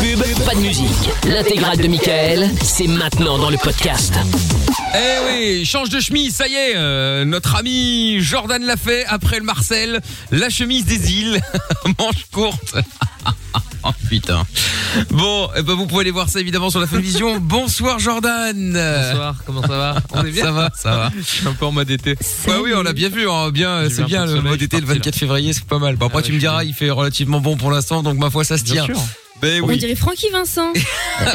pub, pas de musique. L'intégrale de Michael, c'est maintenant dans le podcast. Eh oui, change de chemise, ça y est. euh, notre ami Jordan l'a fait après le Marcel. La chemise des îles, manche courte. oh putain. Bon, eh ben, vous pouvez aller voir ça évidemment sur la Funvision. Bonsoir Jordan. Bonsoir, comment ça va On est bien Ça va, ça va. Je suis un peu en mode été. Bah oui, on l'a bien vu. hein, bien, J'ai vu c'est un bien peu de le soleil, mode je suis été, le parti, là. 24 février, c'est pas mal. Bon, après ouais, tu me je suis diras, il fait relativement bon pour l'instant, donc ma foi ça se Bien tient. sûr. Ben On oui. dirait Francky Vincent.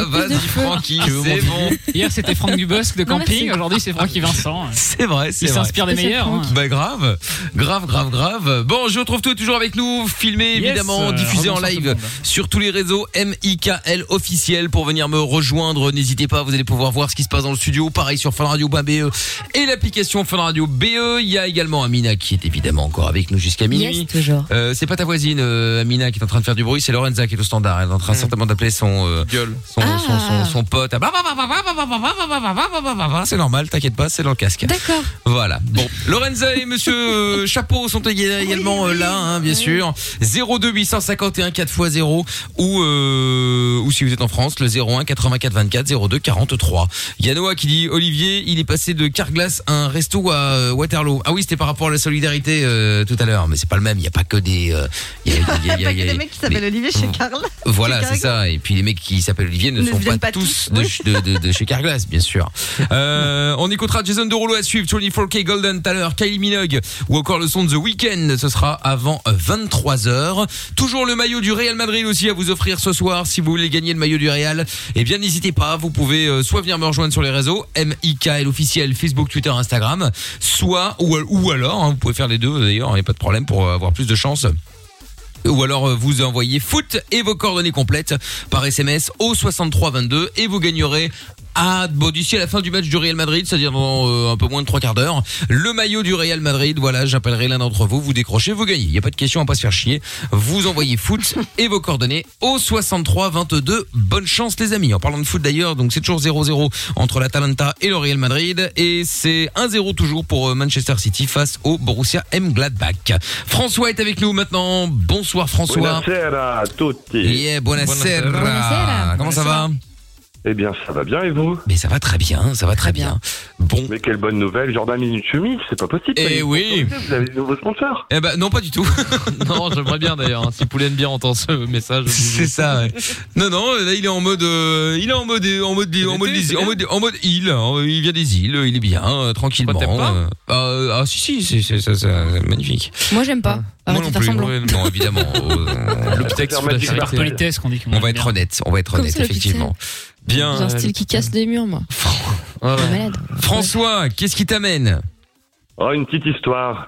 Vas-y Francky, c'est bon. Hier c'était Franck Dubosc de Non, camping, merci. aujourd'hui c'est Francky Vincent. C'est vrai, c'est Il vrai. s'inspire des Spécial meilleurs. Franck. hein. Bah grave, grave, grave, grave. Bon, je retrouve tout toujours avec nous, filmé Yes, évidemment, euh, diffusé en rebonsoir tout le live monde. hein. sur tous les réseaux MIKL officiel pour venir me rejoindre. N'hésitez pas, vous allez pouvoir voir ce qui se passe dans le studio. Pareil sur Fun Radio BE et l'application Fun Radio BE. Il y a également Amina qui est évidemment encore avec nous jusqu'à minuit. Yes, toujours. Euh, c'est pas ta voisine euh, Amina qui est en train de faire du bruit, c'est Lorenza qui est au standard. Elle est en train certainement d'appeler son, euh, son, Ah. son, son, son pote. Ah, bah, bah, bah, bah, bah, bah, bah, bah, bah, bah, bah, bah, bah, C'est normal, t'inquiète pas, c'est dans le casque. D'accord. Voilà. Bon, Lorenza et Monsieur euh, Chapeau sont ég- également euh, là, hein, bien sûr. 02 851 4x0 ou euh, ou si vous êtes en France, le 01 84 24 02 43. Il y a Noah qui dit Olivier, il est passé de Carglass à un resto à euh, Waterloo. Ah oui, c'était par rapport à la solidarité euh, tout à l'heure, mais c'est pas le même. Il y a pas que des. euh, il y a- il y a- il y a- Pas il y que a- des mecs qui s'appellent Olivier chez Carl. voilà, Chez c'est Carglass. ça. Et puis les mecs qui s'appellent Olivier ne, Ne sont pas, viennent pas tous tous, de, oui. ch- de, de- de chez Carglass, bien sûr. Euh, on écoutera Jason Derulo à suivre, 24K Golden tout à l'heure, Kylie Minogue ou encore le son de The Weeknd. Ce sera avant 23h. Toujours le maillot du Real Madrid aussi à vous offrir ce soir. Si vous voulez gagner le maillot du Real, eh bien n'hésitez pas. Vous pouvez euh, soit venir me rejoindre sur les réseaux, MIKL officiel, Facebook, Twitter, Instagram, soit ou, al- ou alors, hein, vous pouvez faire les deux d'ailleurs, il n'y a pas de problème pour euh, avoir plus de chances ou alors euh, vous envoyez foot et vos coordonnées complètes par SMS au 6322 et vous gagnerez à bon, d'ici à la fin du match du Real Madrid, c'est-à-dire dans euh, un peu moins de trois quarts d'heure, le maillot du Real Madrid. Voilà, j'appellerai l'un d'entre vous, vous décrochez, vous gagnez. Il y a pas de question à pas se faire chier. Vous envoyez foot et vos coordonnées au 63 22. Bonne chance les amis. En parlant de foot d'ailleurs, donc c'est toujours 0-0 entre l'Atalanta et le Real Madrid et c'est 1-0 toujours pour euh, Manchester City face au Borussia M Gladbach. François est avec nous maintenant. Bonsoir François. Buonasera a tutti. Yeah, buonasera. Buonasera. Comment ça va Eh bien, ça va bien et vous Mais ça va très bien, ça va très bien. Bon. Mais quelle bonne nouvelle, Jordan Minute Chemise, c'est pas possible. Eh oui. Vous avez de nouveaux sponsors. Eh ben non pas du tout. Non, j'aimerais bien d'ailleurs. hein, Si Poulen bien entend ce message, C'est ça. ouais. Non non, là il est en mode, euh, il est en mode, en mode, en mode, l'été, c'est en mode, en mode île. hein, Il vient des îles, il est bien, euh, tranquillement. Toi, t'aimes pas euh, ah, ah, si si, c'est- c'est ça, ça, c'est magnifique. Moi, j'aime pas. Arrête de faire semblant. ouais, non évidemment. euh, le texte, texte, faut la c'est charité. par politesse qu'on dit qu'on on aime va bien. être honnête, on va être Comme honnête ça, le petit effectivement. Bien. J'ai un style qui casse des murs, moi. Ouais, Je suis ouais. malade. François, qu'est-ce qui t'amène Oh, une petite histoire.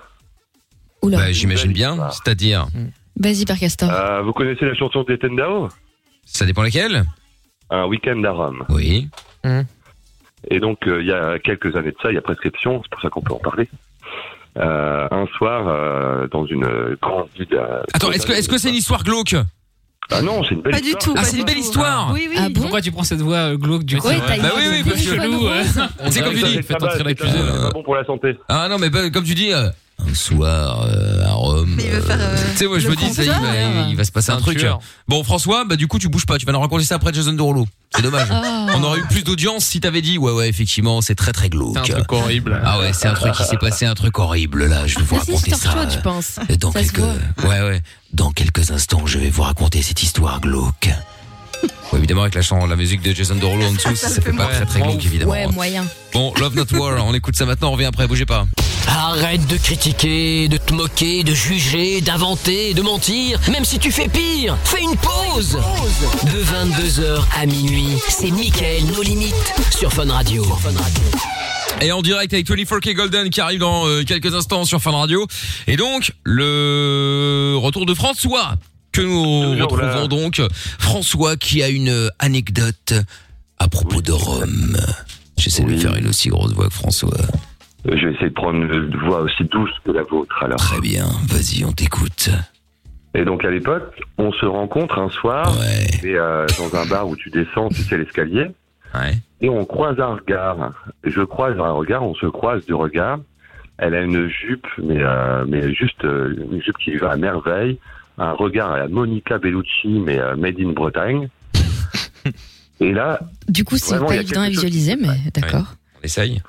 Oula. Bah, J'imagine bien, Voilà. c'est-à-dire, Vas-y, Père Castor. Euh, vous connaissez la chanson d'Étienne Dao ça dépend laquelle. Un week-end à Rome. Oui. Mmh. Et donc, euh, il y a quelques années de ça, il y a prescription, c'est pour ça qu'on peut en parler. Euh, un soir, euh, dans une grande ville. euh, Attends, est-ce que est-ce que c'est une histoire glauque Ah non, c'est une belle Pas du histoire. tout. Ah, pas c'est du une belle tout. histoire. Oui, oui. Ah bon Pourquoi tu prends cette voix euh, glauque du Ouais, coup t'as une Bah oui, voix de oui, parce que téléphone chelou, rose. C'est comme tu dis. C'est Faites pas entrer mal, l'accusé, c'est là. pas bon pour la santé. Ah non, mais bah, comme tu dis, euh, un soir euh, à Rome. Mais il veut euh, faire, euh, tu sais, moi je le me dis, ça, il, va, conteur. il va se passer un, truc. tueur. Bon, François, bah du coup, tu bouges pas. Tu vas nous raconter ça après Jason Derulo. C'est dommage. Ah. Oh. On aurait eu plus d'audience si t'avais dit, ouais, ouais, effectivement, c'est très, très C'est un glauque. truc horrible. Ah ouais, c'est un truc qui s'est passé, un truc horrible là. Je vais vous Ah, c'est une raconter ça. histoire chaude, euh, je pense. Dans Ça se quelques, voit. ouais, ouais. Dans quelques instants, je vais vous raconter cette histoire glauque. Ouais, évidemment, avec la, chan- la musique de Jason Derulo en dessous, ça, ça fait pas Ouais. très très glauque, évidemment. Ouais, moyen. Bon, Love Not War, on écoute ça maintenant, on revient après, bougez pas. Arrête de critiquer, de te moquer, de juger, d'inventer, de mentir. Même si tu fais pire, fais une pause. De 22h à minuit, c'est Michael, nos limites, sur Fun Radio. Et en direct avec 24K Golden qui arrive dans euh, quelques instants sur Fan Radio. Et donc, le retour de François que nous Toujours retrouvons là. donc. François qui a une euh, anecdote à propos de Rome. J'essaie de Oui. faire une aussi grosse voix que François. Euh, Je vais essayer de prendre une voix aussi douce que la vôtre alors. Très bien, vas-y, on t'écoute. Et donc à l'époque, on se rencontre un soir, Ouais. et, euh, dans un bar où tu descends, tu sais l'escalier, Ouais. et on croise un regard. Je croise un regard, on se croise du regard. Elle a une jupe, mais, euh, mais juste euh, une jupe qui lui va à merveille. Un regard à la Monica Bellucci, mais euh, made in Bretagne. Et là, Du coup, c'est Vraiment, il pas y a évident à quelque chose. visualiser, mais d'accord. On essaye.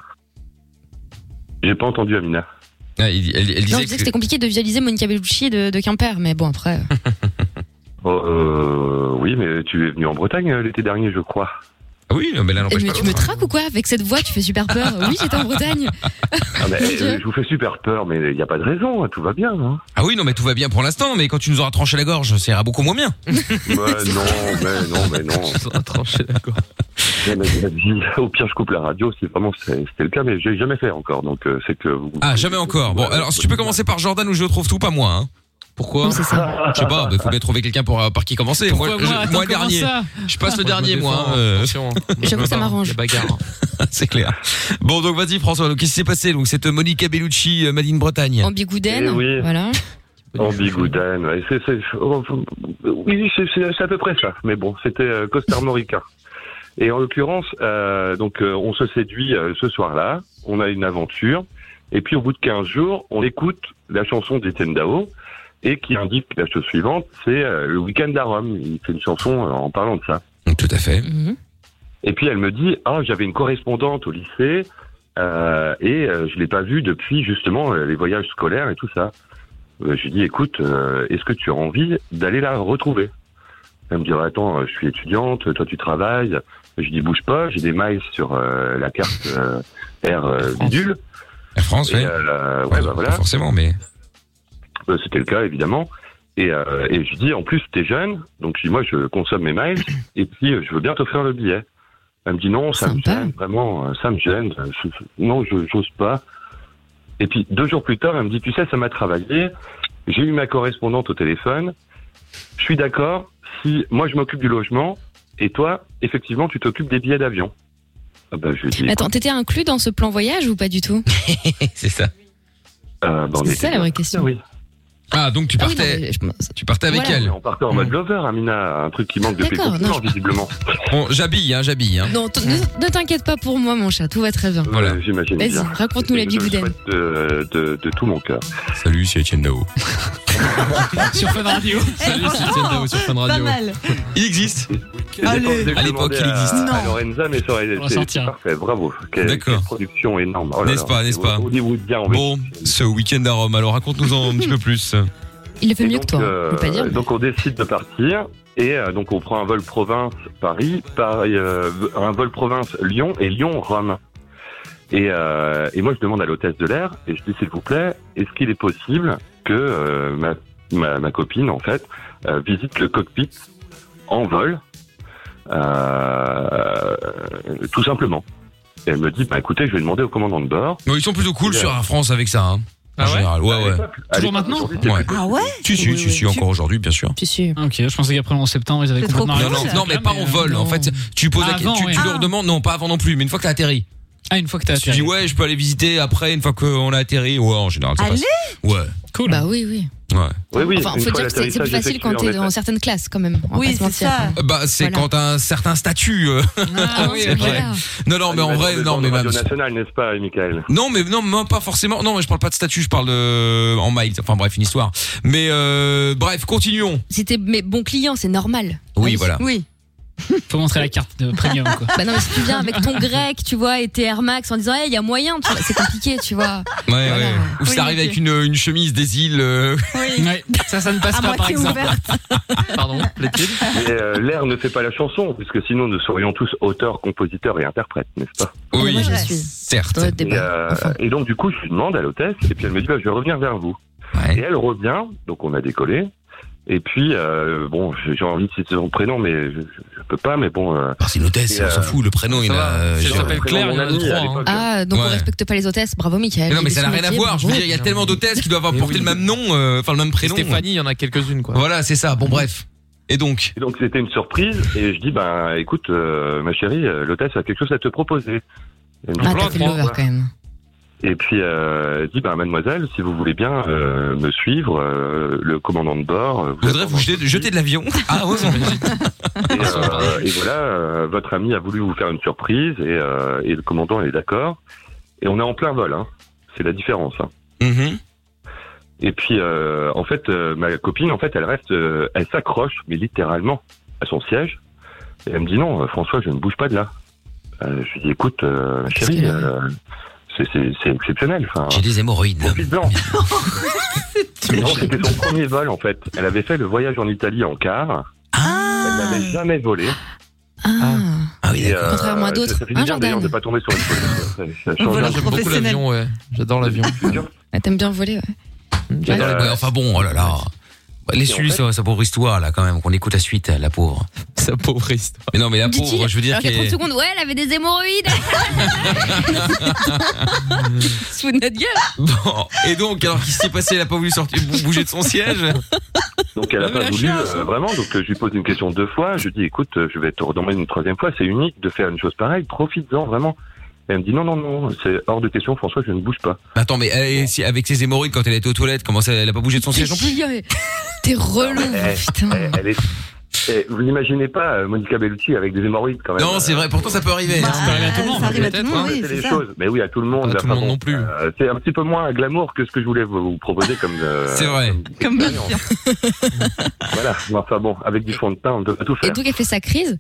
j'ai pas entendu Amina. Ah, il- elle, elle Non, je disait disais que que- c'était compliqué de visualiser Monica Bellucci de, de Quimper, mais bon, après. euh, Oh, euh, oui, mais tu es venu en Bretagne euh, l'été dernier, je crois. Ah oui, non, mais là, n'empêche mais pas tu l'autre, me hein. traques ou quoi Avec cette voix, tu fais super peur. Oui, j'étais en Bretagne. Ah, mais, Mon Dieu. euh, je vous fais super peur, mais il n'y a pas de raison, hein, tout va bien. Hein. Ah oui, non, mais tout va bien pour l'instant, mais quand tu nous auras tranché la gorge, ça ira beaucoup moins bien. mais non, mais non, mais non. Mais, mais, vas-y, Au pire, je coupe la radio, c'est vraiment c'est- c'était le cas, mais j'ai jamais fait encore, donc euh, c'est que vous. Ah, jamais encore. Bon, alors si tu peux commencer par Jordan où je trouve tout, pas moi. Hein. Pourquoi Oui, c'est ça. Je sais pas, il faut bien trouver quelqu'un pour, euh, par qui commencer. Pourquoi je- Attends, comment dernier. ça Je passe le Moi, je me dernier, moi. défends, hein, euh, attention. J'avoue, ça m'arrange. La bagarre. c'est clair. Bon, donc vas-y, François. Donc, qu'est-ce qui s'est passé Donc, cette euh, Monica Bellucci, euh, Madine Bretagne. En Bigouden. Eh oui. Voilà. En Bigouden, ouais, c'est, c'est, oh, oui, c'est, c'est- c'est à peu près ça. Mais bon, c'était euh, costarmoricain. Et en l'occurrence, euh, donc euh, on se séduit euh, ce soir-là, on a une aventure, et puis au bout de 15 jours, on écoute la chanson d'Étienne Dao, et qui indique la chose suivante, c'est euh, le week-end à Rome. Il fait une chanson euh, en parlant de ça. Mm, Tout à fait. Mhm. Et puis elle me dit, ah, j'avais une correspondante au lycée, euh, et euh, je l'ai pas vue depuis justement euh, les voyages scolaires et tout ça. Euh, je lui dis, écoute, euh, est-ce que tu as envie d'aller la retrouver Elle me dit, Ah, attends, euh, je suis étudiante, toi tu travailles. Je lui dis, bouge pas, j'ai des miles sur euh, la carte euh, R euh, bidule. La France, Et, ouais. euh, Ouais, ouais, bah pas voilà. Forcément, mais. Euh, c'était le cas évidemment. Et, euh, et je lui dis en plus t'es jeune, donc je dis moi je consomme mes miles et puis euh, je veux bien t'offrir le billet. Elle me dit non ça me Sympa. gêne vraiment euh, ça me gêne euh, je- je- non je j'ose pas. Et puis deux jours plus tard elle me dit tu sais ça m'a travaillé j'ai eu ma correspondante au téléphone je suis d'accord si moi je m'occupe du logement et toi effectivement tu t'occupes des billets d'avion. Ah bah, je lui dis, Mais Attends, t'étais inclus dans ce plan voyage ou pas du tout c'est ça. euh, bah, on C'est était- ça la vraie question. oui. Ah, donc tu Ah oui, partais, non, mais je pense- tu partais avec Voilà. elle. Mm. On partait en mode lover, Amina, un truc qui manque depuis le D'accord, non, confinement, visiblement. Bon, j'habille, hein, j'habille. Hein. Non, t- ne ne t'inquiète pas pour moi, mon chat, tout va très bien. Voilà. Euh, J'imagine Vas-y, bien. raconte-nous la Je le Bigouden. souhaite De, de, de tout mon cœur. Salut, c'est Etienne Dao. Sur Fun Radio. Salut, c'est Étienne Dao sur Fun Radio. Il existe. Allez. À l'époque, il existe. À, à Lorenza, mais ça aurait On va c'est- sortir. c'est parfait. Bravo. Quelle, D'accord. quelle production énorme. Oh là N'est-ce là. pas, n'est-ce pas Hollywood bien. on va- Bon, ce week-end à Rome. Alors, raconte-nous-en un petit peu plus. Il le fait Et mieux donc, que toi, euh, on peut pas dire. Donc on décide de partir et euh, donc on prend un vol province Paris, Paris, euh, un vol province Lyon et Lyon Rome. Et, euh, et moi je demande à l'hôtesse de l'air et je dis s'il vous plaît, est-ce qu'il est possible que euh, ma, ma, ma copine en fait euh, visite le cockpit en vol, euh, tout simplement. Et elle me dit bah écoutez je vais demander au commandant de bord. Bon, ils sont plutôt cool Ouais. sur Air France avec ça. Hein, Ah en ouais général, ouais, ouais. Allez, maintenant aujourd'hui, c'est Ouais. Ah ouais Si, si, Oui, si, oui. si, encore aujourd'hui, bien sûr. Je suis Ok, je pensais qu'après en septembre, ils avaient C'est trop complètement cool. non, arrêté Ah non, ouais, ce non, mais truc-là, pas en vol. En non. fait, tu poses, la- Ah, Avant, tu, tu ouais. Ah, leur demandes, non, pas avant non plus, mais une fois que t'as atterri. Ah, une fois que t'as Tu dis atterri. ouais, je peux aller visiter après une fois qu'on a atterri. Ouais, en général, ça Allez passe. Ouais, Cool. Bah oui, oui. ouais. Oui, oui, enfin, une faut fois dire que c'est- c'est plus l'atterrissage facile quand effectué, t'es en dans effet. certaines classes quand même. on va Oui, pas se c'est mentir. ça. Bah, c'est Voilà. quand t'as un certain statut. euh. Ah, oui, c'est après. voilà. Non, non, mais en vrai, Animateur de non, mais Radio même. nationale, n'est-ce pas, Michael Non, mais non, même pas forcément. Non, mais je parle pas de statut, je parle de en miles. Enfin bref, une histoire. Mais euh, bref, continuons. C'était mes bons clients, c'est normal. Oui, voilà. Oui. Faut montrer la carte de premium, quoi. Bah non, mais si tu viens avec ton grec, tu vois, et tes Air Max en disant, Eh, il y a moyen, tu vois, c'est compliqué, tu vois. Ouais, ouais. Ou si Oui, t'arrives ok. avec une, une chemise des îles. euh, Oui. Ouais, ça, ça ne passe À pas, par moitié exemple. ouverte. Pardon, Mais euh, l'air ne fait pas la chanson, puisque sinon nous serions tous auteurs, compositeurs et interprètes, n'est-ce pas Oui, moi, je suis. certes. Toi, et, débat. euh, Enfin. et donc du coup, je lui demande à l'hôtesse, et puis elle me dit, bah, je vais revenir vers vous. Ouais. Et elle revient, donc on a décollé. Et puis, euh, bon, j'ai j'ai envie de citer son prénom, mais je, je- je peux pas, mais bon... euh, Parce qu'une Ah, hôtesse, Et, on s'en euh, fout. Le prénom, il ça va. a. C'est genre- c'est le s'appelle prénom Claire, de il y en a mon ami deux, à trois, hein. l'époque. Ah, donc Ouais. on respecte pas les hôtesses. Bravo, Michael. Mais non, mais ça n'a rien à voir. Je veux dire, il y a bravo. tellement d'hôtesses qui doivent avoir Mais porté oui. le même nom, euh, enfin le même prénom. Stéphanie, il y en a quelques-unes, quoi. Voilà, Ah, c'est ça. Bon, bref. Et donc, Et donc c'était une surprise, et je dis, ben écoute, euh, ma chérie, euh, l'hôtesse a quelque chose à te proposer. Elle me dit, Ah, Voilà, t'as fait le prends, lover quoi. quand même. Et puis, euh, elle dit, bah, mademoiselle, si vous voulez bien euh, me suivre, euh, le commandant de bord... euh, je êtes voudrais vous en- jeter, jeter de l'avion. Ah, ouais, Et, euh, et voilà, euh, votre ami a voulu vous faire une surprise, et, euh, et le commandant est d'accord. Et on est en plein vol, hein. c'est la différence. hein. Mm-hmm. Mhm. Et puis, euh, en fait, euh, ma copine, en fait, elle reste, euh, elle s'accroche, mais littéralement, à son siège. Et elle me dit non, euh, François, je ne bouge pas de là. Euh, je lui dis écoute, euh, ma chérie, euh, c'est- c'est c'est exceptionnel. Enfin, J'ai des hémorroïdes. profite-en. Non, c'était son premier vol en fait. Elle avait fait le voyage en Italie en car. Elle Ah, n'avait jamais volé. Ah. ah oui, Et, d'accord. euh, Contrairement à d'autres. Ça, ça fait Hein, du bien d'ailleurs Jordan de pas tomber sur une folie. Ça change Moi, Voilà, J'aime beaucoup professionnel. l'avion, ouais. J'adore l'avion. Ah, T'aimes bien voler, ouais. J'adore euh, les- Ouais, enfin bon, oh là là. Bah, Laisse lui sa, sa pauvre histoire là quand même qu'on écoute la suite la pauvre. sa pauvre histoire. Mais non mais la Dit-il, pauvre je veux dire Alors qu'à 30 qu'elle secondes, ouais, elle avait des hémorroïdes. Sous notre gueule. Bon, et donc, alors qu'il s'est passé, elle a pas voulu sortir, bou- bouger de son siège. Donc elle a Ah, mais pas la voulu chance, euh, vraiment. Donc euh, je lui pose une question deux fois. Je lui dis écoute, euh, je vais te redemander une troisième fois. C'est unique de faire une chose pareille. Profites-en vraiment. Et elle me dit non non non, c'est hors de question. François, je ne bouge pas. Bah, Attends, mais elle est- si- avec ses hémorroïdes quand elle était aux toilettes, comment ça, elle a pas bougé de son T'es siège non plus giga- T'es relou, Eh, putain. Elle, elle est. Eh, vous n'imaginez pas euh, Monica Bellucci avec des hémorroïdes quand même. Non, c'est vrai. Pourtant, ça peut arriver. Bah, Ça peut arriver à tout le monde. ça arrive à tout le peut-être, monde, hein. C'est oui, les c'est ça. choses. Mais oui, à tout le monde. Pas à tout Enfin le monde bon, non plus. euh, c'est un petit peu moins glamour que ce que je voulais vous, vous proposer comme. euh, C'est vrai. Comme bien sûr. Voilà. Mais Enfin bon, avec du fond de teint, on peut pas tout Et faire. donc, elle fait sa crise.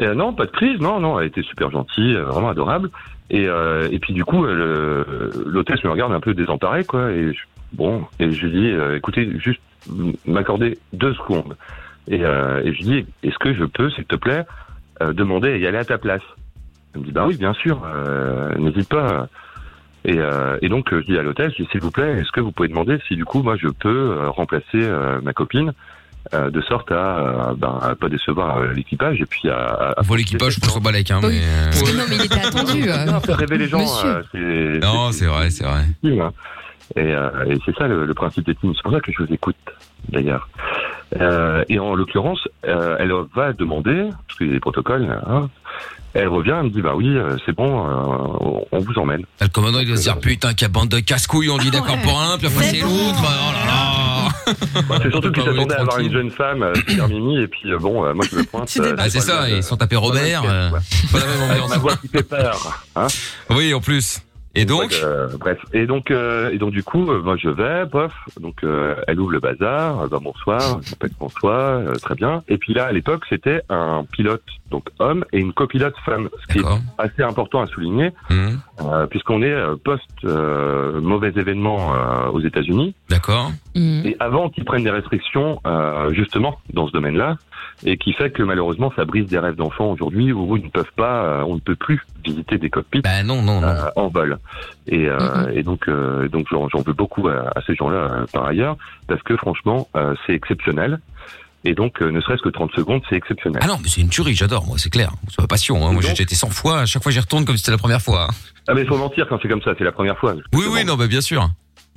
Euh, non, pas de crise, non, non, elle était super gentille, euh, vraiment adorable. Et, euh, et puis du coup, elle, euh, l'hôtesse me regarde un peu désemparée, quoi. Et je- bon, et je lui dis, euh, écoutez, juste m- m'accorder deux secondes. Et, euh, et je lui dis, est-ce que je peux, s'il te plaît, euh, demander à y aller à ta place Elle me dit, bah oui, bien sûr, euh, n'hésite pas. Et, euh, et donc, euh, je dis à l'hôtesse, je dis, s'il vous plaît, est-ce que vous pouvez demander si du coup, moi, je peux euh, remplacer euh, ma copine euh, de sorte à, euh, ben, à pas décevoir euh, l'équipage et puis à, à- à Faut l'équipage, je pense au balèque, hein, mais. euh, Parce que non, mais il était attendu. euh. non, faire rêver les gens, Monsieur. euh, c'est Non, c'est vrai, c'est vrai. utile, hein. Et, euh, et c'est ça le, le principe des teams. C'est pour ça que je vous écoute, d'ailleurs. Euh, et en l'occurrence, euh, elle va demander, parce qu'il y a des protocoles, hein, elle revient, elle me dit, bah oui, euh, c'est bon, euh, on- on vous emmène. Le commandant, il doit se dire, putain, quelle bande de casse-couilles, on dit d'accord Ouais. pour un, puis après C'est c'est bon. l'autre. Oh là là. Bah, c'est peut surtout qu'ils pas voler s'attendaient à avoir tranquille. une jeune femme, euh, super mimi, et puis euh, bon, euh, moi je me pointe. Tu débarques. Ah, c'est pas ça, le- ils sont tapés Robert. pas le- euh, Pas la même Avec ma ambiance. voix qui fait peur. Hein Oui, en plus. Et donc, Euh, bref. Et donc, euh, et donc du coup, euh, moi je vais, bof. Donc euh, elle ouvre le bazar. Euh, ben, bonsoir, je m'appelle François, euh, très bien. Et puis là, à l'époque, c'était un pilote donc homme et une copilote femme, ce qui est d'accord. assez important à souligner Hum, euh, puisqu'on est euh, post euh, mauvais événement euh, aux États-Unis D'accord. Mm. et avant qu'ils prennent des restrictions euh, justement dans ce domaine-là et qui fait que malheureusement ça brise des rêves d'enfants aujourd'hui où ils ne peuvent pas, euh, on ne peut plus visiter des cockpits Bah non, non, non. euh, en vol. Et, euh, et donc, euh, donc j'en j'en veux beaucoup à, à ces gens-là euh, par ailleurs, parce que franchement, euh, c'est exceptionnel. Et donc, euh, ne serait-ce que 30 secondes, c'est exceptionnel. Ah non, mais c'est une tuerie, j'adore, moi, c'est clair. C'est ma passion, hein. moi j'ai déjà été 100 fois, à chaque fois j'y retourne comme si c'était la première fois. hein. Ah mais faut mentir quand c'est comme ça, c'est la première fois. Oui, oui, non, bah bien sûr.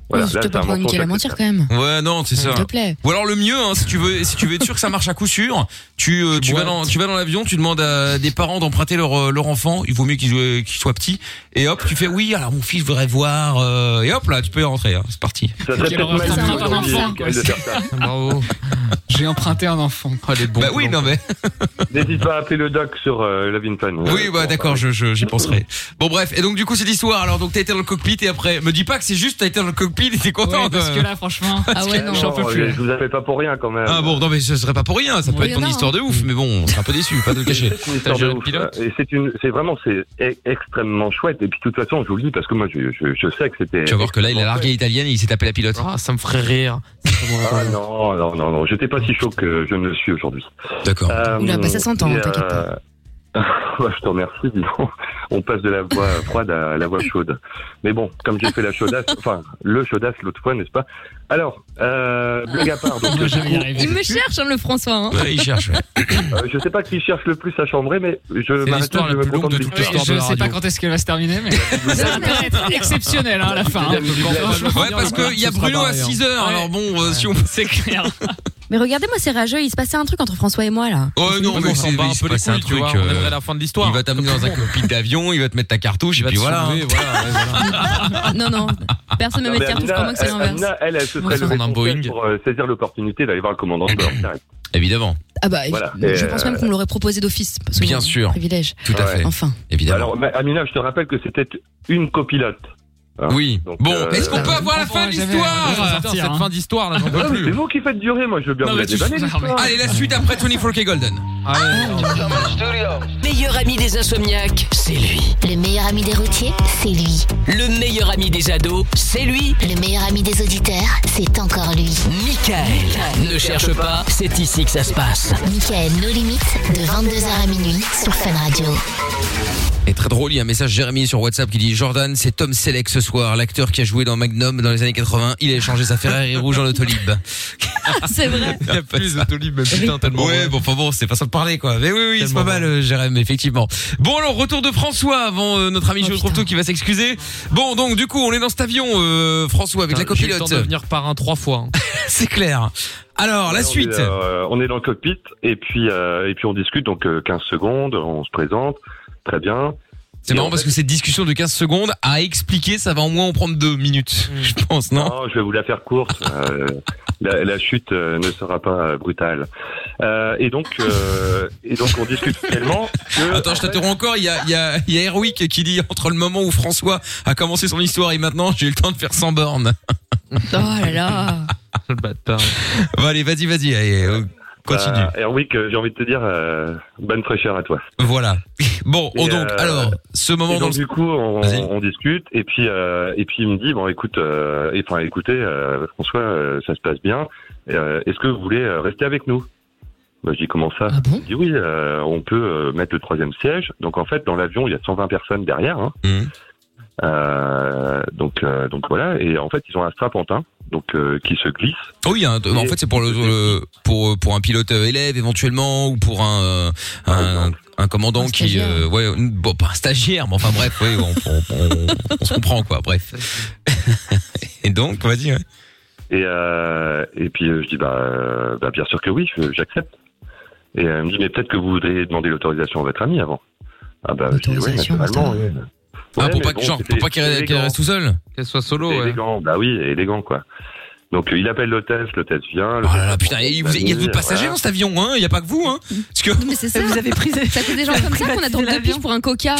Oh, je là, te c'est un peux pas niquer la mensonge mentir quand même. Ouais, non, c'est ça. S'il te plaît. Ou alors le mieux, hein, si tu veux, si tu veux être sûr que ça marche à coup sûr, tu euh, tu vas dans tu vas dans l'avion, tu demandes à des parents d'emprunter leur euh, leur enfant. Il vaut mieux qu'ils euh, qu'ils soient petits. Et hop, tu fais oui. Alors mon fils voudrait voir. euh, et hop là, tu peux y rentrer. hein, c'est parti. Ça serait Quelle peut-être horreur, mal ça, vu ça, aujourd'hui, ça. Michael, de faire ça. Bravo. J'ai emprunté un enfant. Ah, les bons bah oui, plans. non mais N'hésite pas à appeler le doc sur euh, la Fan. oui, bah d'accord, je je- j'y penserai. Bon bref, et donc du coup cette histoire. Alors donc t'as été dans le cockpit et après, me dis pas que c'est juste t'as été dans le cockpit et t'es content. Ouais, parce quand que même. là, franchement, Ah ouais, non. je suis un peu plus. Oh, Je vous appelle pas pour rien quand même. hein. Ah bon, non mais ce serait pas pour rien. Ça peut Oui, être ton non. histoire de ouf, mais bon, on sera un peu déçu, pas de le cacher. C'est une histoire T'as géré de le ouf. pilote Et c'est une, c'est vraiment, c'est e- extrêmement chouette. Et puis, de toute façon, je vous le dis parce que moi, je, je, je sais que c'était. Tu vas voir que là il a largué l'italienne et il s'est tapé la pilote. Ah, ça me ferait rire. Ah non, non, non, non. J'étais pas si chaud que je ne le suis aujourd'hui. D'accord. Euh, Oula, bah, ça s'entend, et, t'inquiète euh, Bah, je te remercie, dis donc. On passe de la voix froide à la voix chaude. Mais bon, comme j'ai fait la chaudasse, enfin, le chaudasse l'autre fois, n'est-ce pas Alors, euh, blague à part, donc, Moi, du j'allais y coup, arriver. Il me cherche, hein, le François. hein. Ouais, il cherche. ouais. euh, je sais pas qui cherche le plus à chambrer, mais je m'arrête l'histoire là, je la me plus longue contente de d'une toute Oui, histoire. l'histoire de je la sais pas radio. quand est-ce qu'elle va se terminer, mais ça va être exceptionnel hein, à la fin. hein. Franchement, Ouais, parce normal, qu'il y a ce sera Bruno à pareil, hein. 6 heures. Ouais. Alors bon, euh, si on. C'est clair. Mais regardez-moi, c'est rageux. Il se passait un truc entre François et moi, là. Oh non, mais on s'en c'est bat il un se peu les passe un couilles, tu truc. vois. On euh, aimerait la fin de l'histoire. il va t'amener dans un cockpit d'avion, il va te mettre ta cartouche, et puis voilà. soulever, voilà, ouais, voilà. Non, non. Personne ne Non, met de mais cartouche pour moi que c'est Amina, elle, l'inverse. Amina, elle, elle se Moi, serait je levée prends un son siège Boeing. pour euh, saisir l'opportunité d'aller voir le commandant de bord. Direct. Évidemment, Ah bah, Voilà. je Et, pense même qu'on me l'aurait proposé d'office. parce que Bien c'est un sûr. Privilège. tout à Ouais. fait. Enfin. Évidemment. Alors, ma- Amina, je te rappelle que c'était une copilote. hein. Oui. Donc, Bon, euh, est-ce qu'on peut euh, avoir la on fin de pourra jamais l'histoire arriver. Ah, sortir, putain, cette hein. fin d'histoire, là, j'en peux C'est plus. vous qui faites durer, moi je veux bien Non, vous mais la tu- déballer. non, mais- l'histoire. Allez, la suite après 24K Golden. Ah Ah, Meilleur ami des insomniaques, c'est lui. Le meilleur ami des routiers, c'est lui. Le meilleur ami des ados, c'est lui. Le meilleur ami des auditeurs, c'est encore lui. Michael. Ne cherche pas, c'est ici que ça se passe. Michael, nos limites, de 22h à minuit sur Fun Radio. Et très drôle, il y a un message Jérémy sur WhatsApp qui dit Jordan, c'est Tom Selleck ce soir, l'acteur qui a joué dans Magnum dans les années 80. Il a échangé sa Ferrari rouge en autolib. Ah, C'est vrai. Il y a plus d'autolib, putain, tellement. Ouais, bon, enfin bon, c'est façon de parler, quoi. Mais oui, oui, c'est pas mal, euh, Jérémy, effectivement. Bon, alors, retour de François avant euh, notre ami Oh, Joe Trouve-Tout qui va s'excuser. Bon, donc, du coup, on est dans cet avion, euh, François, avec la Putain, J'ai eu le temps copilote. de venir par un trois fois. hein. C'est clair. Alors, la On est, suite. euh, on est dans le cockpit et puis euh, et puis on discute donc euh, 15 secondes, on se présente, très bien. C'est marrant parce que cette discussion de 15 secondes à expliquer, ça va au moins en prendre deux minutes, je pense, non Non, je vais vous la faire courte. euh, la, la chute euh, ne sera pas euh, brutale. Euh, et donc euh, et donc on discute tellement que Attends, je t'interromps encore. Il y a, il y a, il y a Erwick qui dit entre le moment où François a commencé son histoire et maintenant, j'ai eu le temps de faire 100 bornes. Oh là là. Ah, Le bâtard. Bon, allez, vas-y, vas-y, allez, euh, continue. Euh, Erwick, euh, j'ai envie de te dire euh, bonne fraîcheur à toi. Voilà. Bon, et, oh, donc, euh, alors, ce moment Et dans donc le... du coup, on, Vas-y. on discute et puis euh, et puis il me dit bon écoute, euh, et- enfin écoutez euh, François, euh, ça se passe bien. Euh, Est-ce que vous voulez euh, rester avec nous Bah, Je dis comment ça Ah bon Il dit oui, euh, on peut euh, mettre le troisième siège. Donc en fait, dans l'avion, il y a 120 personnes derrière. hein. Mhm. Euh, donc euh, donc voilà. Et en fait, ils ont un strapontin donc euh, qui se glisse. Oh, oui, hein, en fait, c'est pour le, le- pour pour un pilote euh, élève éventuellement ou pour un euh, un, Ah, un commandant Un qui stagiaire. euh, ouais une- bon pas un stagiaire mais enfin bref ouais, on, on, on- on se comprend quoi bref et donc vas-y ouais. Et, euh, et puis euh, je dis bah, euh, bah bien sûr que oui, je- j'accepte. Et elle me dit mais peut-être que vous voudriez demander l'autorisation à votre ami avant. Ah bah je dis oui L'autorisation, naturellement. attends. ouais. ah, Ouais, pour mais pas bon, que genre pour c'était- pas qu'il c'était reste, qu'elle élégant. reste tout seul Qu'elle soit solo, C'était ouais. élégant, bah oui, élégant quoi. Donc euh, il appelle l'hôtesse, l'hôtesse vient. oh là là putain et vous- il y a tout d'autres passagers dans cet avion hein il y a pas que vous hein parce que Non, mais c'est ça. Vous avez pris. Ça fait des gens comme ça qu'on attend deux piges pour un coca.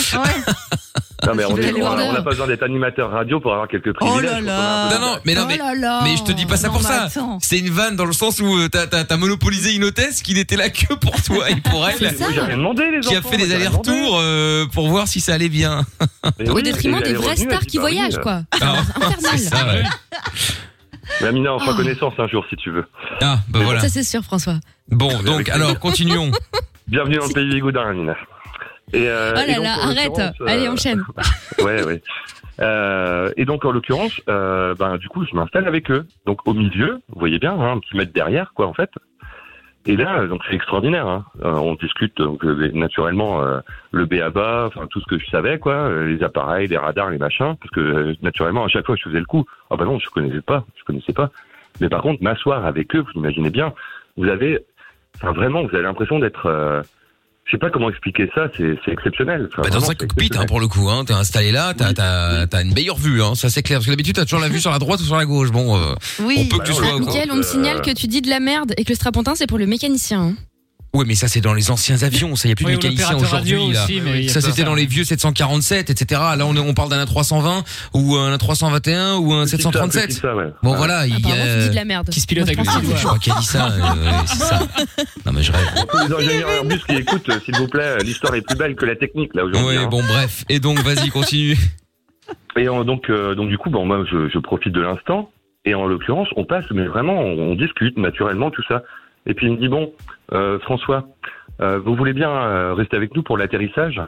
Non mais on Vous est- allez on a voir. on a pas besoin d'être animateur radio pour avoir quelques privilèges. Oh là faut là. qu'on a non un peu non mais non Oh mais là là. mais je te dis pas ça Oh, Non, pour mais ça. attends. c'est une vanne dans le sens où euh, t'as t'as- t'as monopolisé une hôtesse qui n'était là que pour toi et pour elle Ah, C'est ça. de- J'ai rien demandé les qui a enfants, fait des j'ai rien demandé. allers-retours euh, pour voir si ça allait bien Mais Au oui, détriment elle est des vraies revenue, elle stars dit, qui bah oui, voyagent, euh, quoi. Ah, Infernal. ça, ouais. Mais Amina, on fera Oh. connaissance un jour si tu veux. Ah, bah voilà. Ça, c'est sûr, Euh, François. Bon, donc, alors, continuons. Bienvenue dans le pays des Goudards, Amina. Et, euh, Oh et là donc, là, en arrête. l'occurrence, euh, Allez, enchaîne. Ouais, ouais. Euh, et donc en l'occurrence, euh, ben du coup, je m'installe avec eux. Donc au milieu, vous voyez bien, hein, un petit mètre derrière, quoi, en fait. Et là, donc c'est extraordinaire. hein. Euh, on discute donc, euh, naturellement euh, le B.A.B.A., enfin tout ce que je savais, quoi, euh, les appareils, les radars, les machins, parce que euh, naturellement à chaque fois je faisais le coup. Ah bah non, je connaissais pas, je connaissais pas. Mais par contre, m'asseoir avec eux, vous imaginez bien, vous avez, enfin vraiment, vous avez l'impression d'être, euh, je sais pas comment expliquer ça, c'est c'est exceptionnel. Enfin, Bah, dans vraiment, un c'est cockpit, hein, exceptionnel. pour le coup, hein, t'es installé là, t'as Oui. t'as- Oui. t'as une meilleure vue, hein, ça c'est clair. Parce que d'habitude, t'as toujours la vue sur la droite ou sur la gauche. Bon, euh, on Oui. peut que tu Bah, sois. Ah, au- Mickaël, on me Euh, signale que tu dis de la merde et que le strapontin, c'est pour le mécanicien. hein. Ouais, mais ça c'est dans les anciens avions, ça y a plus Oui, de ou mécanicien l'opérateur radio aujourd'hui là. aussi, mais il y a Ça plein c'était de- dans les vieux 747, etc. Là on, est- on parle d'un A320 ou un A321 ou un Petit ça, petit 737. ça, ouais. Bon Ouais. voilà, il y a. Apparemment, tu dis de la merde. Qui se pilote Moi, je avec pense le que- Je crois qu'il a dit ça. euh, ouais, c'est ça. Non mais je rêve. Tous les ingénieurs Airbus qui écoutent, euh, s'il vous plaît, euh, l'histoire est plus belle que la technique là aujourd'hui. Ouais, hein. bon bref. Et donc vas-y continue. Et euh, donc, euh, donc du coup, bon, moi, je, je profite de l'instant. Et en l'occurrence, on passe, mais vraiment, on, on discute naturellement tout ça. Et puis il me dit bon, euh, François, euh, vous voulez bien euh, rester avec nous pour l'atterrissage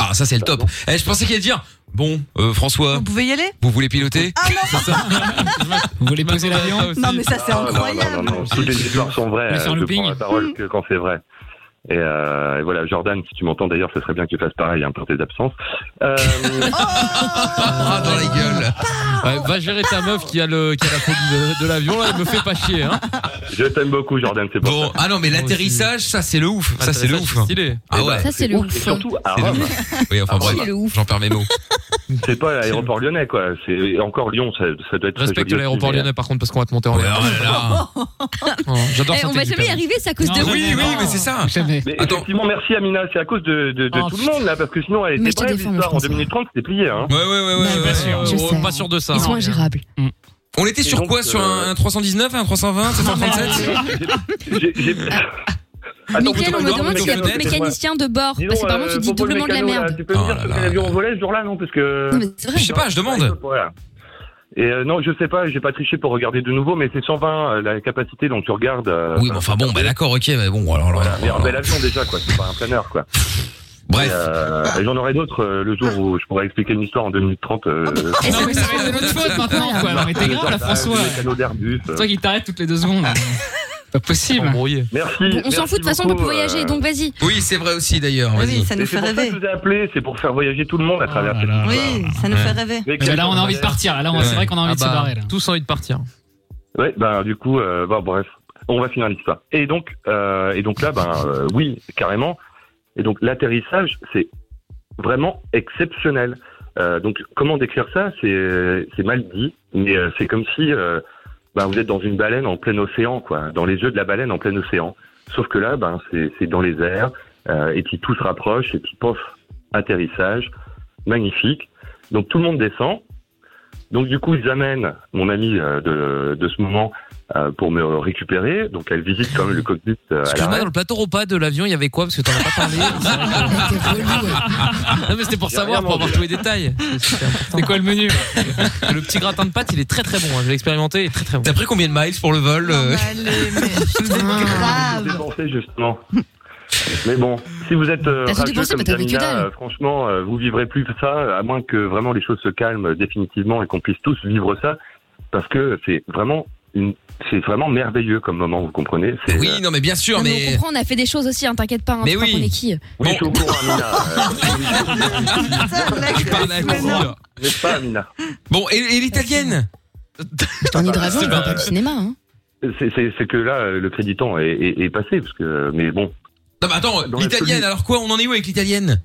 Ah ça c'est le top. Eh, je pensais qu'il allait dire. Bon euh, François, Vous pouvez y aller vous voulez piloter Bah, Ah non. Vous voulez poser l'avion Non mais ça c'est Ah, incroyable. Non, non, non, non. Toutes les histoires sont vraies. Mais sur euh, le je ping. prends la parole que quand c'est vrai. Et, euh, et voilà, Jordan, si tu m'entends d'ailleurs, ce serait bien que tu fasses pareil hein, pour tes absences. Euh, Oh Ah dans la gueule. Ouais, Va gérer ta meuf qui a, le, qui a la peau de, de l'avion, là, elle me fait pas chier. Hein. je t'aime beaucoup, Jordan, c'est pour ça. Bon ah non mais l'atterrissage ça c'est le ouf. Ça c'est le ouf. Stylé. Eh ben, euh, Ah ouais. Ça, c'est le Et ouf. surtout, à C'est Rome. dommage. Ah, bah. Oui enfin Ah, bref. C'est le ouf. J'en perds mes mots. C'est pas l'aéroport lyonnais, quoi. C'est encore Lyon, ça, ça doit être. très Respecte joli aussi, l'aéroport euh, mais- lyonnais, par contre, parce qu'on va te monter en Ouais, oh l'air. là là. Oh, J'adore Eh, ça. on va jamais y arriver, c'est à cause Non, de jamais. vous. Oui oui mais c'est ça. Jamais. Mais Attends. effectivement, merci Amina, c'est à cause de, de, de Oh, tout le monde là, parce que sinon elle était Mais je te pas défends, l'histoire. En François. 2 minutes 30, c'était plié. Hein. Ouais ouais ouais ouais. ouais. Bah, Oh, pas sûr. Je on sais. est pas sûr de ça. Ils sont ingérables. On était sur donc, quoi Sur un, euh, un 319, un 320, 737 J'ai- j'ai- Mickaël, on me Attends, demande mais s'il y a Thomas, d'autres mécaniciens de bord. Parce qu'apparemment, tu euh, dis doublement de la merde. Tu peux me dire si l'avion en volait ce jour-là, non Parce que. Non, mais c'est vrai. Oh Je sais pas, je demande. Voilà. Et euh, non, je sais pas, j'ai pas triché pour regarder de nouveau, mais c'est 120 euh, la capacité dont tu regardes. euh, Oui, mais enfin bon, bah d'accord, ok, mais bon, alors là. Mais un bel avion déjà, quoi. C'est pas un planeur, quoi. Et, Bref. euh, et j'en aurai d'autres euh, le jour où je pourrai expliquer une histoire en 2030. Euh, Et ça Non, mais ça va me- être de notre faute maintenant, quoi. Non, mais t'es grave, là, François. le canot d'Airbus. C'est toi qui t'arrêtes toutes les deux secondes. Pas possible. Embrouillé. Merci. Bon, On merci s'en fout, de toute façon, on peut beaucoup, plus voyager, euh, donc vas-y. Oui, c'est vrai aussi d'ailleurs, vas-y. Oh Oui, ça et nous c'est fait pour ça que rêver. je vous ai appelé, c'est pour faire voyager tout le monde à travers là cette là. Oui, ça nous fait rêver. Mais Mais bah, là, on a envie de partir. là. Là, on- c'est vrai qu'on a envie Ah de se bah, barrer. Là. Tous envie de partir. Ouais, ben du coup, euh, bah, bref, on va finir l'histoire. Et donc, euh, et donc là, ben euh, oui, carrément. Et donc l'atterrissage, c'est vraiment exceptionnel. Euh, donc comment décrire ça C'est euh, c'est mal dit, mais euh, c'est comme si euh, ben, vous êtes dans une baleine en plein océan, quoi, dans les yeux de la baleine en plein océan. Sauf que là, ben c'est c'est dans les airs, euh, et puis tout se rapproche, et puis pof, atterrissage, magnifique. Donc tout le monde descend. Donc du coup, ils amènent mon ami euh, de, de ce moment euh, pour me récupérer. Donc elle visite quand même le cockpit. euh, à Excuse-moi, l'arrêt. dans le plateau repas de l'avion, il y avait quoi Parce que t'en as pas parlé. non, mais c'était pour J'ai savoir, rien pour avoir mangé. tous les détails. C'est quoi le menu Le petit gratin de pâte, il est très très bon. hein. Je l'ai expérimenté, il est très très bon. T'as pris combien de miles pour le vol euh bah, Allez, mais vous êtes J'ai grave. dépensé justement. Mais bon, si vous êtes euh, T'as tout rageux dépensé, comme mais t'as vécu Jamila, dalle. euh, franchement, euh, vous vivrez plus que ça, à moins que vraiment les choses se calment définitivement et qu'on puisse tous vivre ça, parce que c'est vraiment une, c'est vraiment merveilleux comme moment, vous comprenez. C'est, Oui, euh, non, mais bien sûr, Non, mais on mais. comprend, on a fait des choses aussi, hein, t'inquiète pas, hein, Mais tu crois oui. qu'on est qui oui, bon. je suis au courant, Amina. euh, oui, Ça, la Parle à classe, mais non. court. N'est-ce pas, Amina Bon, et, et l'italienne Je t'en ai de raison, c'est on va pas- pas au cinéma. Hein. c'est, c'est, c'est que là, euh, le créditant est, est, est passé, parce que, mais bon. Non, mais attends, Dans l'italienne, l'absolu. Bah, alors quoi On en est où avec l'italienne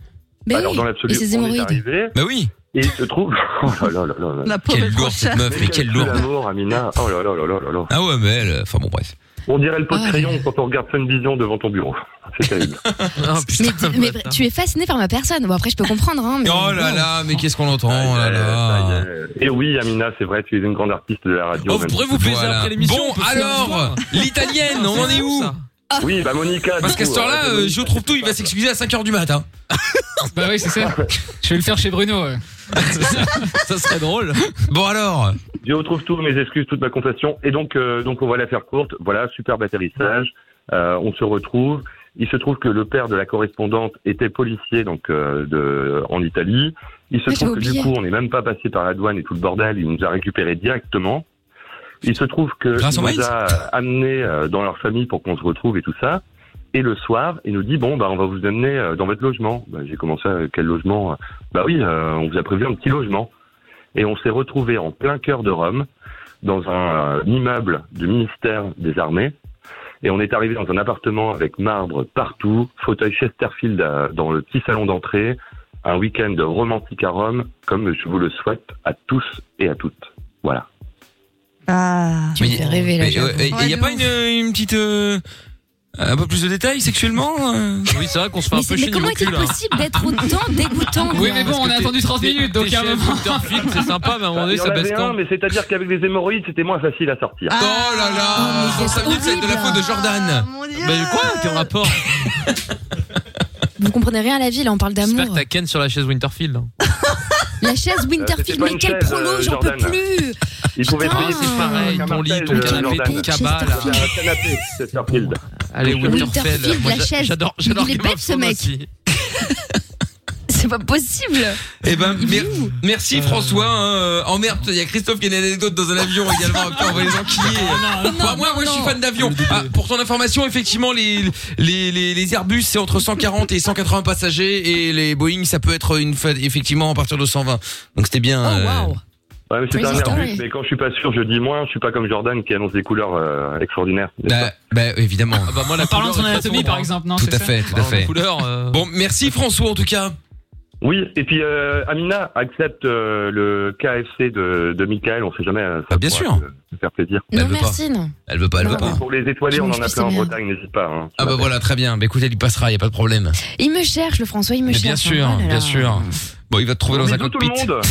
Ben alors, oui, dans l'absolu, et ses on est hémorroïdes. arrivé, Bah oui et il se trouve. Oh là là là là là. La pauvre Quelle lourde cette prochaine. meuf, mais quelle lourde L'amour, Amina. Oh là là là là là là. Ah ouais, mais elle, euh, enfin bon, bref. On dirait le pot de Ah. crayon quand on regarde Fun Vision devant ton bureau. C'est terrible. Oh, Ah, Mais, putain, mais bâtard. tu es fasciné par ma personne. Bon, après, je peux comprendre. Hein, mais... Oh là là, mais qu'est-ce qu'on entend oh là là Et Eh oui, Amina, c'est vrai, tu es une grande artiste de la radio. Oh, vous même. pourrez vous baiser Voilà. après l'émission Bon, on peut finir l'histoire. alors, L'italienne, on en est où Oui, bah Monica. Parce du qu'à coup, ce heure-là, euh, euh, je trouve tout, il va s'excuser à 5h du matin. Bah oui, c'est ça. Je vais le faire chez Bruno. ouais. Ça serait drôle. Bon alors Je retrouve tout, mes excuses, toute ma confession. Et donc, euh, donc on va la faire courte. Voilà, superbe atterrissage. Euh, on se retrouve. Il se trouve que le père de la correspondante était policier donc euh, de, en Italie. Il se Mais trouve que j'ai du oublié. coup, on n'est même pas passé par la douane et tout le bordel. Il nous a récupéré directement. Il se trouve que Grâce il au nous maïs a amené dans leur famille pour qu'on se retrouve et tout ça. Et le soir, il nous dit bon bah on va vous amener euh, dans votre logement. Bah, J'ai commencé à quel logement Bah oui, euh, on vous a prévu un petit logement. Et on s'est retrouvé en plein cœur de Rome, dans un euh, immeuble du ministère des Armées. Et on est arrivé dans un appartement avec marbre partout, fauteuil Chesterfield euh, dans le petit salon d'entrée, un week-end romantique à Rome, comme je vous le souhaite à tous et à toutes. Voilà. Ah. Tu me fais rêver là. Mais, j'avoue. euh, et- et Ouais, y a de pas ouf. une, une petite... euh, un peu plus de détails sexuellement euh Oui, c'est vrai qu'on se fait Mais, un c'est- peu mais chier comment niveau est-il cul là. possible d'être autant dégoûtant quoi Oui, mais bon, on a attendu 30 minutes, donc à un moment. C'est sympa, mais à un moment Bah, donné, il y en ça baisse avait un, quand mais c'est-à-dire qu'avec les hémorroïdes, c'était moins facile à sortir. Ah, Oh là là Oh, mais Ça c'est minutes, c'est de la faute de Jordan Oh Mon Dieu. Mais quoi Quel rapport Vous comprenez rien à la vie, là, on parle J'espère que d'amour. t'as Ken sur la chaise Winterfield. La Euh, chaise c'était Winterfield, pas mais une quel chaise, prolo, euh, j'en peux Jordan. plus. Il pouvait putain. payer C'est pareil, Ah, ton lit, ton Marseille, canapé, Jordan. ton cabas là. ses- un canapé, Chesterfield. Allez, Winterfield, Winterfell. la Moi, j'a- chaise. J'adore, j'adore Il est Game bête, of ce Thrones mec. aussi. C'est pas possible. Eh ben, mer- merci François. hein, euh, En merde, il y a Christophe qui a une anecdote dans un avion également. Putain, on va les enquiller. Moi, moi, moi, je suis fan d'avion. Ah, pour ton information, effectivement, les, les, les, les Airbus, c'est entre 140 et 180 passagers et les Boeing, ça peut être une fa- effectivement à partir de 120. Donc c'était bien. Oh, euh, waouh. Ouais, mais c'est un Crazy Airbus, story. mais quand je suis pas sûr, je dis moins. Je suis pas comme Jordan qui annonce des couleurs euh, extraordinaires. n'est-ce Ben, Bah, bah, évidemment. Ah bah, moi, la En parlant de son couleur, anatomie, façon, par hein. exemple, non tout c'est à ça fait, tout à Parlant de fait. couleur, euh, Bon, merci François en tout cas. pas Oui, et puis euh, Amina accepte euh, le KFC de, de Michael. On sait jamais. euh, Ça Bah, bien pourra sûr. te- te faire plaisir. Elle Non, veut pas. merci, non. Elle veut pas, elle veut Non, pas. Pour les étoilés, Je on en mange a plus, plein en c'est bien. Bretagne, n'hésite pas. hein. Ah bah voilà, très bien. Bah écoutez, il passera, il y a pas de problème. Il me cherche, le François, il me Mais cherche. bien Oh sûr, là là. bien sûr. Bon, il va te trouver dans un Bisous tout cockpit. le monde.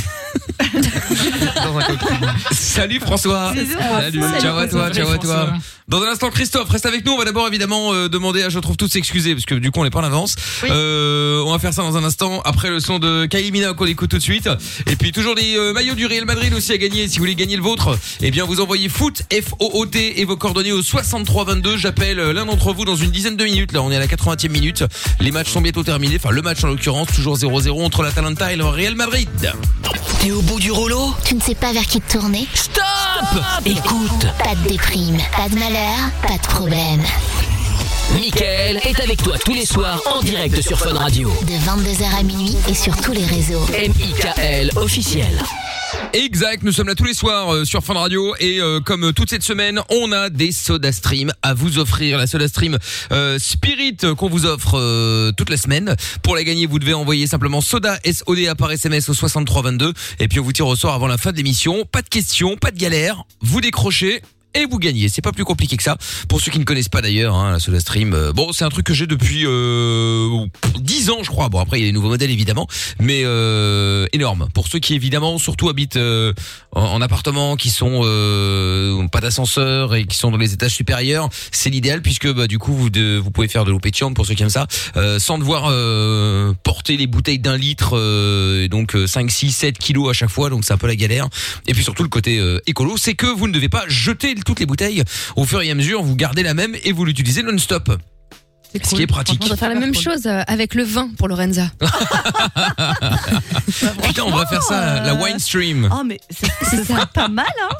Dans un cockpit. Salut François. Bisous, Salut. François. Ciao à toi, Salut, ciao à toi. François. Dans un instant, Christophe, reste avec nous. On va d'abord évidemment euh, demander à Je trouve tout de s'excuser parce que du coup on n'est pas en avance. Euh, on va faire ça dans un instant après le son de Kylie Minogue qu'on écoute tout de suite. Et puis toujours les euh, maillots du Real Madrid aussi à gagner. Si vous voulez gagner le vôtre, eh bien vous envoyez foot F O O T et vos coordonnées au 63 22. J'appelle euh, l'un d'entre vous dans une dizaine de minutes. Là, on est à la 80e minute. Les matchs sont bientôt terminés. Enfin, le match en l'occurrence toujours 0-0 entre l'Atalanta et le Real Madrid. T'es au bout du rouleau Tu ne sais pas vers qui te tourner Stop, Écoute, Pas de déprime, pas de malheur, pas de problème. Mickaël est avec toi tous les soirs en direct sur Fun Radio. De 22h à minuit et sur tous les réseaux. M.I.K.L. officiel. Exact, nous sommes là tous les soirs euh, sur Fun Radio et euh, comme toute cette semaine, on a des Soda Stream à vous offrir. La Soda Stream euh, Spirit euh, qu'on vous offre euh, toute la semaine. Pour la gagner, vous devez envoyer simplement Soda SODA par SMS au 6322 et puis on vous tire au sort avant la fin de l'émission. Pas de questions, pas de galère, vous décrochez. Et vous gagnez, c'est pas plus compliqué que ça. Pour ceux qui ne connaissent pas d'ailleurs, hein, la Soda Stream, euh, bon, c'est un truc que j'ai depuis euh, 10 ans, je crois. Bon, après il y a les nouveaux modèles évidemment, mais euh, énorme. Pour ceux qui évidemment surtout habitent euh, en, en appartement, qui sont euh, pas d'ascenseur et qui sont dans les étages supérieurs, c'est l'idéal puisque bah, du coup vous, de- vous pouvez faire de l'eau pétillante pour ceux qui aiment ça, euh, sans devoir euh, porter les bouteilles d'un litre, euh, et donc euh, 5, 6, 7 kilos à chaque fois, donc c'est un peu la galère. Et puis surtout le côté euh, écolo, c'est que vous ne devez pas jeter toutes les bouteilles au fur et à mesure, vous gardez la même et vous l'utilisez non-stop. Ce qui est pratique. Hein On va faire la même chose euh, avec le vin pour Lorenza. Putain, on va faire ça, la wine stream. Oh, mais c'est c'est ça. pas mal, hein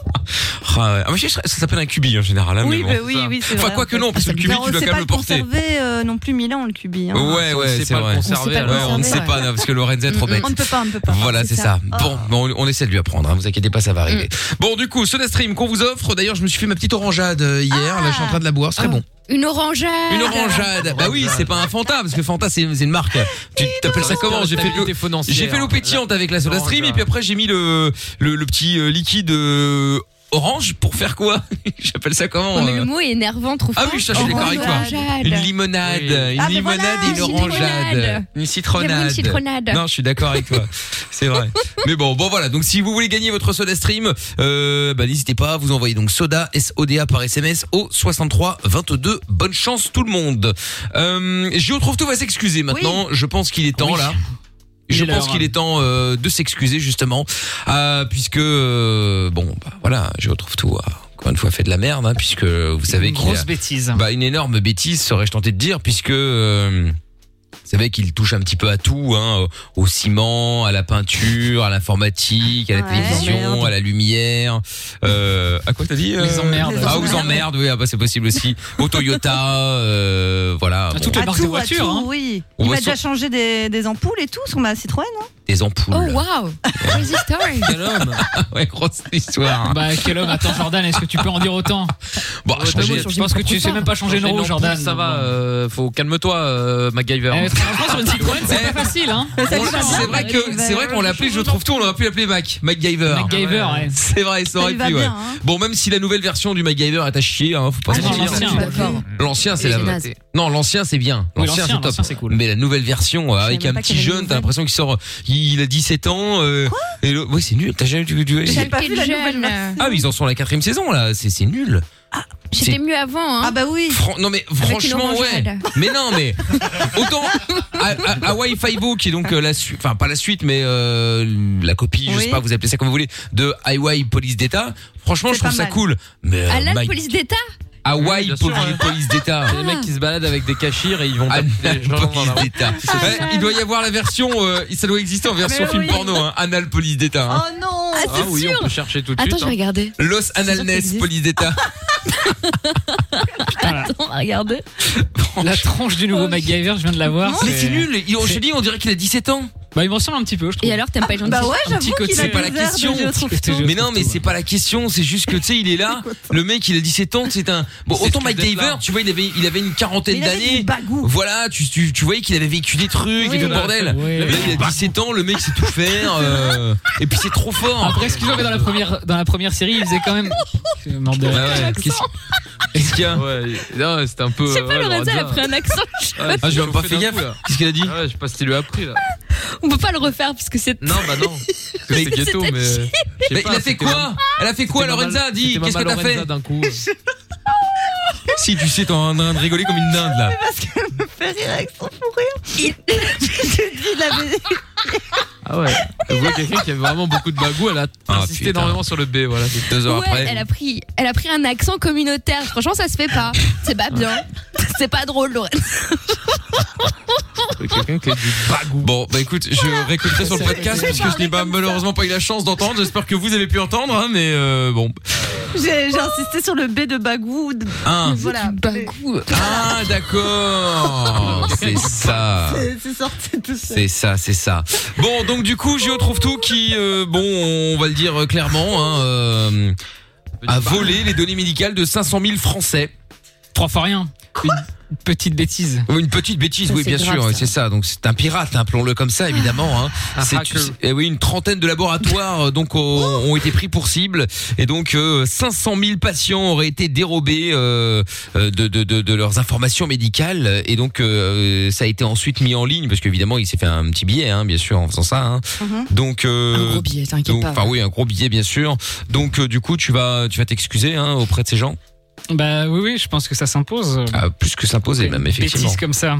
Ah ouais. Ah, moi, je sais, ça s'appelle un cubi en général. hein, Oui, mais bon. bah oui, oui, c'est Enfin, vrai. quoi que non, parce que le cubi, Alors, tu dois c'est quand pas même le porter. conserver euh, non plus mille ans, le cubi. hein. Ouais, ouais, c'est pas le vrai. conserver, On sait pas le Ouais, Mm, alors. on ne conserver, sait ouais. pas, non, parce que Lorenza est trop bête. On ne peut pas, on ne peut pas. Voilà, c'est ça. Bon, bon, on, on essaie de lui apprendre, hein, vous inquiétez pas, ça va arriver. Bon, du coup, Soda Stream qu'on vous offre. D'ailleurs, je me suis fait ma petite orangeade euh, hier. Là, je suis en train de la boire, c'est très bon. Une orangeade. Une orangeade. Ah. Bah oui, c'est pas un Fanta, parce que Fanta, c'est c'est une marque. Tu t'appelles ça comment J'ai fait l'eau- j'ai fait l'eau pétillante avec la Soda Stream, et puis après, j'ai mis le, le, le petit euh, liquide euh, orange pour faire quoi J'appelle ça comment Non, Oh, mais euh, le mot est énervant, trop Ah oui, ça, je Oh, suis d'accord avec toi. Une limonade, Oui. une Ah, mais limonade voilà, et une une orangeade. limonade. Une citronade. J'aimerais une citronade. Non, je suis d'accord avec toi. C'est vrai. Mais bon, bon voilà. Donc si vous voulez gagner votre Soda Stream, euh, bah, n'hésitez pas, vous envoyez donc Soda SODA par SMS au 63 22. Bonne chance tout le monde. Euh, Gio trouve tout va s'excuser maintenant. Je pense qu'il est temps Oui. là. Il Je est pense l'heure. qu'il est temps euh, de s'excuser justement, euh, puisque euh, bon, bah, voilà, je retrouve tout. a, Encore une fois, fait de la merde, hein, puisque vous savez Une qu'il a- grosse bêtise. bah, une énorme bêtise, serais-je tenté de dire, puisque euh, vous savez qu'il touche un petit peu à tout, hein, au au ciment, à la peinture, à l'informatique, à la Ouais. télévision, Merde. à la lumière. Euh, à quoi t'as dit euh, Les emmerdes. Ah, aux emmerdes, oui, ah, bah, c'est possible aussi. Au Toyota, euh, voilà. À bon, toutes les À marques de tout, à voitures. tout, hein. oui. On Il va a sur- déjà changé des, des ampoules et tout, sur ma Citroën. hein. Des ampoules. Oh wow, crazy story. Quel homme ouais, grosse histoire. Bah quel homme, attends Jordan, est-ce que tu peux en dire autant Bon, Ouais, changer- t'as beau, Je pense que tu sais même pas changer une roue, Jordan. ça va, euh, faut calme-toi, MacGyver. hein. Eh, Franchement sur une Citroën, c'est pas facile hein. On- Bah, C'est vrai que c'est vrai qu'on l'a appelé, je trouve tout, on l'aurait pu l'appeler Mac, MacGyver. MacGyver, ouais. C'est vrai, ça Ça aurait lui va pu. ouais. bien. hein. Bon, même si la nouvelle version du MacGyver est à chier, hein, faut pas Ah, se non, mentir. l'ancien. Hein Ah, D'accord. L'ancien, c'est la. Il est naze. Non, l'ancien, c'est bien. Oui, L'ancien, l'ancien, c'est l'ancien, top. c'est cool. Mais la nouvelle version, euh, savais avec même un pas petit qu'il y avait une jeune, t'as nouvelle. l'impression qu'il sort. Il a 17 ans. Euh, et le- ouais, c'est nul. T'as jamais vu du. J'ai pas Quel vu la nouvelle jeune. version. Ah, mais ils en sont à la quatrième saison là. C'est c'est nul. J'étais C'est- mieux avant, Ah hein. bah oui. Fran- non mais franchement une ouais. orangeade. Mais non mais autant à, à, Hawaii Five-O qui est donc euh, la suite, enfin pas la suite mais euh, la copie, je Oui. sais pas, vous appelez ça comme vous voulez, de Hawaii Police d'État. Franchement, C'est je trouve pas ça mal. cool. Mais euh, À la My- police d'État Hawaii Oui, bien sûr, Poli- ouais. Police d'État. Les mecs qui se baladent avec des cachirs et ils vont Anna taper des gens dans Police la rue. d'État. Ouais, il doit y avoir la version, euh, ça doit exister en version Mais film oui. porno, hein, Anal Police d'État. hein. Oh non. Ah, Ah c'est oui, sûr on peut chercher tout de Attends, suite. je vais hein. regarder. Los sûr que ça Analness existe. Police d'État. Attends, on va regarder. La tranche du nouveau MacGyver, je viens de la voir. Mais c'est nul, il, je dis, on dirait qu'il a 17 ans. Bah il me ressemble un petit peu, je trouve. Et alors, t'aimes pas les gens Bah qui- ouais, un petit j'avoue côté, qu'il a c'est pas la des airs de question. jeu, je trouve tout. Mais non, mais c'est pas la question, c'est juste que tu sais, il est là. Le mec, il a 17 ans, c'est un. Bon, C'est autant ce truc d'être MacGyver, là. tu vois, il avait, il avait une quarantaine Il avait du d'années. bagou. Voilà, tu, tu, tu voyais qu'il avait vécu des trucs et Oui. tout le bordel. Oui. Là, il a 17 ans, le mec sait tout faire. euh, et puis c'est trop fort. Après, excuse-moi, mais dans la première, dans la première série, il faisait quand même. Je suis mort de rire. Ouais, ouais, Qu'est-ce qu'est-ce qu'il y a Ouais, non, c'était un peu. Je sais euh, pas, ouais, Lorenza, elle a Lorenza. pris un accent. Ouais, Ah, je vais chauffé pas faire d'un gaffe. coup, là. Qu'est-ce qu'il a dit Ah ouais, je sais pas ce qu'il lui a appris là. On peut pas le refaire parce que c'est. Non, bah non. C'était gâteau, euh, mais. je sais Mais pas, il a fait c'était quoi ma- Elle a fait quoi, c'était ma Lorenza mal- Dis, c'était ma qu'est-ce que t'as Lorenza fait d'un coup. Si, tu sais, t'es en train de rigoler comme une dinde, là. Parce qu'elle me fait rire avec son fou rire. Je dis la vérité. Ah ouais. Elle voit quelqu'un qui avait vraiment beaucoup de bagou. Elle a Ah, insisté putain. énormément sur le B. Voilà. c'est- Deux heures Ouais, après. elle a pris, elle a pris un accent communautaire. Franchement, ça se fait pas. C'est pas bien. C'est pas drôle, Lorraine. c'est Quelqu'un qui a du bagou. Bon, bah écoute, je réécouterai sur le podcast parce que je n'ai pas, malheureusement pas eu la chance d'entendre. J'espère que vous avez pu entendre, hein, mais euh, bon. J'ai j'ai insisté sur le B de bagou. de- Un. Voilà. Bagou. Ah, d'accord. Oh, C'est ça. C'est c'est sorti tout seul. C'est ça, c'est ça. Bon, donc du coup, Géo trouve tout qui, euh, bon, on va le dire euh, clairement, hein, euh, a volé les données médicales de 500 000 Français. Trois fois rien. Une petite bêtise. Oui, Une petite bêtise, Ça, oui, c'est bien grave, sûr, hein, ça. c'est ça. Donc c'est un pirate, appelons-le comme ça, évidemment. Hein. Un C'est hacker. c'est- eh oui, une trentaine de laboratoires euh, donc ont, Oh ont été pris pour cible, et donc euh, 500 000 patients auraient été dérobés euh, euh, de, de, de, de leurs informations médicales, et donc euh, ça a été ensuite mis en ligne parce qu'évidemment il s'est fait un petit billet, hein, bien sûr, en faisant ça. Hein. Mhm. Donc euh, Un gros billet, t'inquiète donc, pas. enfin oui, un gros billet bien sûr. Donc euh, du coup, tu vas tu vas t'excuser hein, auprès de ces gens, Bah oui, oui, je pense que ça s'impose. Ah, plus que s'imposer Une même effectivement. Bêtise comme ça.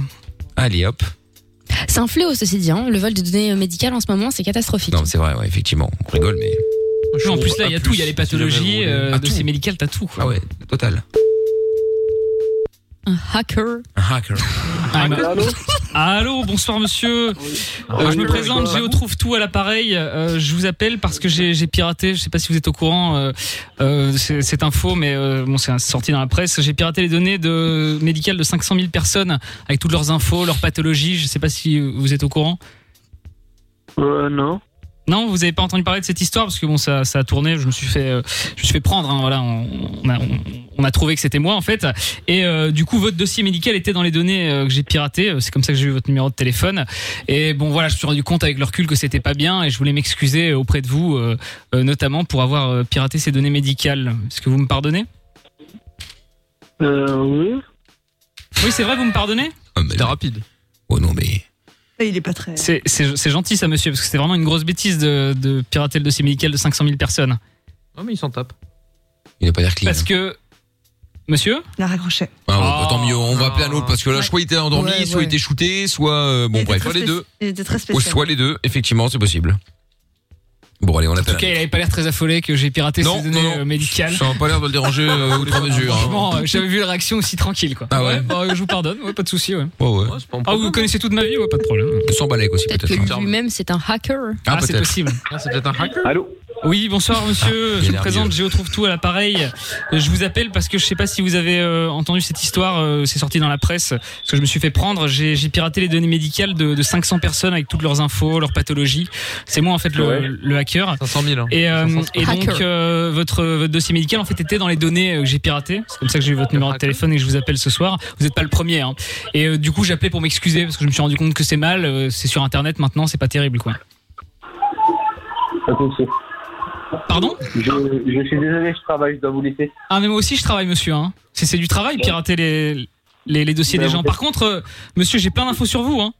Allez hop. C'est un fléau, ceci dit. hein. Le vol de données médicales en ce moment, c'est catastrophique. Non, mais c'est vrai, ouais, effectivement. On rigole, mais. en plus, là, il y a tout. Il y a les si jamais pathologies vous voulez. euh, Ah, de tout. ces médicales, t'as tout. Quoi. Ah ouais, total. Un hacker. Un hacker. Ah, bah- Allô, bonsoir monsieur. Euh, je me présente, Géo trouve tout à l'appareil. Euh, je vous appelle parce que j'ai j'ai piraté. Je sais pas si vous êtes au courant. euh, euh, c'est c'est info, mais euh, bon, c'est sorti dans la presse. J'ai piraté les données de médicales de 500 000 personnes avec toutes leurs infos, leurs pathologies. Je sais pas si vous êtes au courant. Euh, non. Non, vous avez pas entendu parler de cette histoire parce que bon, ça, ça a tourné. Je me suis fait, euh, je me suis fait prendre. hein, voilà, on, on a, on- on a trouvé que c'était moi en fait. Et euh, du coup, votre dossier médical était dans les données euh, que j'ai piratées. Euh, C'est comme ça que j'ai eu votre numéro de téléphone. Et bon, voilà, je me suis rendu compte avec le recul que c'était pas bien et je voulais m'excuser auprès de vous, euh, euh, notamment pour avoir euh, piraté ces données médicales. Est-ce que vous me pardonnez Euh, oui. Oui, c'est vrai, vous me pardonnez C'était rapide. Oh non, mais. Il est pas très. C'est- C'est c'est gentil ça, monsieur, parce que c'était vraiment une grosse bêtise de, de pirater le dossier médical de 500 000 personnes. Non, mais il s'en tape. Il n'a pas l'air clean. Parce que, monsieur. La raccrochait. Ah, ouais, bah, tant mieux, on va Ah. appeler un autre parce que là, soit il était endormi, Oh. Ouais, soit ouais. il était shooté, soit. euh, bon, Il était bref. très Soit les spéc- deux. Il était très Ou spécial. soit les deux, effectivement, c'est possible. Bon, allez, on En appelle. tout cas, il avait pas l'air très affolé que j'ai piraté Non, ses données non, non. euh, médicales. Ça n'a pas l'air de le déranger euh, outre mesure. hein. Franchement, euh, j'avais vu la réaction aussi tranquille, quoi. Ah ouais bah, Je vous pardonne, ouais, pas de souci, ouais. Ouais, ouais. c'est pas un Ah, vous problème. connaissez toute ma vie, ouais, pas de problème. Sans balèque aussi, Peut-être peut-être. que hein. lui-même, c'est un hacker. Ah, Ah, c'est peut-être. possible. Ah, c'est peut-être un hacker. Ah, Allô Oui, bonsoir monsieur, il a je me l'air présente, vieux. Géo trouve tout à l'appareil. Euh, Je vous appelle parce que je sais pas si vous avez euh, entendu cette histoire, euh, c'est sorti dans la presse, parce que je me suis fait prendre, j'ai j'ai piraté les données médicales de, de 500 personnes avec toutes leurs infos, leurs pathologies. C'est moi en fait le, Ouais. le hacker. 500 000. hein. Et, euh, 500 000. et donc Hacker. euh, votre, votre dossier médical en fait était dans les données euh, que j'ai piratées. C'est comme ça que j'ai eu votre numéro de téléphone et que je vous appelle ce soir. Vous n'êtes pas le premier. hein. Et euh, du coup j'appelais pour m'excuser parce que je me suis rendu compte que c'est mal. euh, c'est sur internet maintenant, c'est pas terrible quoi. Attention. Pardon Je, je suis désolé, je travaille, je dois vous laisser. Ah mais moi aussi je travaille monsieur. Hein. C'est, c'est du travail pirater les, les, les dossiers Bah, des vous gens. faites- Par contre euh, monsieur j'ai plein d'infos sur vous. Hein.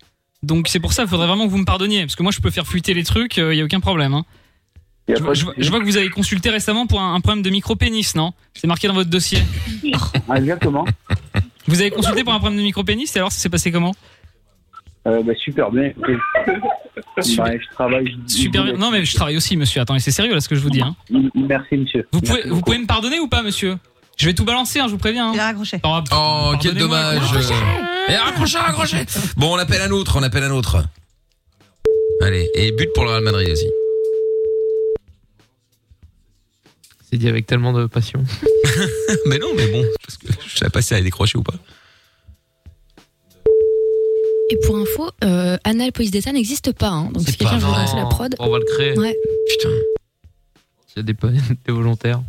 Donc c'est pour ça il faudrait vraiment que vous me pardonniez parce que moi je peux faire fuiter les trucs, il y a aucun problème. hein. Y a Je, pas vois- de- je vois- je vois que vous avez consulté récemment pour un, un problème de micro-pénis, non C'est marqué dans votre dossier. Ah, exactement. Vous avez consulté pour un problème de micro-pénis et alors ça s'est passé comment Euh, bah, super bien. écoutez. Bah, je travaille. je- je Super vous bien. laisse. Non mais je travaille aussi monsieur. Attendez, c'est sérieux là ce que je vous dis. hein. M- Merci, monsieur. Vous, pouvez, Merci vous beaucoup. pouvez me pardonner ou pas monsieur Je vais tout balancer, hein, je vous préviens. hein. Il a raccroché. Oh, Oh, quel pardonnez-moi, dommage. quoi. Et raccrochez, raccrochez. Bon, on appelle un autre, on appelle un autre. Allez, et but pour le Real Madrid aussi. C'est dit avec tellement de passion. Mais non, mais bon, parce que je savais pas si elle allait décrocher ou pas. Et pour info, euh, Anal Police d'État n'existe pas. hein. Donc si quelqu'un veut lancer la prod. On va le créer. Ouais, Putain. Il y a des, po- des volontaires.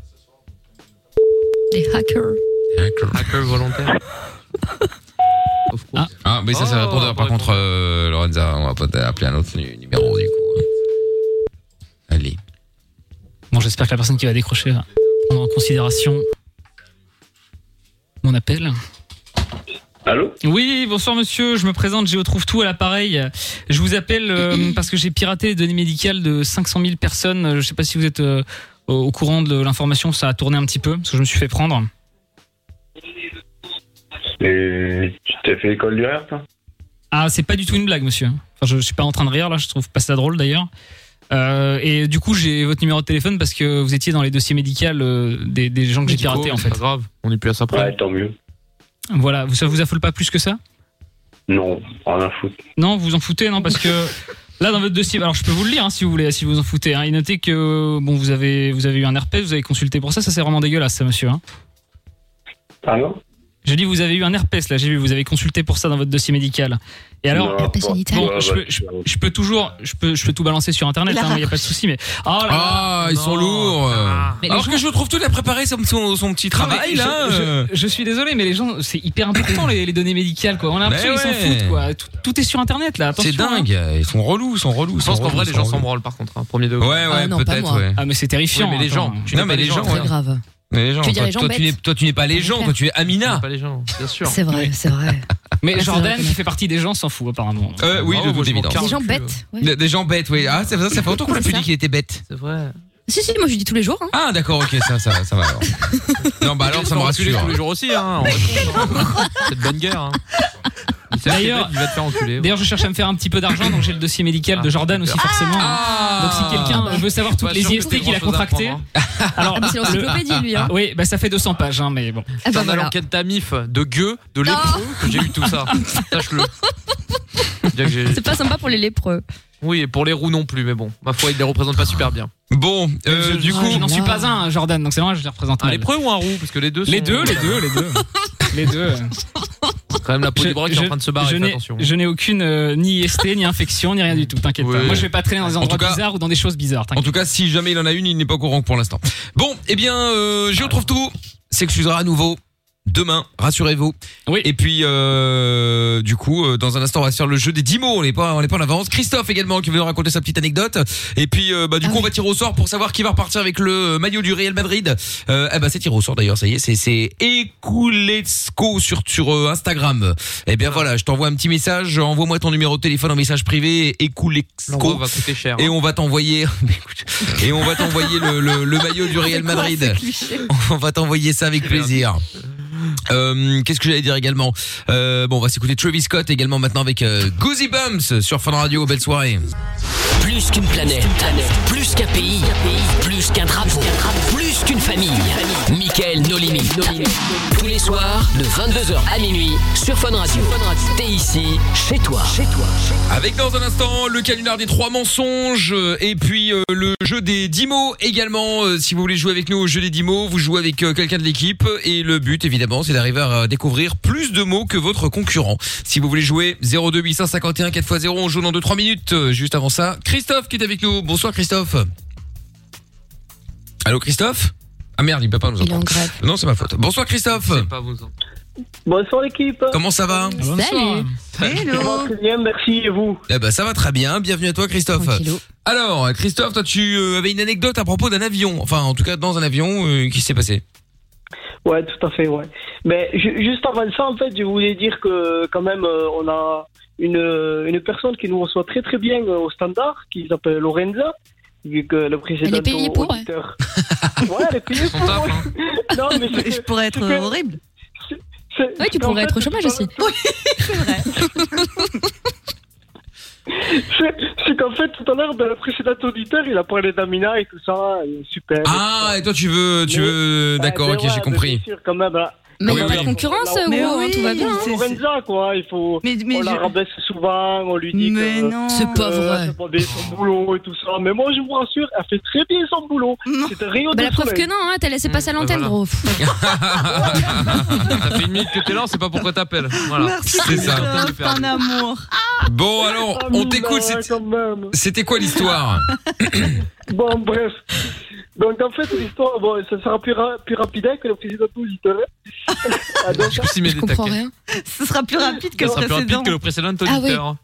des hackers. Hacker volontaire. Of course. Ah, mais ça, c'est le Oh, répondeur. Par bon contre, euh, Lorenza, on va peut-être appeler un autre nu- numéro du coup. Allez. Bon j'espère que la personne qui va décrocher va prendre en considération mon appel. Allô Oui, bonsoir monsieur, je me présente, j'ai retrouve tout à l'appareil. Je vous appelle euh, parce que j'ai piraté les données médicales de 500 000 personnes. Je ne sais pas si vous êtes euh, au au courant de l'information, ça a tourné un petit peu, parce que je me suis fait prendre. Et tu t'es fait école du rire, toi Ah, c'est pas du tout une blague, monsieur. Enfin, je, je suis pas en train de rire là, je trouve pas ça drôle d'ailleurs. Euh, et du coup, j'ai votre numéro de téléphone parce que vous étiez dans les dossiers médicaux euh, des, des gens que j'ai piratés en fait. Pas grave, on est plus à ça près. Ouais, tant mieux. Voilà, vous, ça vous affole pas plus que ça Non, rien à foutre. Non, vous vous en foutez, non, parce que là, dans votre dossier, alors je peux vous le lire hein, si vous voulez, si vous vous en foutez. Hein, et notez que bon, vous avez, vous avez eu un herpès, vous avez consulté pour ça, ça c'est vraiment dégueulasse, ça, monsieur. Hein. Pardon J'ai dit, vous avez eu un herpès, là, j'ai vu, vous avez consulté pour ça dans votre dossier médical. Et alors, Non, herpès bon, sanitaire. bon, Bon, bah, je, peux, bah, je, je peux toujours, je peux, je peux tout balancer sur internet, Il il a n'y a pas de souci, mais. Oh là là Ah, ils sont lourds. Mais les Alors gens- que je trouve tout, il a préparé son, son, son petit Non, mais travail je- là. bah, je, euh. je suis désolé, mais les gens, c'est hyper important les, les données médicales quoi. On a l'impression Mais qu'ils s'en ouais. foutent quoi. Tout, tout est sur internet là. C'est attention, hein. dingue. Ils sont relous, ils sont relous. Je pense qu'en vrai, les gens s'en branlent par contre, hein, premier degré. Ouais, ouais, non, pas peut-être, moi. ouais. Ah mais c'est Oui, terrifiant. mais hein, les attends. gens, tu Non, n'es mais pas les gens, ouais. hein. Très grave. Mais les gens, Tu veux dire toi, les gens toi, tu bêtes. n'es- toi, tu n'es pas les gens, toi, tu es Amina. Pas les gens, bien sûr. C'est vrai, c'est vrai. Mais Ouais, c'est Jordan vrai. qui fait partie des gens s'en fout apparemment. Euh, Bah, oui, Bravo, de moi, je m'en l'évidence. carre Des gens plus, euh. bêtes. ouais. Des des gens bêtes, oui. Ah, ça, ça, ça fait longtemps qu'on a C'est plus ça. dit qu'il était bête. C'est vrai. Si, si, moi je dis tous les jours. hein. Ah, d'accord, ok, ça, ça, ça va alors. Non, bah alors, ça me enculer rassure. tous les jours aussi, hein. en vrai. C'est de bonne guerre, hein. Il sait que D'ailleurs- Québec, il va te faire enculer. Ah, D'ailleurs, je cherche à me faire un petit peu d'argent, donc j'ai le dossier médical de Jordan aussi forcément. Donc Ah si quelqu'un veut savoir toutes bah. Pas sûr les que IST qu'il a grand-chose à hein. contractées, apprendre, alors Ah, mais c'est le- l'encyclopédie lui. Hein. oui, bah ça fait 200 pages, hein, mais bon. Ah, C'est bah, en allant voilà. qu'à ta mif de gueux, de lépreux, que j'ai eu tout ça. Ah. Sache-le. Déjà que j'ai- C'est pas sympa pour les lépreux. Oui, et pour les roues non plus, mais bon, ma foi, il les représente pas super bien. Bon, euh, Je- du je- coup. je n'en suis Wow. pas un, hein, Jordan, donc c'est normal, je les représente Un mal. Ah, lépreux ou un roux Parce que les deux Ah, bah. Les sont- deux, les deux, les deux. Les deux. C'est quand même la peau Je- du bras qui est je- en train de se barrer, je fais n'ai- attention. Je n'ai aucune euh, ni IST, ni infection, ni rien du tout, t'inquiète Oui. pas. Moi, je vais pas traîner dans des En endroits tout cas- bizarres ou dans des choses bizarres, En t'inquiète. tout cas, si jamais il en a une, il n'est pas au courant pour l'instant. Bon, eh bien, euh, Ah. j'y retrouve tout. S'excusera à nouveau. Demain, rassurez-vous. Oui. Et puis, euh, du coup, euh, dans un instant, on va se faire le jeu des 10 mots. On n'est pas, on n'est pas en avance. Christophe également qui veut nous raconter sa petite anecdote. Et puis, euh, bah, du Ah coup, on oui. va tirer au sort pour savoir qui va repartir avec le euh, maillot du Real Madrid. Euh, eh ben, c'est tiré au sort d'ailleurs. Ça y est, c'est c'est Eculesco sur sur euh, Instagram. Eh Ah. bien voilà, je t'envoie un petit message. Envoie-moi ton numéro de téléphone en message privé. L'envoi Eculesco. va coûter cher. Et on va t'envoyer, Mais écoute, et on va t'envoyer le, le- le maillot du Real Madrid. On va t'envoyer ça avec plaisir. Euh, Qu'est-ce que j'allais dire également Euh, Bon, on va s'écouter Travis Scott également maintenant avec euh, Goosey Bumps sur Fun Radio. Belle soirée. Plus qu'une planète, plus qu'un pays, plus qu'un drapeau, plus qu'une famille. Michael No Limites. Tous les soirs, de 22h à minuit, sur Fun Radio. T'es ici, chez toi. Chez toi. Avec dans un instant le canular des trois mensonges euh, et puis euh, le jeu des 10 mots également. Euh, si vous voulez jouer avec nous au jeu des 10 mots, vous jouez avec euh, quelqu'un de l'équipe et le but évidemment c'est d'arriver à découvrir plus de mots que votre concurrent. Si vous voulez jouer 02 851 4x0, on joue dans 2-3 minutes. Euh, Juste avant ça, Christophe qui est avec nous. Bonsoir Christophe. Allô Christophe Ah merde, il peut pas nous Il est en entendre. grève. Non, c'est ma faute. Bonsoir Christophe. Je sais pas vous hein. en- Bonsoir l'équipe. Comment ça va Ah, Salut. Hello. Très bien, merci et vous Eh ben ça va très bien. Bienvenue à toi Christophe. Tranquillou. Alors, Christophe, toi, tu euh, avais une anecdote à propos d'un avion. Enfin, en tout cas, dans un avion, euh, qui s'est passé Ouais, tout à fait, ouais. Mais ju- juste avant ça, en fait, je voulais dire que quand même, euh, on a une, euh, une personne qui nous reçoit très très bien euh, au standard, qui s'appelle Lorenza, vu que le précédent Elle est payée pour, hein. ouais. auditeur... ouais, elle est payée Son pour. taf, ouais. hein. Non, mais c'est Je que- pourrais être c'est que- horrible. c'est- Ouais, tu en pourrais fait, être au chômage c'est- aussi. Bah, C'est c'est qu'en fait, tout à l'heure, dans le précédent auditeur, il a parlé d'Amina et tout ça, et super. Ah, et toi, tu veux, tu Mais- veux, d'accord, Ouais, ok, mais ouais, j'ai mais compris. bien sûr, quand même, hein. Mais il n'y a Oui, pas oui. de concurrence, gros, Mais hein, oui. tout va bien. hein. C'est- Lorenza, quoi, il faut. Mais, mais on la je- rabaisse souvent, on lui dit Mais que. non. C'est pas Euh, vrai. c'est pas bien son boulot et tout ça. Mais moi, je vous rassure, elle fait très bien son boulot. Non. C'est un rayon Bah, de la preuve soleil. que non, hein, t'as laissé passer à Euh, Bah, l'antenne, voilà. gros. Pff, Ça fait une minute que t'es là, on sait pas pourquoi t'appelles. Voilà. Merci, C'est ça. Christophe, un amour. Bon, alors, on Amina, t'écoute. ouais, c'était- Ah, quand même. C'était quoi l'histoire Bon, bref. Donc, en fait, l'histoire, bon, ça sera plus, ra- plus rapide hein, que le président auditeur. Ah, donc, Je s'y met je des comprends taquets. rien. Ce sera plus rapide que Ça le sera plus rapide précédent. que le précédent Ah oui. auditeur.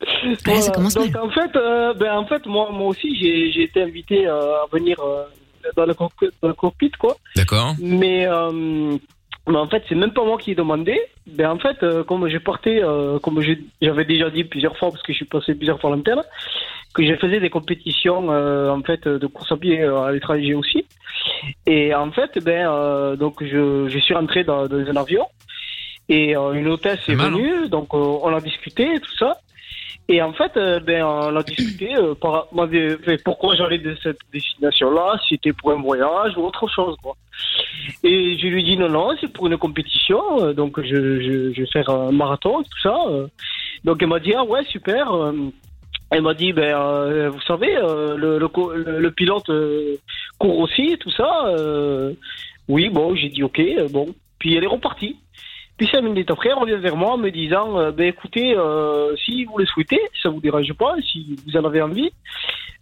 Ah, là, ça Voilà. commence Donc en fait, euh, ben, en fait, moi, moi aussi, j'ai j'ai été invité euh, à venir euh, dans, le coc- dans le cockpit, quoi. D'accord. Mais euh, Mais en fait, c'est même pas moi qui ai demandé. Ben en fait, euh, comme j'ai porté, euh, comme j'ai- j'avais déjà dit plusieurs fois, parce que je suis passé plusieurs fois à l'antenne, que je faisais des compétitions euh, en fait de course à pied euh, à l'étranger aussi. Et en fait, ben euh, donc je, je suis rentré dans, dans un avion et euh, une hôtesse est hein. venue, donc euh, on a discuté et tout ça. Et en fait, euh, ben on a discuté euh, par, moi, des- enfin, pourquoi j'allais de cette destination-là, si c'était pour un voyage ou autre chose quoi. Et je lui dis non, non, c'est pour une compétition, euh, donc je, je, je vais faire un marathon, tout ça. euh. Donc elle m'a dit, ah ouais, super. euh. Elle m'a dit, ben, euh, vous savez, euh, le, le, co- le- le pilote euh, court aussi, tout ça. euh. oui, bon, j'ai dit ok, euh, bon. Puis elle est repartie. Puis cinq minutes après, elle revient vers moi en me disant, euh, ben écoutez, euh, si vous le souhaitez, ça vous dérange pas, si vous en avez envie,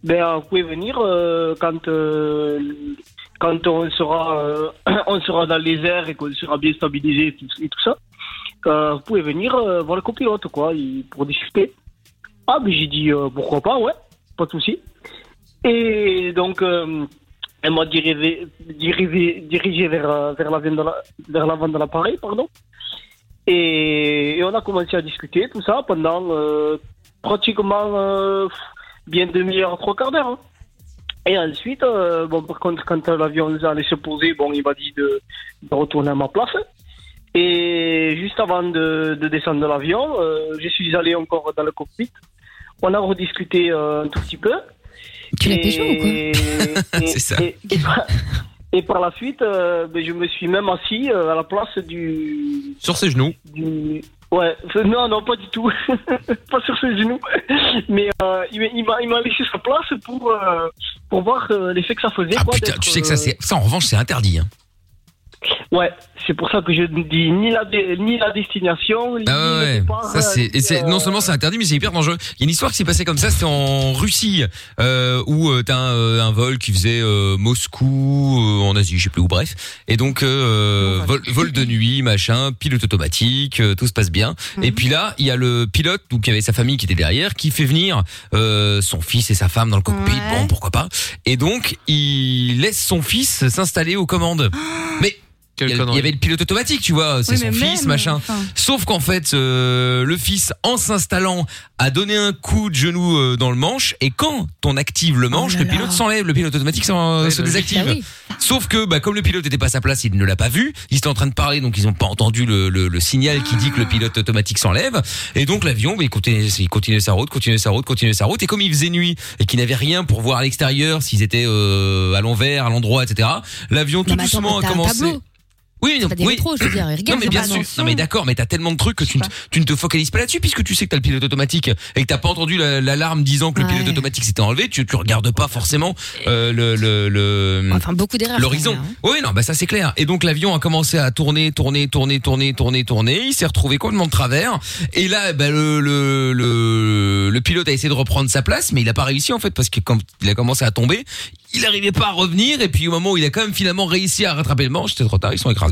ben euh, vous pouvez venir euh, quand euh, quand on sera euh, on sera dans les airs et qu'on sera bien stabilisé et tout, et tout ça. euh, vous pouvez venir euh, voir le copilote quoi, il- pour discuter. Ah mais j'ai dit euh, pourquoi pas ouais, pas de souci. Et donc euh, elle m'a dirigé, dirigé, dirigé vers euh, vers l'avant de la- vers l'avant de l'appareil pardon. Et, et on a commencé à discuter tout ça pendant euh, pratiquement euh, bien demi-heure, trois quarts d'heure. hein. Et ensuite, euh, bon, par contre, quand l'avion allait se poser, bon, il m'a dit de, de retourner à ma place. Et juste avant de, de descendre de l'avion, euh, je suis allé encore dans le cockpit. On a rediscuté euh, un tout petit peu. Tu l'as Et- pécho ou quoi et- C'est ça. Et, et par, et par la suite, euh, ben, je me suis même assis euh, à la place du, Sur ses genoux. du- Ouais, euh, non, non, pas du tout. pas sur ses genoux. Mais euh, il m'a- il m'a il m'a laissé sa place pour, euh, pour voir euh, l'effet que ça faisait. quoi, Ah, Putain, d'être, tu sais que ça, euh, c'est ça en revanche, c'est interdit. hein. Ouais, c'est pour ça que je ne dis ni la, dé- ni la destination, ni Ah ouais, le ouais. départ, Ça, c'est, euh, et c'est- non seulement c'est interdit, mais c'est hyper dangereux. Il y a une histoire qui s'est passée comme ça, c'était en Russie, euh, où euh, t'as un, euh, un vol qui faisait euh, Moscou, euh, en Asie, je sais plus où, bref. Et donc, euh, vol, vol de nuit, machin, pilote automatique, euh, tout se passe bien. Mhm. Et puis là, il y a le pilote, donc il y avait sa famille qui était derrière, qui fait venir euh, son fils et sa femme dans le cockpit, bon, pourquoi pas. Et donc, il laisse son fils s'installer aux commandes. Mais... Il y, a- il y avait le pilote automatique, tu vois, c'est Oui, son mais fils, même, machin. enfin. Sauf qu'en fait, euh, le fils, en s'installant, a donné un coup de genou euh, dans le manche. Et quand on active Oh le manche, le pilote s'enlève, le pilote automatique s'en- euh, se désactive. Ah oui. Sauf que, bah, comme le pilote n'était pas à sa place, il ne l'a pas vu. Ils étaient en train de parler, donc ils n'ont pas entendu le, le- le signal qui dit que le Ah. pilote automatique s'enlève. Et donc l'avion, bah, il continuait, il continuait sa route, continuait sa route, continuait sa route. Et comme il faisait nuit et qu'il n'avait rien pour voir à l'extérieur, s'ils étaient euh, à l'envers, à l'endroit, etc. L'avion tout mais attends, doucement mais t'as a un commencé. tableau. Oui, non, pas des oui. rétros, je veux dire, ils non, regardent, mais ils bien ont pas sûr. d'intention. Non, mais d'accord, mais t'as tellement de trucs que tu ne, tu ne te focalises pas là-dessus puisque tu sais que t'as le pilote automatique et que t'as pas entendu la- l'alarme disant que le pilote automatique s'était enlevé. Tu, tu regardes pas forcément euh, le, le, Mm. le- Enfin, beaucoup d'erreurs, L'horizon. quand même, Oui, non, bah ça c'est clair. Et donc l'avion a commencé à tourner, tourner, tourner, tourner, tourner, tourner. Il s'est retrouvé complètement de travers. Et là, bah, le, le, le, le pilote a essayé de reprendre sa place, mais il a pas réussi en fait parce que quand il a commencé à tomber, il n'arrivait pas à revenir. Et puis au moment où il a quand même finalement réussi à rattraper le manche, c'était trop tard. Ils sont écrasés.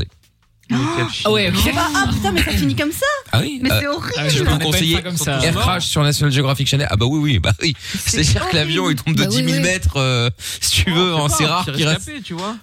Ah ouais, Ah putain, mais ça finit comme ça Ah oui Mais euh, c'est horrible Je peux vous conseiller Air Crash sur National Geographic Channel. Ah bah oui, oui, bah oui. C'est cher que l'avion il tombe de Bah oui, 10 000 oui. mètres, euh, si tu veux, hein, c'est rare qu'il reste. tu vois.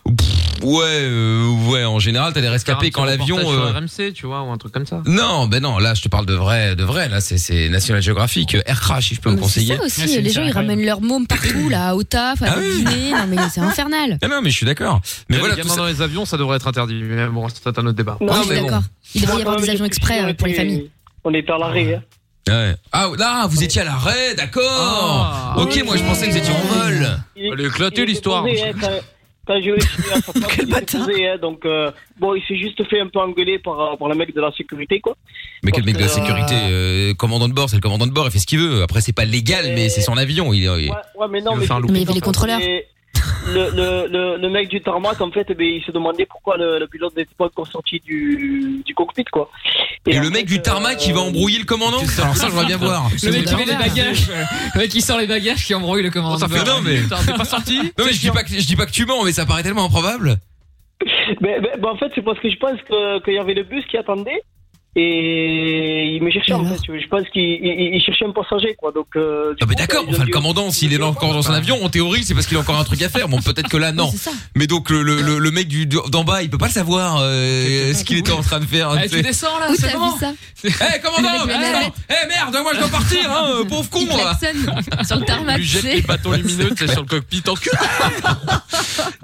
Ouais, euh, ouais, en général, t'as des rescapés quand l'avion. euh, RMC, tu vois, ou un truc comme ça. Non, ben non, là je te parle de vrai, de vrai. Là, c'est- c'est National Geographic, euh, Air Crash, si je peux vous C'est conseiller. ça aussi, les gens ils ramènent leur môme partout, là, au taf, à Ah la oui. dîner. Non, mais c'est infernal. Ah non, mais je suis d'accord. Mais voilà, les tout gamins ça- dans les avions, ça devrait être interdit. Mais bon, c'est un autre débat. Non, Ah, je suis d'accord. Il devrait y avoir des avions exprès euh, pour les familles. On est à l'arrêt. hein. Ouais. Ah là, vous étiez à l'arrêt, d'accord. ok, moi je pensais que vous étiez en vol. Elle est éclatée l'histoire. Posé, hein, quand- Quand je l'ai fini à sa place, il était posé, hein, donc euh, bon, il s'est juste fait un peu engueuler par, euh, par le mec de la sécurité, quoi. Mais quel mec de la sécurité, euh, commandant de bord, c'est le commandant de bord, il fait ce qu'il veut. Après, c'est pas légal, mais c'est son avion. Il, il- Ouais, mais non, Il veut mais, faire un loop. Mais il y avait les contrôleurs. Et Le, le, le, le mec du tarmac, en fait, eh ben, il se demandait pourquoi le, le pilote n'était pas encore sorti du, du cockpit, quoi. Et, le mec du tarmac, il va embrouiller le commandant. Alors ça, je vois bien voir. Le mec qui met les bagages. Le mec qui sort les bagages, qui embrouille le commandant. Oh, ça fait- non, mais- T'es pas sorti Non mais je dis pas que je dis pas que tu mens, mais ça paraît tellement improbable. ben, Mais, mais- mais en fait, c'est parce que je pense que- qu'il y avait le bus qui attendait. Et il me cherchait en fait, tu vois. je pense qu'il il- il- il cherchait un passager quoi. Donc euh, du Ah, mais coup, d'accord, bah, ils ont enfin, le dû- commandant, s'il est encore dans son avion, en théorie, c'est parce qu'il a encore un truc à faire. Bon, peut-être que là, non. Mais donc, le, le, le- le mec du, du- d'en bas, il peut pas le savoir, euh, ce qu'il était en train de faire. Eh, tu descends, là, Où c'est t'as bon vu ça Eh, commandant, Le mec de la attends. navette. Eh, merde, moi, je dois partir, hein, euh, pauvre con, moi. sur le tarmac. Lui jette les bâtons lumineux, tu sais, sur le cockpit en cul.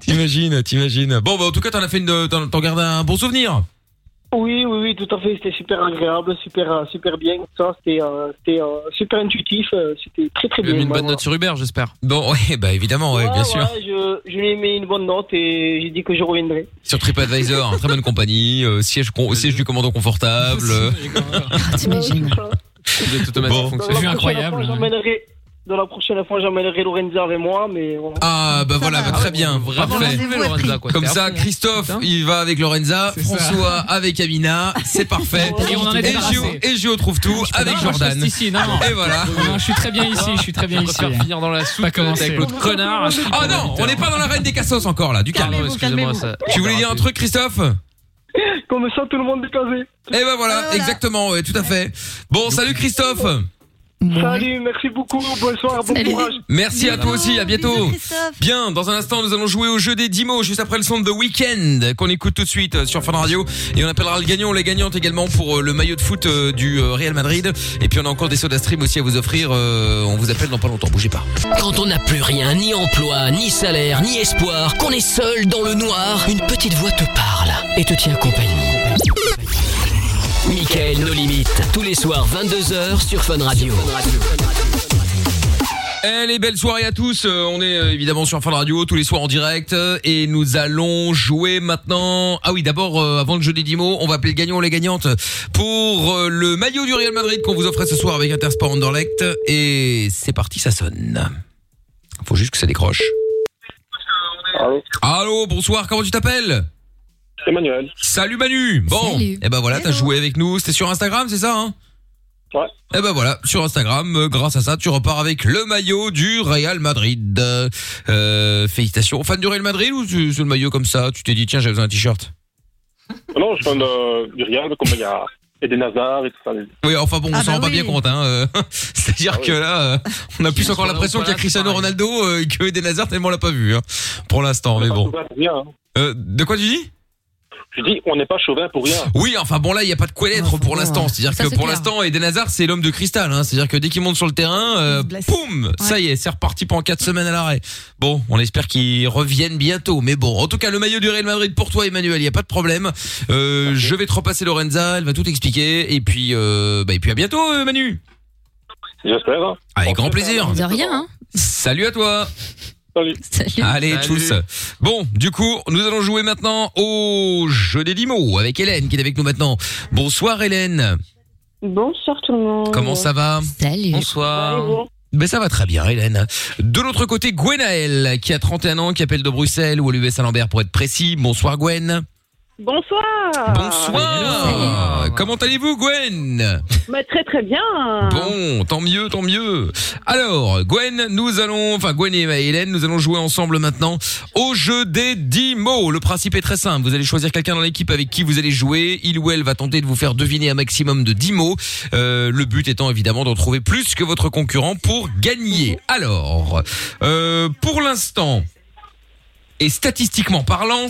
t'imagines, t'imagines. Bon, bah, en tout cas, t'en as fait une, t'en, t'en gardes un bon souvenir. Oui, oui, oui, tout à fait. C'était super agréable, super, euh, super bien. Ça, c'était, euh, c'était euh, super intuitif. euh, C'était très, très Tu lui as bien. mis une bonne Ouais, note sur Uber, j'espère. Bon, ouais, bah, évidemment, ouais, ouais, bien sûr. ouais, je, je lui ai mis une bonne note et j'ai dit que je reviendrai. Sur TripAdvisor, hein, très bonne compagnie, euh, siège, con- siège du commandant confortable. euh. T'imagines Bon. hein. J'emmènerai, dans la prochaine fois, j'emmènerai Lorenza avec moi, mais voilà. Ah bah voilà, bah, très bien, parfait. Comme ça, Christophe, Hein il va avec Lorenza, ça. François avec Amina, c'est parfait. Et on en est débarrassé. Gio, et Gio trouve tout avec Non, je Jordan. reste ici, non, non. Et voilà. Non, je suis très bien ici, je suis très bien Je ici. préfère finir dans la soupe avec l'autre connard. Ah non, on n'est pas dans la reine des cassos encore là, du calme. Calmez-vous, Excusez-moi, calmez-vous. ça- Tu voulais dire un truc, Christophe Comme ça, tout le monde est casé. Eh ben Ah voilà, exactement, ouais, tout à fait. Bon, salut Christophe. Salut, merci beaucoup. Bonsoir, bon courage. Merci à toi aussi, à bientôt. Bien, dans un instant, nous allons jouer au jeu des 10 mots juste après le son de The Weeknd qu'on écoute tout de suite euh, sur Fun Radio et on appellera le gagnant ou la gagnante également pour euh, le maillot de foot euh, du euh, Real Madrid et puis on a encore des sodas stream aussi à vous offrir. euh, on vous appelle dans pas longtemps, bougez pas. Quand on n'a plus rien, ni emploi, ni salaire, ni espoir, qu'on est seul dans le noir, une petite voix te parle et te tient compagnie. Michael, nos limites, tous les soirs 22h sur Fun Radio. Eh les belles soirées à tous, Euh, on est euh, évidemment sur Fun Radio tous les soirs en direct euh, et nous allons jouer maintenant. Ah oui, d'abord euh, avant le jeu des 10 mots, on va appeler le gagnant ou la gagnante pour euh, le maillot du Real Madrid qu'on vous offrait ce soir avec Intersport Anderlecht et c'est parti, ça sonne. Faut juste que ça décroche. Allô Allô, bonsoir, comment tu t'appelles Emmanuel. Salut Manu. Bon, Salut. et ben voilà, t'as joué avec nous, c'était sur Instagram, c'est ça hein Ouais. Et ben voilà, sur Instagram, euh, grâce à ça, tu repars avec le maillot du Real Madrid. Euh, Euh, félicitations. Fan du Real Madrid ou tu- c'est le maillot comme ça Tu t'es dit tiens, j'ai besoin d'un t-shirt. Non, je parle de, Euh, du Real, comme il y a Eden Hazard et tout ça. Oui, enfin bon, on s'en rend pas bien compte. Hein. euh, Ah C'est-à-dire que là, euh, on a plus encore l'impression qu'il y a Cristiano Ronaldo euh, que Eden Hazard tellement on l'a pas vu hein, pour l'instant. Mais bon. Euh, de quoi tu dis hein. Je dis, on n'est pas chauvin pour rien. Oui, enfin bon là, il n'y a pas de quoi l'être pour l'instant. C'est-à-dire Ça, que c'est pour clair. l'instant, Eden Hazard, c'est l'homme de cristal. hein. C'est-à-dire que dès qu'il monte sur le terrain, euh, poum, ça y est, c'est reparti pendant 4 semaines à l'arrêt. Bon, on espère qu'il revienne bientôt. Mais bon, en tout cas, le maillot du Real Madrid pour toi, Emmanuel, il n'y a pas de problème. Euh, je vais te repasser Lorenza, elle va tout expliquer. Et puis, euh, bah, et puis à bientôt, euh, Manu. J'espère. hein. Avec grand plaisir. De rien, hein. Salut à toi. Salut. Allez, Salut. tous. Bon, du coup, nous allons jouer maintenant au jeu des limos avec Hélène qui est avec nous maintenant. Bonsoir Hélène. Bonsoir tout le monde. Comment ça va Salut. Bonsoir. Ben ça va très bien, Hélène. De l'autre côté, Gwenaël, qui a 31 ans, qui appelle de Bruxelles ou à l'US à Lambert pour être précis. Bonsoir Gwen. Bonsoir. Bonsoir. Comment allez-vous, Gwen Bah, très très bien. Bon, tant mieux, tant mieux. Alors, Gwen, nous allons, enfin Gwen et Hélène, nous allons jouer ensemble maintenant au jeu des 10 mots. Le principe est très simple. Vous allez choisir quelqu'un dans l'équipe avec qui vous allez jouer. Il ou elle va tenter de vous faire deviner un maximum de 10 mots. Euh, le but étant évidemment d'en trouver plus que votre concurrent pour gagner. Alors, euh, pour l'instant, et statistiquement parlant,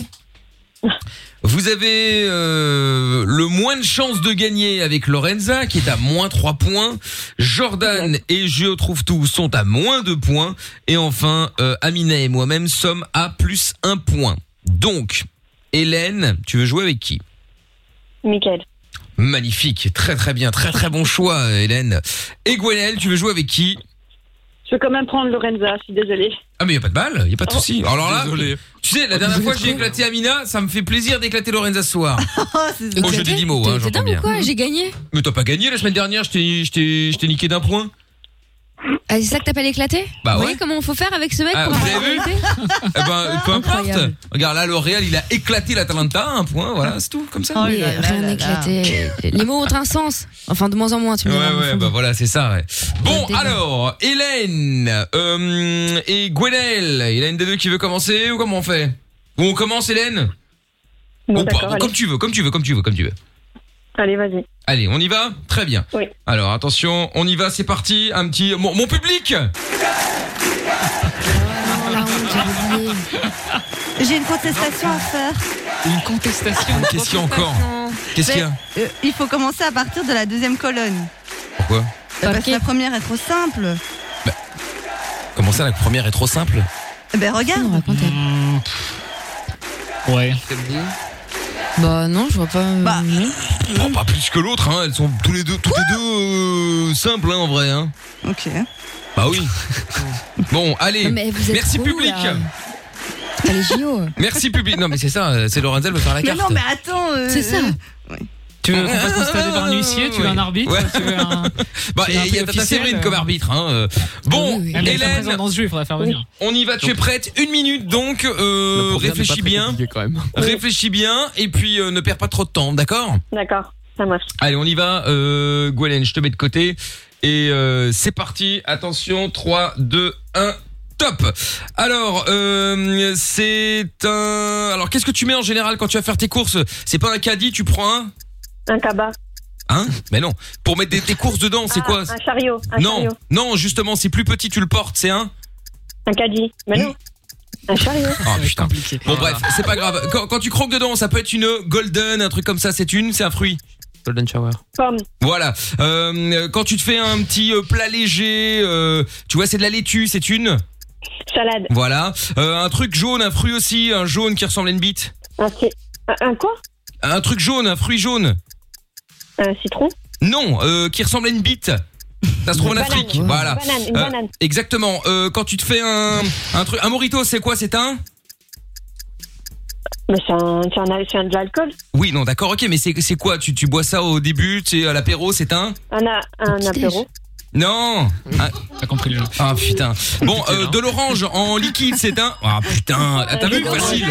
vous avez euh, le moins de chances de gagner avec Lorenza qui est à moins 3 points. Jordan et Gio trouve tout sont à moins 2 points. Et enfin, euh, Amina et moi-même sommes à plus 1 point. Donc, Hélène, tu veux jouer avec qui Michael. Magnifique, très très bien, très très bon choix euh, Hélène. Et Gwenelle, tu veux jouer avec qui Je vais quand même prendre Lorenza, je suis désolée. Ah mais y a pas de balle, y a pas de souci. Alors là, Désolé. tu sais, la dernière fois que j'ai éclaté Amina, ça me fait plaisir d'éclater Lorenza ce soir. Au jeu des 10 mots, hein, T'es j'entends dingue ou bien. quoi J'ai gagné. Mais t'as pas gagné la semaine dernière, je t'ai- je t'ai je t'ai niqué d'un point. Ah, c'est ça que t'appelles éclaté Vous Bah ouais. voyez comment faut faire avec ce mec Ah, pour vous avoir avez vu la vérité Eh ben, peu importe. Regarde là, le Real, il a éclaté l'Atalanta, un point, voilà, c'est tout, comme ça. Oh Mais rien éclaté. Les mots ont un sens. Enfin, de moins en moins, tu me Ouais, diras. ouais, bah voilà, c'est ça, ouais. Bon, alors, Hélène euh, et Gwenelle, Hélène des deux qui veut commencer ou comment on fait Ou on commence, Hélène Ou pas, ou comme tu veux, comme tu veux, comme tu veux, comme tu veux. Allez, vas-y. Allez, on y va Très bien. Oui. Alors, attention, on y va, c'est parti. Un petit... Mon, mon public J'ai une contestation à faire. Une contestation Qu'est-ce qu'il y a encore Qu'est-ce qu'il y a Mais, euh, Il faut commencer à partir de la deuxième colonne. Euh, Pourquoi Parce que la première est trop simple. Comment ça, la première est trop simple Eh Ben regarde. Ouais. Bah non, je vois pas. Bon, pas plus que l'autre, hein. elles sont tous les deux, toutes les deux euh, simples hein, en vrai. Hein. Ok. Bah oui. bon, allez, Non, mais vous êtes merci trop, public là. Allez, JO. Merci public. Non mais c'est ça, euh, c'est Lorenzel veut faire la Mais carte. non, mais attends. euh, C'est ça. Tu veux qu'on fasse constater par un huissier, tu veux un arbitre, tu veux un- Bah, tu veux un il y a officiel, Tata Séverine euh. Ah comme arbitre. Hein. euh. Bon, oui, oui. Elle est pas Hélène, présente dans ce jeu, il faudrait faire venir. On y va, tu es prête Une minute donc. euh, programme n'est réfléchis pas très bien. Réfléchis bien et puis euh, ne perds pas trop de temps, d'accord D'accord, ça marche. Allez, on y va. Euh, Gwenlen, je te mets de côté. Et euh, c'est parti. Attention, 3, 2, 1. Top. Alors, euh, c'est un. Alors, qu'est-ce que tu mets en général quand tu vas faire tes courses C'est pas un caddie, tu prends un Un cabas. Hein Mais non. Pour mettre des- tes courses dedans, c'est Ah, quoi Un chariot. Un Non, chariot. non, justement, c'est plus petit, tu le portes, c'est un. Un caddie. Mais non. Un chariot. Ah putain. Bon bref, c'est pas grave. Quand, quand tu croques dedans, ça peut être une golden, un truc comme ça. C'est une, c'est un fruit. Golden shower. Pomme. Voilà. Euh, euh, quand tu te fais un petit euh, plat léger, euh, tu vois, c'est de la laitue, c'est une. Salade. Voilà. Euh, un truc jaune, un fruit aussi, un jaune qui ressemble à une bite. Un, ci- un- un quoi Un truc jaune, un fruit jaune. Un citron. Non, euh, qui ressemble à une bite. Ça se trouve en Une banane. Afrique. Une Voilà. Euh, banane, une banane. Exactement. Euh, quand tu te fais un, un truc, un morito, c'est quoi C'est un Mais c'est un, c'est un, c'est un de l'alcool. Oui, non, d'accord, ok, mais c'est c'est quoi tu, tu bois ça au début, tu sais, à l'apéro, c'est un Un, a- un apéro. Non T'as compris le jeu. Ah putain. Bon, euh, de l'orange en liquide, c'est un. Ah putain, ah, t'as vu, facile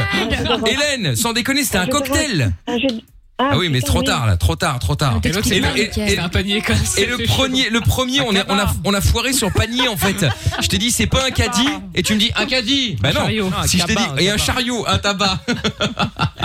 Hélène, sans déconner, c'était un cocktail Un jeu de- ah oui, mais c'est putain, trop tard là, trop tard, trop tard. Et l'autre, c'est pas nickel. C'est un panier, quoi. Et le C'est premier, chaud. le premier, Un on a, on a, cabas. on a foiré sur panier en fait. Je t'ai dit c'est pas un caddie et tu me dis un caddie. Bah Un non. chariot. Si je t'ai dit Un cabas, et un un chariot, un tabac.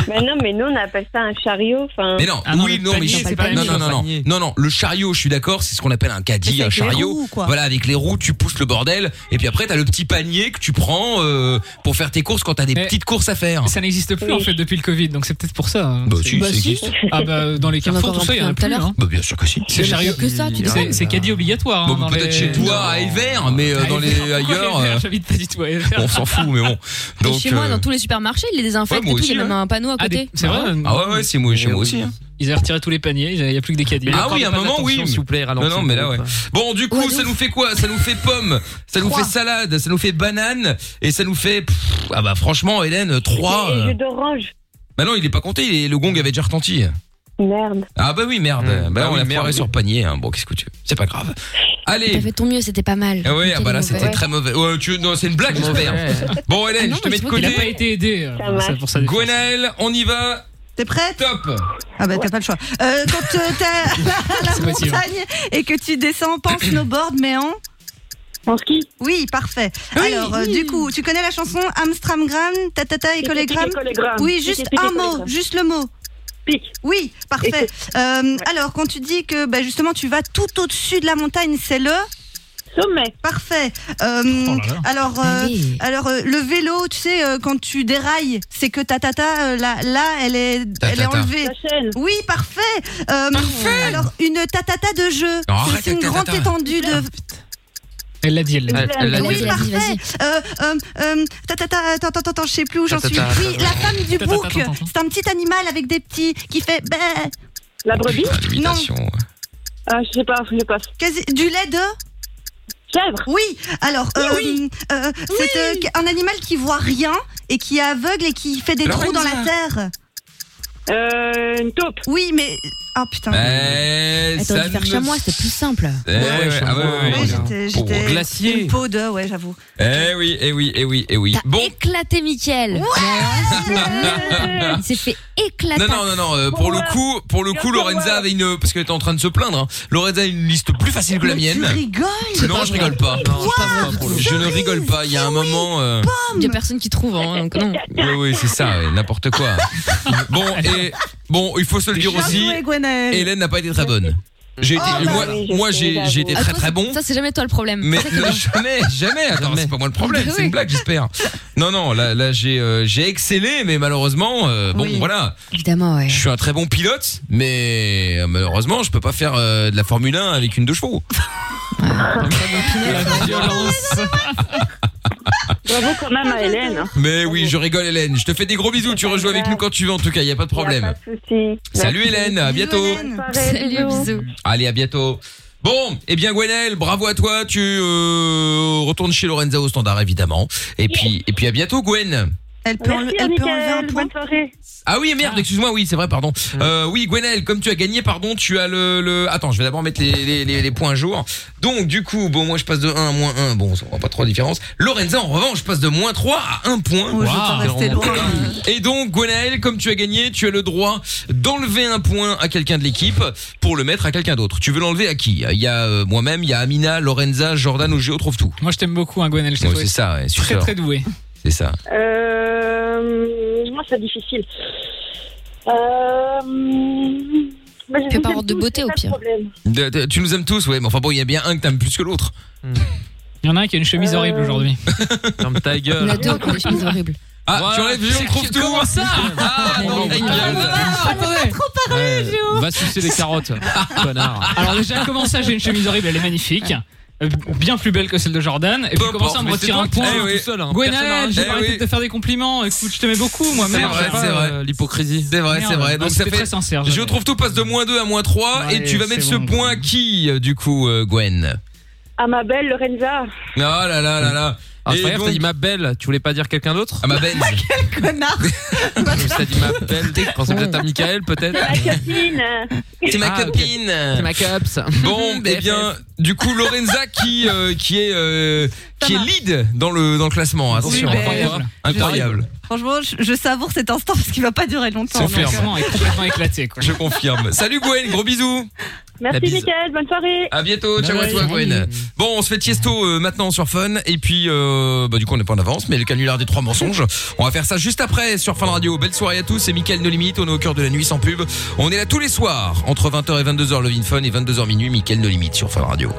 Mais non, mais nous on appelle ça un chariot. Enfin. Mais Ah non, oui, non, mais je- non, non, non, non, non, non, le chariot, je suis d'accord, c'est ce qu'on appelle un Mais caddie, c'est un avec les chariot. roues, quoi. Voilà, avec les roues, tu pousses le bordel, et puis après, t'as le petit panier que tu prends euh, pour faire tes courses quand t'as des Mais- petites courses à faire. Mais Eh, Ça n'existe plus en fait depuis le Covid, donc c'est peut-être pour ça. hein. Bah C'est- si, Bah ça si. existe. Ah bah dans J'en ai les carrefours, encore tout ça, il y en a rentré plus. tout à l'heure. hein. Bah bien sûr que si. C'est chariot. Que ça, tu C'est- dis- C'est caddie obligatoire. hein, Bon, peut-être chez toi, à Evert, mais Ah, euh, dans les ailleurs, euh, J'habite pas du tout à Evert. on s'en fout, mais bon. Et Donc, chez moi, euh, dans tous les supermarchés, ils les désinfectent ouais, moi et tout. Il y aussi, a même ouais. un panneau à Ah, côté. Bah, des- C'est vrai Ah ouais, ouais, c'est moi, chez moi aussi. hein. Ils avaient retiré tous les paniers, il n'y a plus que des caddies. Ah oui, à un moment, oui. S'il vous plaît, non, non, mais là, ouais. Bon, du coup, ça nous fait quoi Ça nous fait pomme, ça nous fait salade, ça nous fait banane, et ça nous fait. pff, ah bah, franchement, Hélène, 3. Et jus d'orange. Bah non, il est pas compté, il est- le gong avait déjà retenti. Merde. Ah bah oui, merde. bah bah on oui, a merde, foiré oui. sur panier. hein. Bon, qu'est-ce que tu veux C'est pas grave. T'as Allez. fait ton mieux, c'était pas mal. Ah ouais, ah bah là T'es c'était mauvais. très mauvais. Ouais, tu... Non, c'est une blague, C'est j'espère. mauvais. Bon, Hélène, Ah non, je te mais mets de c'est vrai côté. qu'il a pas été aidé. euh, pour ça- pour ça. Gwenaël, on y va. T'es prête Top. Ah bah t'as pas le choix. Euh, quand euh, t'es à la, la C'est facile. montagne et que tu descends pas en snowboard mais en... En ski Oui, parfait. Alors, euh, du coup, tu connais la chanson Amstramgram, tatata et Pique, collégramme pique, collégramme. Oui, Pique, juste pique, un collégramme. mot, juste le mot. Pique. Oui, parfait. Euh, Alors, quand tu dis que bah, justement tu vas tout au-dessus de la montagne, c'est le sommet. Parfait. Oh Euh, Alors, euh, alors euh, le vélo, tu sais, euh, quand tu dérailles, c'est que ta tata euh, là, là, elle est, elle est tata. enlevée. Oui, parfait. Euh, Alors, une tatata de jeu. Oh, C'est- arrête c'est une avec ta grande tata. étendue de Elle l'a dit, elle l'a dit. oui, parfait. Euh, euh, euh, ta, ta, ta, attends, attends, attends, je sais plus où j'en Ta, ta, suis. ta, Oui, ta, ta. la femme Ta, ta, du ta, bouc. ta, ta, ta. C'est un petit animal avec des petits qui fait. bah. La brebis Non. Ah, je sais pas, je passe. Quasi- du lait de Chèvre. Oui. Alors, euh, euh, c'est euh, un animal qui voit rien et qui est aveugle et qui fait des La trous dans la Rosa. terre. Euh, une taupe. Oui, mais ah putain. Eh, Attends, ça faire ne- chamois, c'était plus simple. Eh, ouais, ah ouais, ouais, ouais. J'étais- j'étais- Pour glacier. Une peau de, ouais, j'avoue. Eh oui, eh oui, eh oui, eh oui. Bon. Éclaté, Mickaël. Il s'est fait éclater. Non, non, non, non. euh, pour le coup, pour le coup, Lorenza avait une, parce qu'elle était en train de se plaindre. hein, Lorenza a une liste plus facile que la Mais tu mienne. rigoles Non, je rigole pas. Je ne rigole pas. Il y a un moment. euh, Il y a personne qui trouve, hein, donc non. Oui, oui, c'est ça, ouais, n'importe quoi. bon, et bon, il faut se le dire aussi. Hélène n'a pas été très bonne. J'ai été, Oh, bah moi, oui, moi, j'ai, j'ai été Ah, très toi, très bon. Ça, c'est jamais toi le problème. Mais Ça, c'est non, bien. jamais, jamais. Attends, c'est pas moi le problème, Mais c'est oui. une blague, j'espère. Non, non, là, là, j'ai, euh, j'ai excellé, mais malheureusement, euh, bon, Oui. voilà. Évidemment, ouais. Je suis un très bon pilote, mais euh, malheureusement, je peux pas faire euh, de la Formule 1 avec une deux chevaux. Bravo quand même à Hélène. hein. Mais oui, je rigole, Hélène. Je te fais des gros bisous. Tu rejoues avec nous quand tu veux, en tout cas, il y a pas de Pas problème. de soucis. Salut, Merci. Hélène, à bientôt. Bonne soirée, Salut, bisous. Allez, à bientôt. Bon, eh bien Gwenel, bravo à toi. Tu euh, retournes chez Lorenza au standard évidemment. Et puis et puis à bientôt Gwen. Elle peut, enle- elle peut enlever un point. Ah oui, merde, excuse-moi, oui, c'est vrai, pardon. Mm. Euh, oui, Gwenel, comme tu as gagné, pardon, tu as le... le... Attends, je vais d'abord mettre les, les, les, les points à jour. Donc, du coup, bon, moi, je passe de 1 à moins 1. Bon, on voit pas trop la différence. Lorenza, en revanche, je passe de moins 3 à 1 point. Oh, je vais pas rester Vraiment. loin. Et donc, Gwenaël, comme tu as gagné, tu as le droit d'enlever un point à quelqu'un de l'équipe pour le mettre à quelqu'un d'autre. Tu veux l'enlever à qui Il y a euh, moi-même, il y a Amina, Lorenza, Jordan ou Géo trouve tout. Moi, je t'aime beaucoup, hein, Gwenel. Je t'ai Ouais, trouvé c'est ça, ouais, Très, super. très doué. C'est ça. Euh, moi, c'est difficile. Euh, moi, je Fais vous par aime ordre de tous, beauté, c'est au pas le pire. problème. De- de- tu nous aimes tous, ouais, mais enfin bon, il y a bien un que t'aimes plus que l'autre. Hmm. Il y en a un qui a une chemise horrible aujourd'hui. Ferme ta gueule. Deux ont des chemises horribles. Ah, tu enlèves Géo trouve tout Comment ça Ah, bon, Va sucer les carottes, connard. Alors déjà, comment ça, j'ai une chemise horrible, elle est magnifique. Euh, Bien plus belle que celle de Jordan. Et puis Peu importe, commencer à me mais c'est retirer toi un qui Eh point te fais tout seul, hein. Personne Gwenaël, n'a- j'ai Eh arrêté oui. de te faire des compliments. Écoute, je t'aimais beaucoup, moi. C'est vrai, c'est vrai. euh, L'hypocrisie. C'est vrai, c'est vrai. Donc ça fait. très sincère. je trouve tout passe de moins 2 à moins 3 et Allez, tu vas c'est mettre ce bon. point à qui euh, du coup euh, Gwen À ma belle Lorenza. Oh là là là là. Ah, c'est Et pas grave, donc- t'as dit ma belle, tu voulais pas dire quelqu'un d'autre Ah, ma belle Quel connard T'as dit ma belle, je pensais peut-être à Michael, peut-être Copine. C'est ma Ah, ok. copine. C'est ma cops. Bon, eh bien, du coup Lorenza qui euh, qui est euh, qui est lead dans le dans le classement. Attention, Super. incroyable. incroyable. Franchement, je, je savoure cet instant parce qu'il va pas durer longtemps. Son ferme. donc, euh, complètement éclaté. Je confirme. Salut Gwen, gros bisous. La Merci, bise. Mickaël. Bonne soirée. À bientôt, Bah ciao à Bye. toi Gwen. Bon, on se fait tiesto euh, maintenant sur Fun et puis euh, bah du coup on n'est pas en avance mais le canular des trois mensonges, on va faire ça juste après sur Fun Radio. Belle soirée à tous, c'est Mickaël No Limite, on est au cœur de la nuit sans pub. On est là tous les soirs entre 20h et 22h Love in Fun et 22h minuit Mickaël No Limite sur Fun Radio.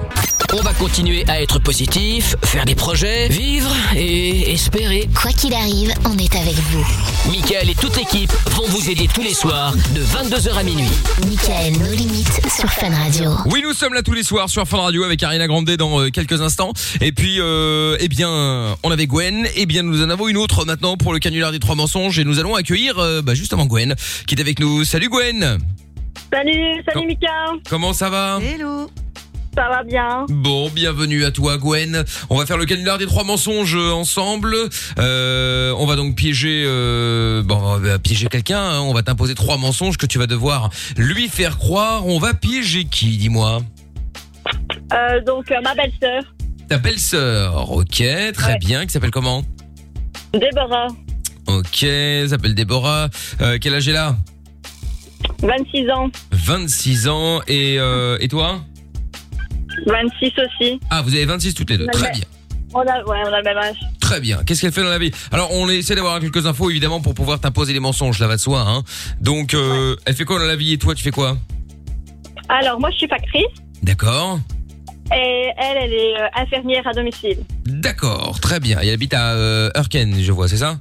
On va continuer à être positif, faire des projets, vivre et espérer. Quoi qu'il arrive, on est avec vous. Michael et toute l'équipe vont vous aider tous les soirs de 22h à minuit. Michael, nos limites sur Fun Radio. Oui, nous sommes là tous les soirs sur Fun Radio avec Ariana Grande dans euh, quelques instants. Et puis, euh, eh bien, on avait Gwen. Eh bien, nous en avons une autre maintenant pour le canular des trois mensonges. Et nous allons accueillir euh, bah, justement Gwen qui est avec nous. Salut Gwen Salut, salut Mika. Comment ça va Hello. Ça va bien. Bon, bienvenue à toi Gwen. On va faire le canular des trois mensonges euh, ensemble. Euh, on va donc piéger, euh, bon, on va piéger quelqu'un. hein. On va t'imposer trois mensonges que tu vas devoir lui faire croire. On va piéger qui, dis-moi Euh, donc, euh, ma belle-sœur, Ta belle-sœur, ok, très bien, qui s'appelle comment Déborah, Ok, elle s'appelle Déborah. Euh, quel âge elle a 26 ans, 26 ans. Et, euh, et toi 26 aussi. Ah, vous avez 26 toutes les deux. On a Très le- bien, On a, ouais, on a le même âge. très bien. Qu'est-ce qu'elle fait dans la vie Alors, on essaie d'avoir quelques infos, évidemment, pour pouvoir t'imposer les mensonges, là va de soi. Hein. Donc, euh, elle fait quoi dans la vie et toi, tu fais quoi Alors, moi, je suis factrice D'accord, et elle, elle est euh, infirmière à domicile. d'accord, très bien. Et elle habite à euh, Hurken, je vois, c'est ça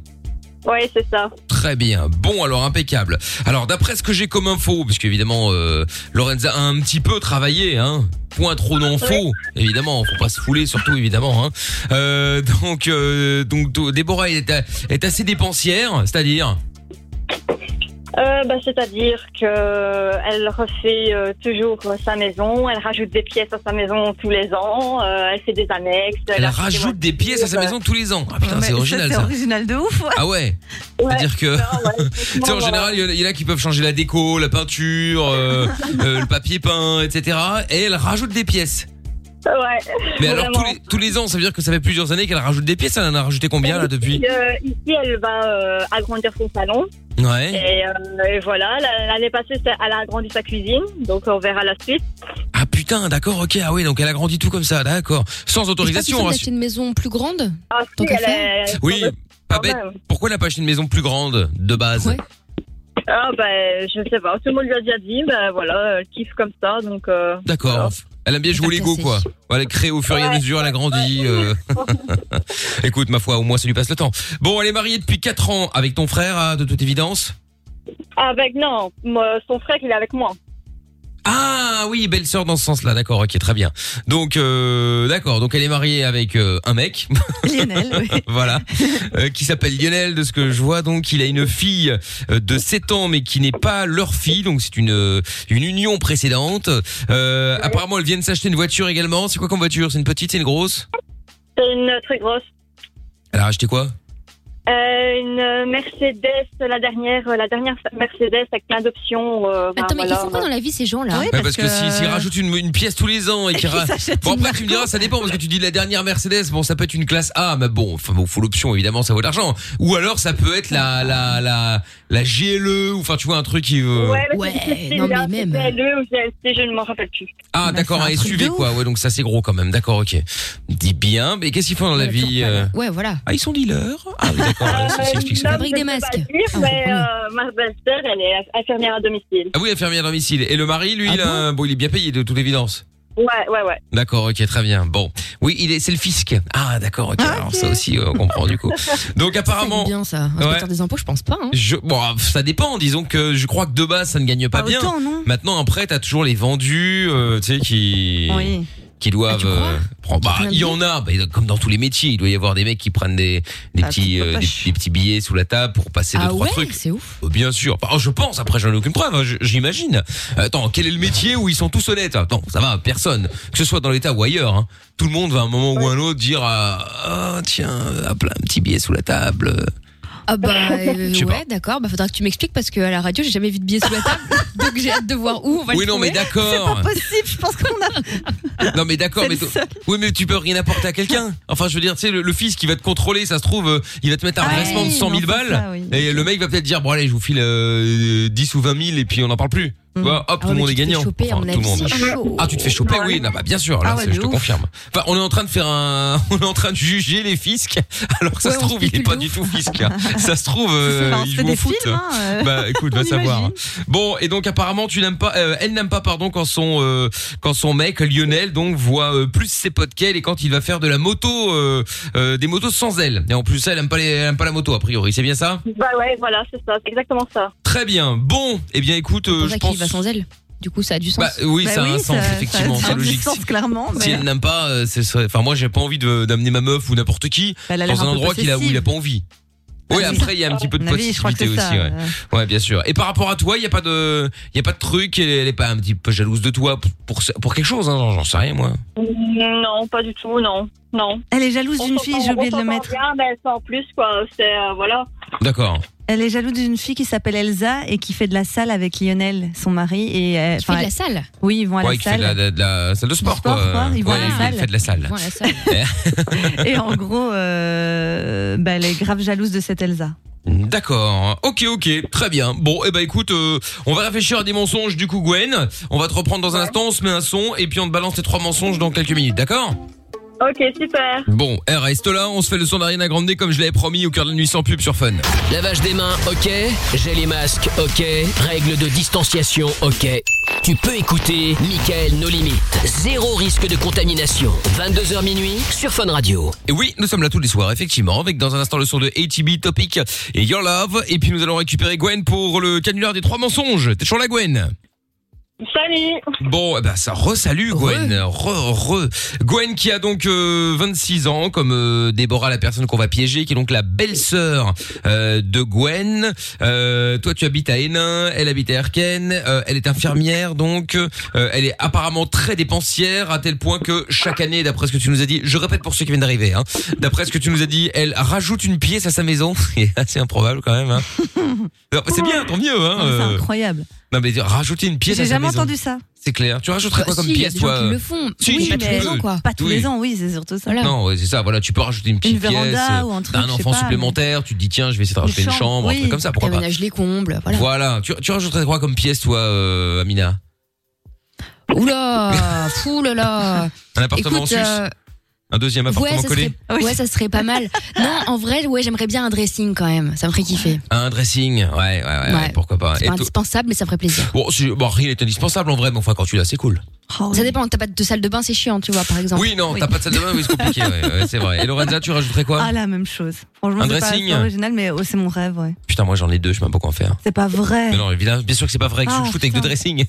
Ouais, c'est ça. Très bien. Bon, alors impeccable. Alors, d'après ce que j'ai comme info, parce qu'évidemment, euh, Lorenza a un petit peu travaillé, hein. Point trop non faux, évidemment. Faut pas se fouler, surtout évidemment. Hein. Euh, donc, euh, donc, do- Déborah est, a- est assez dépensière, c'est-à-dire. Euh, bah, C'est-à-dire que elle refait euh, toujours euh, sa maison, elle rajoute des pièces à sa maison tous les ans, euh, elle fait des annexes. Elle rajoute des rajoute des pièces à sa maison tous les ans. Ah putain, mais c'est ça, original C'est Ah ça. original de ouf. Ah ouais. C'est-à-dire que, tu sais, en général, il y en a- il y, en a qui peuvent changer la déco, la peinture, euh, euh, le papier peint, etc. Et elle rajoute des pièces. Ouais. Mais alors tous Vraiment. les, tous les ans, ça veut dire que ça fait plusieurs années qu'elle rajoute des pièces. hein, Elle en a rajouté combien là depuis Euh, ici, elle va euh, agrandir son salon. Ouais. Et, euh, et voilà, la- l'année passée, c'est- elle a agrandi sa cuisine, donc on verra la suite. Ah putain, d'accord, ok, ah oui, donc elle a grandi tout comme ça, d'accord. Sans autorisation. On hein, acheté une maison plus grande Ah, Tant qu'à elle faire. a- Oui, pas bête. Pourquoi elle a pas acheté une maison plus grande de base Ah, ben, je sais pas. Tout le monde lui a déjà dit, ben voilà, elle kiffe comme ça, donc. euh, D'accord. Elle aime bien jouer au Lego, quoi. Elle est créée au fur et à mesure, elle a grandi. euh. Écoute, ma foi, au moins ça lui passe le temps. Bon, elle est mariée depuis 4 ans avec ton frère, hein, de toute évidence. Avec, non, moi, son frère, il est avec moi. Ah oui, belle sœur dans ce sens-là, d'accord, ok, très bien. Donc, euh, d'accord, donc elle est mariée avec euh, un mec. Lionel, voilà, Euh, qui s'appelle Lionel, de ce que je vois. Donc, il a une fille euh, de 7 ans, mais qui n'est pas leur fille. Donc, c'est une euh, une union précédente. Euh, Apparemment, elles viennent s'acheter une voiture également. C'est quoi comme voiture C'est une petite, c'est une grosse C'est une euh, très grosse. Elle a acheté quoi Euh, une euh, Mercedes, la dernière, euh, la dernière Mercedes avec plein d'options. euh, ben, Attends, mais ils voilà. font quoi dans la vie ces gens-là Ouais, Bah, parce, que, si- s'ils rajoutent une, une pièce tous les ans et qu'ils Qu'ils ra- s'achètent Bon, une après, tu me diras, ça dépend parce que tu dis la dernière Mercedes, bon, ça peut être une classe A, mais bon, enfin, bon, faut l'option, évidemment, ça vaut de l'argent. Ou alors, ça peut être la, la, la, la GLE, ou enfin, tu vois, un truc qui veut. Ouais, parce que c'était non, là, mais même. c'était Le ou GLC, je ne m'en rappelle plus. Ah, d'accord, un SUV, quoi. Ouais, donc ça, c'est gros quand même. D'accord, ok. Dis bien, mais qu'est-ce qu'ils font dans la vie? euh Ouais, voilà. Ah, ils sont dealers? Ah, oui, d'accord, ouais, ça s'explique Euh, ça. Fabrique des masques. Ah, mais euh, ma belle-sœur, elle est infirmière à domicile. Ah oui, infirmière à domicile. Et le mari, lui, il a un- Ah bon, il est bien payé, de toute évidence. Ouais, ouais, ouais. D'accord, ok, très bien. Bon, oui, il est, c'est le fisc. Ah, d'accord, ok. Alors ça aussi, euh, on comprend du coup. Donc apparemment, C'est bien ça. Inspecteur Ouais. des impôts, je pense pas. hein. je, bon, ça dépend. Disons que je crois que de base, ça ne gagne pas, Pas bien. autant, non Maintenant, après, t'as toujours les vendus, euh, tu sais, qui Oui. Ah, qui doivent euh, prendre. Bah, prennent il y en a, bah, comme dans tous les métiers, il doit y avoir des mecs qui prennent des des petits euh, des, des petits billets sous la table pour passer Ah deux trois ouais, trucs. c'est ouf. Euh, Bien sûr. Enfin, je pense. Après, j'en ai aucune preuve. hein, je- J'imagine. Attends, quel est le métier où ils sont tous honnêtes Attends, ça va, personne, que ce soit dans l'État ou ailleurs, hein, tout le monde va à un moment ou à un autre dire ah, ah, tiens, hop là, un petit billet sous la table. euh, Ah bah euh, Je sais ouais, d'accord. Bah faudra que tu m'expliques parce qu'à la radio, j'ai jamais vu de billet sous la table. donc j'ai hâte de voir où on va le Oui, non, trouver. mais d'accord. possible, je pense qu'on a. Non mais d'accord, mais toi- oui mais tu peux rien apporter à quelqu'un. Enfin je veux dire, tu sais le, le fils qui va te contrôler, ça se trouve, euh, il va te mettre un Ah redressement oui, de 100 000 non, balles ça, oui. et le mec va peut-être dire bon allez je vous file euh, 10 ou 20 000 et puis on n'en parle plus. Tu vois, hop, Mm. tout Ah ouais, le mais monde tu est te fais gagnant. choper, à mon tout le avis, monde. c'est chaud. Ah, tu te fais choper, oui, non, bah, bien sûr, là, Ah ouais, c'est- de je te ouf. confirme. Enfin, on est en train de faire un, on est en train de juger les fiscs, alors que ça Ouais, se on trouve, il est pas du tout fisc. hein. Ça se trouve, euh, Bah, on se il fait joue au des foot. films, hein, euh, Bah, écoute, on va savoir. imagine. Bon, et donc apparemment tu n'aimes pas, euh, elle n'aime pas pardon quand son euh, quand son mec Lionel donc voit euh, plus ses potes qu'elle et quand il va faire de la moto euh, euh, des motos sans elle. Et en plus elle aime pas les, elle aime pas la moto a priori, c'est bien ça Bah ouais, voilà, c'est ça, c'est exactement ça. Très bien. Bon, eh bien écoute, euh, Pour je ça pense. qu'il va sans elle. Du coup, ça a du sens. Bah oui, ça a un sens effectivement, c'est logique. clairement. Si elle n'aime pas, euh, c'est- c'est- enfin moi j'ai pas envie de- d'amener ma meuf ou n'importe qui Bah, Elle a l'air dans un un peu endroit qu'il a où il a pas envie. Oui, Ah oui. après il y a un petit peu de À mon avis, je crois que positivité aussi. c'est ça, euh. ouais. Ouais, bien sûr. Et par rapport à toi, il y a pas de, il y a pas de truc. Elle, elle est pas un petit peu jalouse de toi pour pour, pour quelque chose. Hein, j'en j'en sais rien moi. Non, pas du tout, non. Non. Elle est jalouse d'une fille, j'ai oublié de le mettre. Bien, mais ça en plus, quoi. C'est, euh, voilà. D'accord. Elle est jalouse d'une fille qui s'appelle Elsa et qui fait de la salle avec Lionel, son mari. Et euh, Qui fait enfin, de la elle- salle Oui, ils vont à ouais, la qui fait de la, salle. de, la salle de sport, sport, quoi. Ils vont à Ouais, la il salle. fait de la salle. Voilà, ça. Et en gros, euh, bah, elle est grave jalouse de cette Elsa. D'accord. Ok, ok. Très bien. Bon, eh ben écoute, euh, on va réfléchir à des mensonges du coup, Gwen. On va te reprendre dans un instant. On se met un son et puis on te balance tes trois mensonges dans quelques minutes. D'accord Ok, super. Bon, eh, reste là. On se fait le son d'Ariana Grande comme je l'avais promis au cœur de la nuit sans pub sur Fun. Lavage des mains, ok. Gel et masque, ok. Règles de distanciation, ok. Tu peux écouter Michael No limites. Zéro risque de contamination. 22h minuit sur Fun Radio. Et oui, nous sommes là tous les soirs, effectivement, avec dans un instant le son de ATB Topic et Your Love. Et puis nous allons récupérer Gwen pour le canular des trois mensonges. T'es toujours là, Gwen Salut Bon, eh ben ça re-salue Gwen, re, re. Gwen qui a donc euh, 26 ans, comme euh, Déborah, la personne qu'on va piéger, qui est donc la belle-sœur euh, de Gwen. Euh, toi, tu habites à Hénin, elle habite à Erken, euh, elle est infirmière, donc euh, elle est apparemment très dépensière, à tel point que chaque année, d'après ce que tu nous as dit, je répète pour ceux qui viennent d'arriver, hein, d'après ce que tu nous as dit, elle rajoute une pièce à sa maison, c'est assez improbable quand même. Hein. Alors, C'est bien, tant mieux. Hein, C'est euh. incroyable. Non mais rajouter une pièce à J'ai sa jamais maison. entendu ça. C'est clair. Tu rajouterais Bah, quoi comme si, y a pièce, des toi gens qui euh le font. Si, Oui, si, mais tu pas tous peux. les ans, quoi. Pas tous les Oui. ans, oui, c'est surtout ça. Non, ouais, c'est ça. Voilà, tu peux rajouter une petite Une véranda pièce ou un truc, d'un je sais enfant pas, supplémentaire. Tu te dis tiens, je vais essayer de rajouter une chambre, un truc comme ça, pourquoi pas. Aménage les combles. Voilà. Tu, tu rajouterais quoi comme pièce, toi, euh, Amina Oula, fou là là. Un appartement Écoute, en sus. euh, Un deuxième appartement ouais, ça collé. serait, ouais, ça serait pas mal. Non, en vrai, ouais, j'aimerais bien un dressing quand même. Ça me ferait kiffer. Un dressing, ouais, ouais, ouais, Ouais. pourquoi pas. C'est Et pas tout- indispensable, mais ça me ferait plaisir. Bon, si- bon, rien n'est indispensable en vrai, mais enfin quand tu l'as, c'est cool. Ça dépend, t'as pas de salle de bain, c'est chiant, tu vois, par exemple. Oh, Oui, non, t'as pas de salle de bain, oui, c'est compliqué, ouais, ouais, c'est vrai. Et Lorenza, tu rajouterais quoi Ah, la même chose. Franchement, Un c'est pas dressing c'est original, mais oh, c'est mon rêve, ouais. Putain, moi j'en ai deux, je sais même pas quoi en faire. C'est pas vrai. Mais non, évidemment, bien sûr que c'est pas vrai que Ah, je foute avec deux dressings.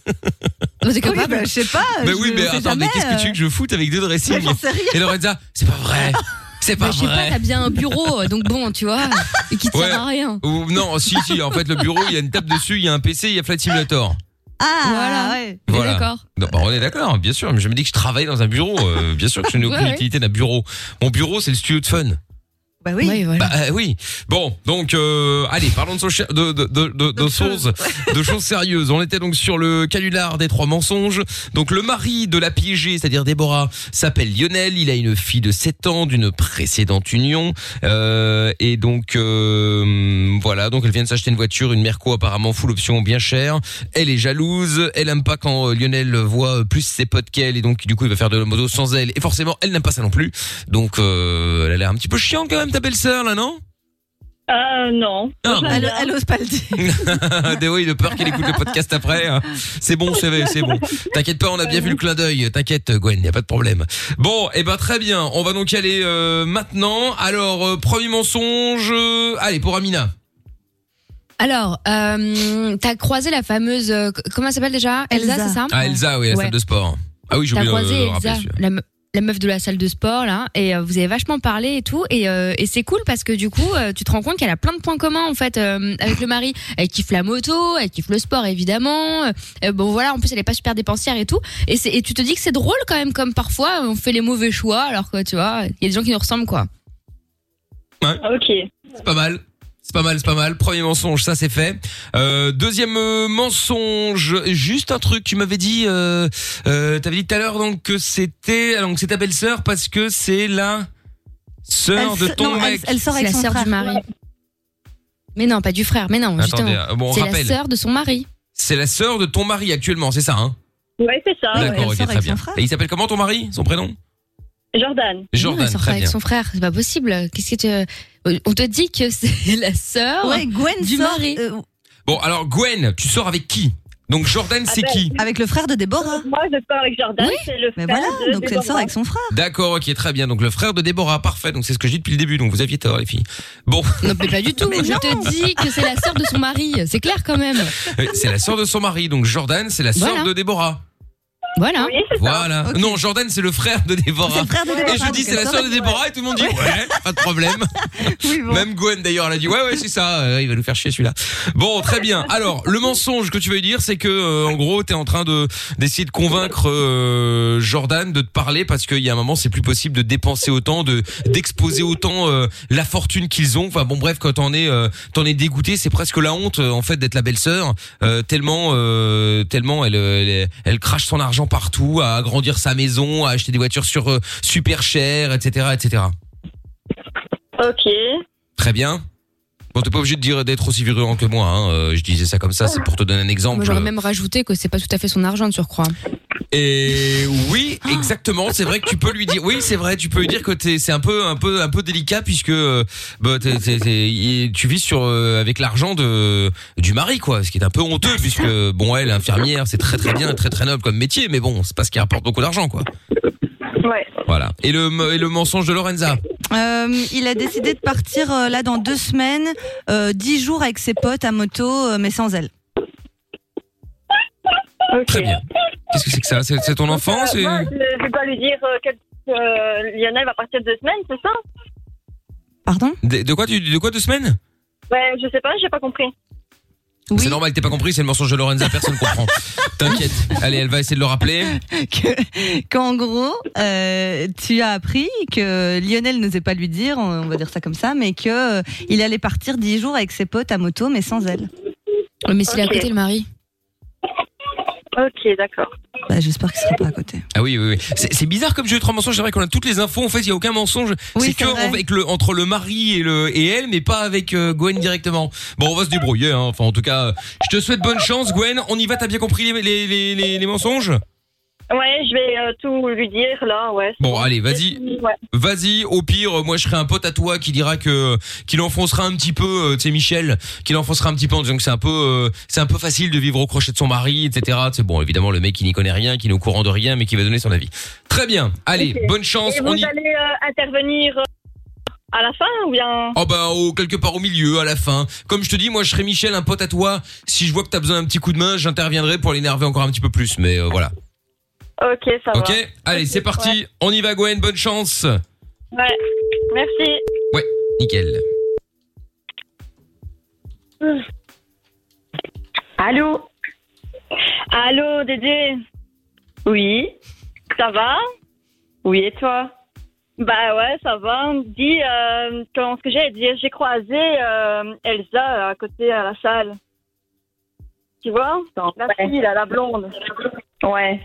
t'es capable bah, Je sais pas. Ah, Mais je- oui, mais on sait attends, mais jamais, qu'est-ce que tu veux que je foute avec deux dressings j'en sais rien. Et Lorenza, c'est pas vrai. C'est pas Bah, je sais pas, vrai. t'as bien un bureau, donc bon, tu vois, et qui te Ouais. sert à rien. Ou- non, si, si, en fait, le bureau, il y a une table dessus, il y a un PC, il y a Flight Simulator. Ah, voilà. On est Voilà. D'accord. Non, bah, on est d'accord, bien sûr. Mais je me dis que je travaille dans un bureau. euh, bien sûr que je n'ai aucune Ouais, ouais. utilité d'un bureau. Mon bureau, c'est le studio de fun. Bah oui. Bah euh, oui. Bon, donc euh, allez, parlons de, so- de, de, de, de- de choses, de choses sérieuses. On était donc sur le canular des trois mensonges. Donc le mari de la piégée, c'est-à-dire Déborah, s'appelle Lionel. Il a une fille de 7 ans d'une précédente union. Euh, et donc euh, voilà, donc elle vient de s'acheter une voiture, une Merco apparemment full option bien chère. Elle est jalouse. Elle aime pas quand euh, Lionel voit euh, plus ses potes qu'elle et donc du coup il va faire de la moto sans elle. Et forcément, elle n'aime pas ça non plus. Donc euh, elle a l'air un petit peu chiante quand même ta belle-sœur là, non Euh, non. Ah, bon. Elle, elle ose pas le dire. Des oui, de peur qu'elle écoute le podcast après. hein. C'est bon, c'est vrai, c'est bon. T'inquiète pas, on a bien vu le clin d'œil. T'inquiète, Gwen, y a pas de problème. Bon, et ben très bien. On va donc y aller euh, maintenant. Alors, euh, premier mensonge. euh, allez, pour Amina. Alors, euh, t'as croisé la fameuse, euh, comment elle s'appelle déjà Elsa, c'est ça Ah, Elsa, oui, la salle de sport. Ah oui, j'ai T'as oublié de croisé le rappeler. Elsa, celui-là. la, me- la meuf de la salle de sport là, et euh, vous avez vachement parlé et tout, et, euh, et c'est cool parce que du coup, euh, tu te rends compte qu'elle a plein de points communs en fait euh, avec le mari. Elle kiffe la moto, elle kiffe le sport évidemment. euh, bon voilà, en plus elle est pas super dépensière et tout, et, c'est- et tu te dis que c'est drôle quand même comme parfois on fait les mauvais choix alors que tu vois, il y a des gens qui nous ressemblent quoi. Ah, Ok. C'est pas mal. C'est pas mal, c'est pas mal. Premier mensonge, ça c'est fait. Euh, deuxième euh, mensonge, juste un truc. Tu m'avais dit, euh, euh, t'avais dit tout à l'heure donc que c'était, alors que c'est ta belle-sœur parce que c'est la sœur Elle de se- ton non, mec. Elle, elle sort avec la sœur du mari. Mais non, pas du frère. Mais non, Attendez, justement. euh, bon, on c'est la rappelle. sœur de son mari. C'est la sœur de ton mari actuellement, c'est ça hein Ah Ouais, c'est ça. D'accord, ok, très bien. Et il s'appelle comment ton mari Son prénom Jordan. Non, Jordan. elle sort très avec bien. son frère. C'est pas possible. Qu'est-ce que tu... euh, On te dit que c'est la sœur Ouais, Gwen du sort, mari. euh, Bon, alors Gwen, tu sors avec qui Donc Ah, Jordan, Ben. c'est qui Avec le frère de Déborah. Moi, je sors avec Jordan. C'est le Mais frère voilà, de donc elle Déborah. sort avec son frère. D'accord, ok, très bien. Donc le frère de Déborah, parfait. Donc c'est ce que je dis depuis le début. Donc vous aviez tort, les filles. Bon. Non, mais pas du tout. Mais Je non. te dis que c'est la sœur de son mari. C'est clair quand même. Euh, C'est la sœur de son mari, donc Jordan, c'est la sœur Voilà. de Déborah. Voilà. Voilà. Non, Jordan, c'est le frère de Déborah. C'est le frère de Déborah, Et je donc dis, c'est la elle sœur de sort- Déborah, et tout le monde dit, ouais, pas de problème. Même Gwen, d'ailleurs, elle a dit, ouais, ouais, c'est ça, euh, il va nous faire chier, celui-là. Bon, très bien. Alors, le mensonge que tu veux dire, c'est que, euh, en gros, t'es en train de, d'essayer de convaincre, euh, Jordan de te parler parce qu'il y a un moment, c'est plus possible de dépenser autant, de, d'exposer autant, euh, la fortune qu'ils ont. Enfin, bon, bref, quand t'en es, euh, t'en es dégoûté, c'est presque la honte, euh, en fait, d'être la belle-sœur, euh, tellement, euh, tellement elle, euh, elle, est- elle crache son argent partout, à agrandir sa maison, à acheter des voitures sur, euh, super chères, etc., etc. Ok. Très bien. Bon, t'es pas obligé de dire d'être aussi virulent que moi. Hein. Euh, je disais ça comme ça, c'est pour te donner un Moi, exemple. J'aurais même rajouté que c'est pas tout à fait son argent, de surcroît. Et oui, exactement. C'est vrai que tu peux lui dire. Oui, c'est vrai. Tu peux lui dire que t'es- c'est un peu, un peu, un peu délicat puisque euh, bah, t'es- t'es- t'es- il- tu vis sur euh, avec l'argent de du mari, quoi. Ce qui est un peu honteux puisque bon, elle, infirmière, c'est très très bien, très très noble comme métier, mais bon, c'est pas ce qui rapporte beaucoup d'argent, quoi. Ouais. Voilà. Et le et le mensonge de Lorenza. Euh, il a décidé de partir euh, là dans deux semaines, euh, dix jours avec ses potes à moto, euh, mais sans elle. Très bien. Qu'est-ce que c'est que ça C'est c'est ton enfant Euh, c'est- moi, je je vais pas lui dire euh, que euh, Lionel va partir deux semaines, c'est ça de, de quoi tu de quoi deux semaines Ouais, je sais pas, j'ai pas compris. C'est normal, t'es pas compris, c'est le mensonge de Lorenza, personne comprend. T'inquiète. Allez, elle va essayer de le rappeler. Que- Qu'en gros, euh, tu as appris que Lionel n'osait pas lui dire, on on va dire ça comme ça, mais que euh, il allait partir dix jours avec ses potes à moto, mais sans elle. Mais s'il est à Ok. côté, le mari. Ok, d'accord. Bah, J'espère qu'il sera pas à côté. Ah oui, oui, oui. C'est c'est bizarre comme jeu de trois mensonges. C'est vrai qu'on a toutes les infos. En fait, il y a aucun mensonge. c'est que vrai. avec le, entre le mari et le et elle, mais pas avec euh, Gwen directement. Bon, on va se débrouiller. hein. Enfin, en tout cas, euh, je te souhaite bonne chance, Gwen. On y va. T'as bien compris les les les, les- les mensonges Ouais, je vais euh, tout lui dire là, ouais. Bon, allez, vas-y. Ouais. Vas-y, au pire, euh, moi je serai un pote à toi qui dira que qu'il enfoncera un petit peu, euh, tu sais Michel, qu'il enfoncera un petit peu en disant que c'est un peu euh, c'est un peu facile de vivre au crochet de son mari, etc. C'est bon, évidemment le mec qui n'y connaît rien, qui n'est au courant de rien, mais qui va donner son avis. Très bien. Allez, Ok. bonne chance. Et vous On y. allez euh, intervenir euh, à la fin ou bien Oh bah au, quelque part au milieu, à la fin. Comme je te dis, moi je serai Michel, un pote à toi. Si je vois que t'as besoin d'un petit coup de main, j'interviendrai pour l'énerver encore un petit peu plus. Mais euh, voilà. Ok, ça Ok. va. Allez, c'est parti. ouais. On y va, Gwen. Bonne chance. Ouais. Merci. Ouais, nickel. Allô Allô, Dédé Oui Ça va Oui, et toi Bah ouais, ça va. Dis, euh, quand- ce que j'ai à dire, j'ai croisé euh, Elsa à côté à la salle. Tu vois La fille, là, la blonde. Ouais.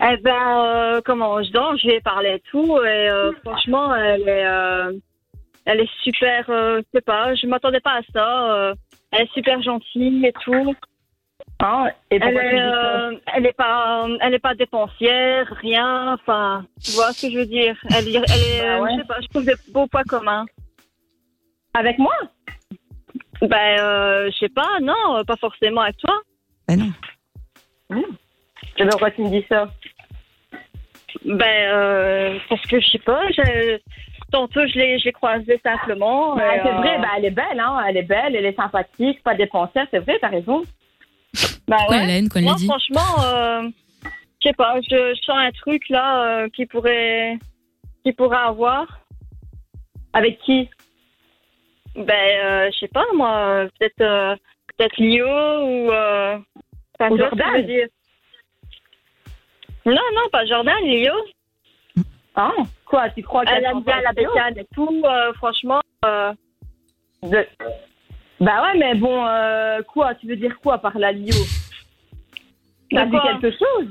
Eh ben, euh, comment Je danse, j'ai parlé et tout, et euh, franchement, elle est, euh, elle est super, euh, je sais pas, je m'attendais pas à ça. euh, elle est super gentille et tout. Ah, et elle, pourquoi tu est, dis ça euh, elle est pas, elle est pas dépensière, rien. Enfin, tu vois ce que je veux dire Elle, elle est, Bah ouais. je sais pas, je trouve des beaux points communs. Avec moi Ben, euh, je sais pas, non, pas forcément avec toi. Et Mmh. Eh pourquoi tu me dis ça Ben, euh, parce que je sais pas, je- tantôt je l'ai je l'ai croisée simplement. Bah, et, C'est euh, vrai, bah, elle est belle, hein, elle est belle, elle est sympathique, pas dépensière, c'est vrai, t'as raison. Bah Pourquoi elle a haine quand elle Moi, le dit franchement, euh, je sais pas, je, je sens un truc là euh, qui pourrait, qui pourrait avoir. Avec qui Ben, euh, je sais pas moi, euh, peut-être, euh, peut-être Lio ou. Euh, enfin, Ou tu vois ce que Jordan. je veux dire. Non, non, pas Jordan, Lio. Hein Quoi, tu crois qu'elle Elle aime s'entend bien la avec Lio bécane et tout, euh, franchement. euh, Bah ouais, mais bon, euh, quoi, tu veux dire quoi par la Lio T'as dit D'accord. quelque chose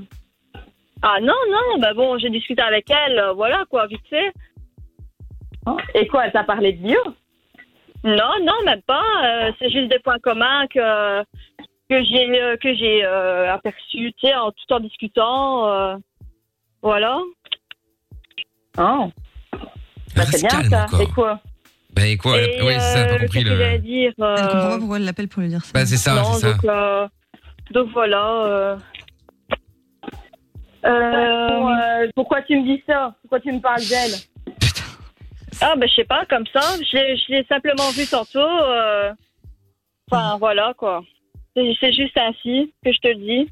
Ah non, non, bah bon, j'ai discuté avec elle, euh, voilà quoi, vite fait. Et quoi, elle t'a parlé de bio Non, non, même pas. euh, c'est juste des points communs que, que j'ai euh, que j'ai euh, aperçus, tu sais, en, tout en discutant. euh, voilà. Oh. Bah, c'est bien ça. Et quoi Bah et quoi Et, Oui, c'est ça, euh, t'as pas compris qu'est-ce que j'allais le. dire, Je euh, comprends pas pourquoi elle l'appelle pour lui dire ça. Bah c'est ça, non, c'est ça. donc, euh, donc voilà. euh. Euh, Bon, euh, Pourquoi tu me dis ça Pourquoi tu me parles d'elle Ah, ben je sais pas, comme ça. Je l'ai- je l'ai simplement vu tantôt. euh, Enfin, Mm. voilà, quoi. C'est c'est juste ainsi que je te le dis.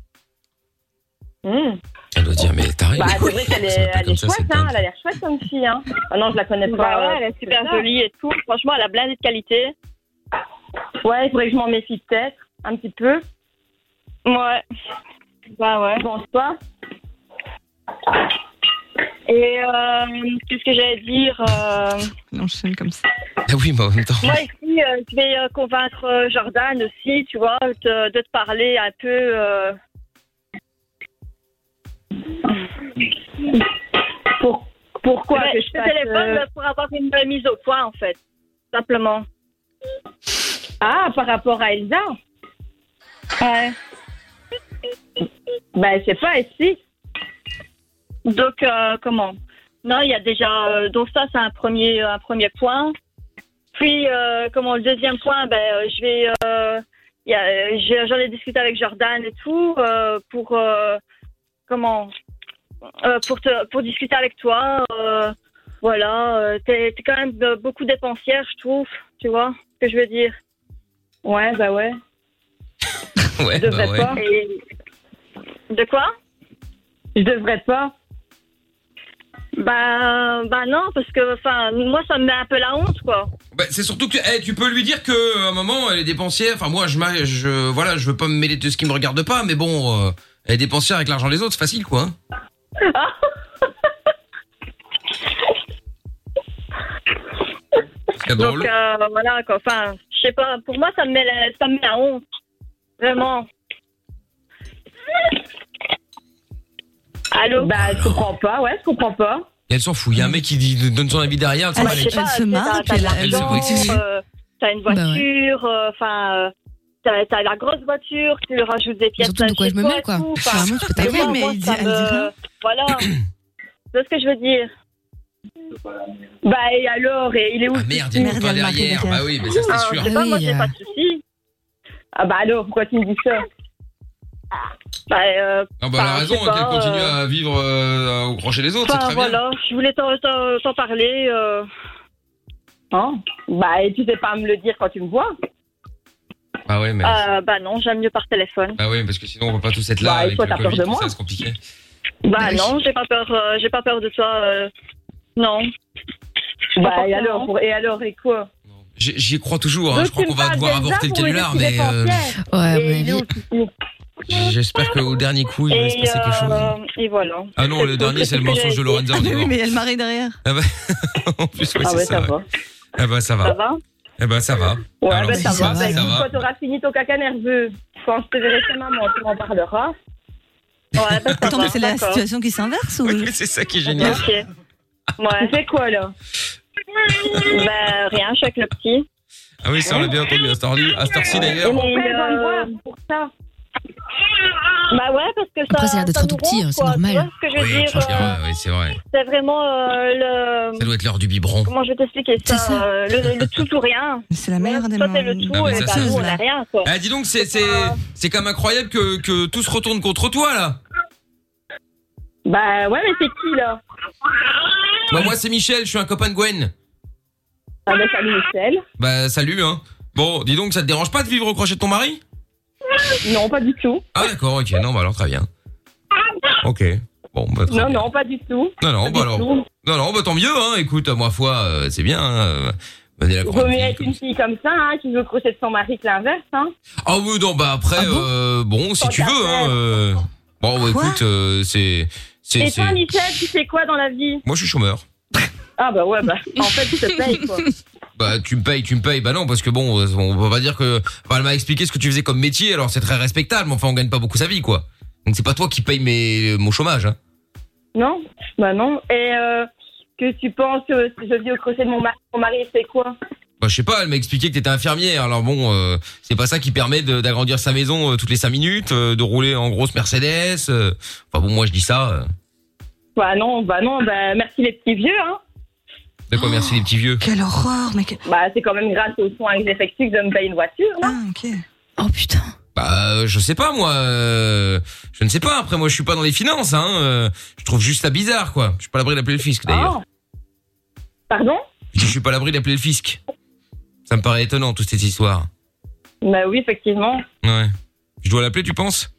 Mm. Elle doit dire, mais t'arrêtes. Bah, c'est vrai qu'elle est, elle est chouette, hein, elle a l'air chouette comme fille. Hein. Ah non, je la connais pas. Bah ouais, euh, elle est c'est super ça. jolie et tout. Franchement, elle a blindé de qualité. Ouais, il faudrait que je m'en méfie peut-être, un petit peu. Ouais. Bah ouais. Bon, toi Et euh, qu'est-ce que j'allais dire euh, L'enchaîne comme ça. Ah oui, mais en même temps. Moi ici, euh, je vais euh, convaincre euh, Jordan aussi, tu vois, te- de te parler un peu. euh, Pourquoi ben, que je je te fasse, téléphone euh, euh, pour avoir une euh, mise au point, en fait. Simplement. Ah, par rapport à Elsa Ouais. Ben, Bah, je sais pas, ici. Donc, euh, comment Non, il y a déjà. euh, donc, ça, c'est un premier, un premier point. Puis, euh, comment, le deuxième point, ben, euh, je vais. euh, il y a- euh, j'ai- J'en ai discuté avec Jordan et tout euh, pour. euh, comment Euh, pour, te, pour discuter avec toi. euh, voilà, euh, t'es t'es quand même euh, beaucoup dépensière, je trouve. Tu vois ce que je veux dire ben Ouais, bah ouais. Ouais, Je devrais bah ouais. pas. De quoi Je devrais pas. Bah, bah non, parce que enfin, moi, ça me met un peu la honte, quoi. Bah, c'est surtout que eh, tu peux lui dire que euh, à un moment elle est dépensière. Enfin moi je m'a- je voilà je veux pas me mêler de ce qui me regarde pas, mais bon euh, elle est dépensière avec l'argent des autres, c'est facile quoi. hein. C'est drôle. Donc euh, voilà, quoi. enfin, je sais pas, pour moi ça me met la, ça me met la honte. Vraiment. Allô Bah, je comprends pas, ouais, je comprends pas. Et elle s'en fout. Il y a un mec qui dit- donne son avis derrière. Elle s'en Bah, bat je les sais couilles. pas, tu sais, euh, t'as- t'as de Elle se- l'argent, oui, si, si. euh, T'as une voiture, euh, enfin, euh, t'as t'as la grosse voiture, tu rajoutes des pièces. Surtout de quoi à je me chez toi mêle, et quoi. tout. Enfin, vraiment, tu peux t'arrêter. moi, Mais moi, il dit- ça elle dit me- rien. Voilà. C'est ce que je veux dire. Bah et alors, et il est où Ah merde, il y a Merde, pas elle m'a fait derrière. des Bah gaffe. oui, mais ça, c'est Ah, sûr. Je sais pas, Oui, moi j'ai euh. pas de soucis. Ah bah alors, pourquoi tu me dis ça Bah euh, Ah bah elle a enfin, je raison, sais hein, qu'elle pas, continue euh, à vivre euh, au crochet des autres, c'est Enfin, très bien. Ben, voilà, je voulais t'en- t'en t'en parler. euh. Hein Bah, et tu sais pas me le dire quand tu me vois Ah ouais, mais... Euh, Bah non, j'aime mieux par téléphone. Ah ouais, parce que sinon on va pas tous être là Bah, et avec toi, le t'as peur Covid, de tout moi ça, c'est compliqué. Bah non, j'ai pas peur, euh, j'ai pas peur de toi. euh, Non. Bah et alors, pour- et alors, et quoi J'y j'y crois toujours, hein, Donc, je crois tu qu'on me va parles devoir d'Elsa avorter le pour une canular, décider mais... sans euh, pierre. Et il est où, J'espère qu'au dernier coup, il va se Et, passer quelque chose. euh, et voilà. Ah non, le dernier, c'est le mensonge de Lorenza, on est Oui, d'accord. mais elle marie derrière. Ah bah, en plus, oui, Ah c'est ouais, ça. ça ouais. Ah bah, ça Ça va. va Ah bah, ça va. Ouais, Alors, bah, si ça, va. Bah, ça écoute, va. Quand t'auras fini ton caca nerveux, quand je te verrai chez maman, tu m'en parleras. Ouais, bah, ça Attends, va, mais c'est la d'accord. situation qui s'inverse ou C'est ça qui est génial. Ok. Ouais. C'est quoi là Bah rien, je suis avec le petit. Ah oui, ça, on l'a bien entendu. À cette heure- à cette heure-ci, d'ailleurs. Mais, Ouais, va me voir pour ça. euh, Bah ouais, parce que ça. Après, ça a l'air d'être ça trop nous petit, ronge, c'est quoi, tu normal. vois ce que je veux Oui, dire, euh, Ah, oui, c'est vrai. c'est vraiment euh, le. Ça doit être l'heure du biberon. Comment je vais t'expliquer ça, euh, le, le tout ou rien. C'est la merde, Toi, t'es le tout, Ah, mais et ça, bah, c'est- nous, on a rien, quoi. Ah, dis donc, c'est c'est Euh. c'est quand même incroyable que que tout se retourne contre toi là. Bah ouais, mais c'est qui là Bah moi c'est Michel, je suis un copain de Gwen. Ah, bah salut Michel. Bah salut hein. Bon, dis donc, ça te dérange pas de vivre au crochet de ton mari Non, pas du tout. Ah d'accord, ok, non bah alors très bien. Ok. Bon, bah, très Non, bien. non, pas du tout. Non, non, bah alors. tout. Non, non, bah tant mieux, hein. Écoute, à moi foi, euh, c'est bien, hein. euh, Mener la Il croix. vaut mieux être une fille comme ça, hein, qui veut crocher de son mari que l'inverse, hein. Ah oui, non, bah après, euh, bon, si tu veux, hein. euh, Bon, bah, écoute, euh, c'est. c'est- Et c'est- toi, Michel, tu fais quoi dans la vie Moi, je suis chômeur. Ah bah ouais, bah en fait, tu te payes, quoi. Bah tu me payes, tu me payes. Bah non parce que bon, euh, on peut pas dire que. Enfin, elle m'a expliqué ce que tu faisais comme métier. Alors c'est très respectable, mais enfin on gagne pas beaucoup sa vie quoi. Donc c'est pas toi qui paye mes mon chômage. Hein. Non Bah non. Et euh, que tu penses que je vis au crochet de mon mari, mon mari c'est quoi Bah je sais pas. Elle m'a expliqué que t'étais infirmière. Alors bon, euh, c'est pas ça qui permet de- d'agrandir sa maison euh, toutes les cinq minutes, euh, de rouler en grosse Mercedes. euh. Enfin bon, moi je dis ça. euh. Bah non, bah non, bah merci les petits vieux, hein. De quoi merci les petits vieux. Quelle horreur, mec Bah c'est quand même grâce aux soins que j'effectue que je me paye une voiture, là. Ah, ok. Bah euh, je sais pas moi. euh, je ne sais pas. Après moi je suis pas dans les finances. Hein. euh, je trouve juste ça bizarre quoi. Je suis pas à l'abri d'appeler le fisc d'ailleurs. Pardon Je dis, je suis pas à l'abri d'appeler le fisc. Ça me paraît étonnant toute cette histoire. Bah oui, effectivement. Ouais. Je dois l'appeler, tu penses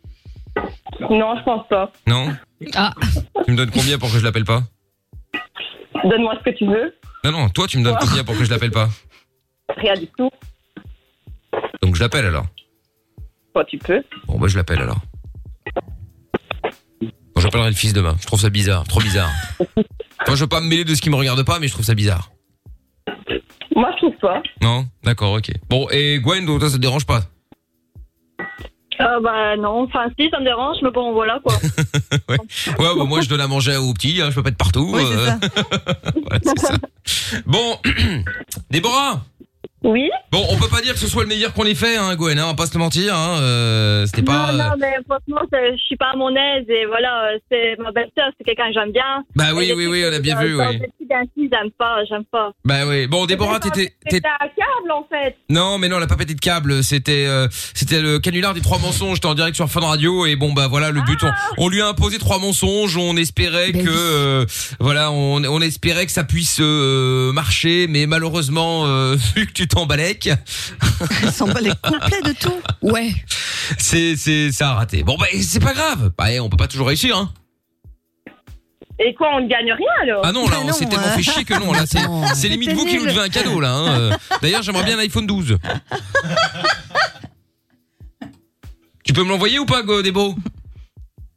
Non, je pense pas. Non Ah. Tu me donnes combien pour que je l'appelle pas Donne-moi ce que tu veux. Non, non, toi, tu me donnes combien pour que je l'appelle pas Rien du tout. Donc je l'appelle alors. Toi, tu peux. Bon, bah je l'appelle alors. Bon, j'appellerai le fils demain. Je trouve ça bizarre, trop bizarre. Moi, je veux pas me mêler de ce qui me regarde pas, mais je trouve ça bizarre. Moi, je trouve pas. Non D'accord, ok. Bon, et Gwen, donc toi, ça te dérange pas Euh, bah non, enfin si, ça me dérange, mais bon, voilà quoi. Ouais, bah, moi, je donne à manger aux petits, hein, je peux pas être partout. euh. Voilà, c'est ça. Bon, Déborah Oui Bon, on peut pas dire que ce soit le meilleur qu'on ait fait, hein, Gwen, hein, on va pas se le mentir, hein, euh, c'était pas... Non, non, mais franchement, c'est- je suis pas à mon aise et voilà, euh, c'est ma belle-sœur, c'est quelqu'un que j'aime bien. Euh, Bah oui, oui, oui, on a bien vu, oui. oui. J'aime pas, j'aime pas. Bah oui, bon, Déborah, t'étais... C'est t'étais- un câble en fait. Non, mais non, elle a pas pété de câble. C'était, euh, c'était le canular des trois mensonges. J'étais en direct sur Fun Radio et bon bah voilà le Ah. but. On, on lui a imposé trois mensonges. On espérait que, euh, voilà, on, on espérait que ça puisse euh, marcher, mais malheureusement, euh, vu que tu t'emballais, s'emballait complet de tout. Ouais. C'est, c'est, ça a raté. Bon bah c'est pas grave. Bah eh, on peut pas toujours réussir, hein. Et quoi, on ne gagne rien alors Ah non, là, on euh. s'est tellement fait chier que non, là, c'est, c'est limite vous qui nous nul. devez un cadeau, là. hein. Euh, D'ailleurs, j'aimerais bien un iPhone 12. tu peux me l'envoyer ou pas, Go, Débo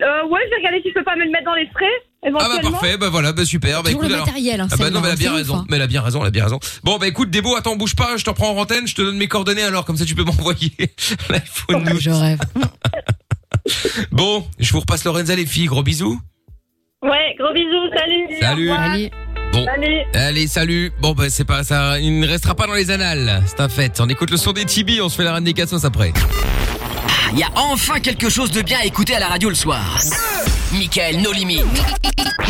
Euh, ouais, je vais regarder si je peux pas me le mettre dans les frais, Ah bah éventuellement. parfait, bah voilà, bah super. Bah, Toujours écoute, le alors- matériel, hein, ah bah celle-là, non, mais elle a hein, bien c'est raison. ouf, hein. Mais elle a bien raison, elle a bien raison. Bon bah écoute, Débo, attends, bouge pas, je t'en prends en antenne, je te donne mes coordonnées alors comme ça tu peux m'envoyer l'iPhone Oh, 12. Je rêve. Bon, je vous repasse Lorenza les filles, gros bisous. Ouais, gros bisous, salut. Salut. au revoir. Salut. Bon. Allez. salut. Bon, bah, c'est pas ça. Il ne restera pas dans les annales. C'est un fait. On écoute le son des Tibi. On se fait la reine des 400 après. Il Ah, y a enfin quelque chose de bien à écouter à la radio le soir. Michael, nos limites.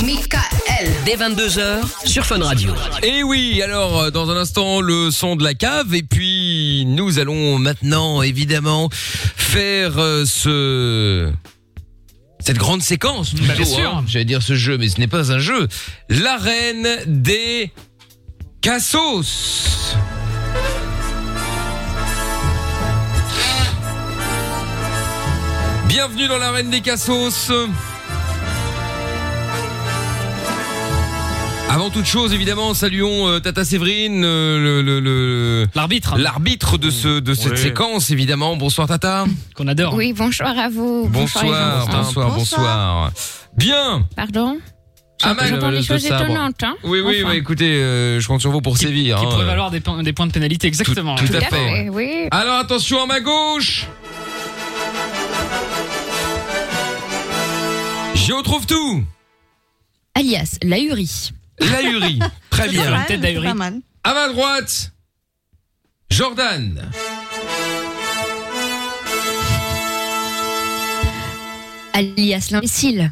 Michael. Dès 22h sur Fun Radio. Et Eh oui, alors euh, dans un instant le son de la cave et puis nous allons maintenant évidemment faire euh, ce cette grande séquence plutôt. Bah, bien sûr. hein. J'allais dire ce jeu mais ce n'est pas un jeu. L'arène des cassos. Bienvenue dans l'arène des cassos. Avant toute chose, évidemment, saluons euh, Tata Séverine, euh, le- le- le- l'arbitre, de ce de cette Ouais. séquence, évidemment. Bonsoir Tata. Qu'on adore. Oui, bonsoir à vous. Bonsoir, les gens. bonsoir, bonsoir, Bien. Pardon Amal, J'entends le- des le choses sabre. étonnantes. Hein. Oui, oui, Enfin. bah, écoutez, euh, je compte sur vous pour sévir. Qui hein. pourrait valoir des, points- des points de pénalité, exactement. tout à fait. Ah. Oui. Alors attention à ma gauche. J'y retrouve tout. Alias, la Uri. La Uri. Très C'est pas bien. mal, Tête d'ahuri. c'est pas mal. À ma droite, Jordan. Alias, l'imbécile.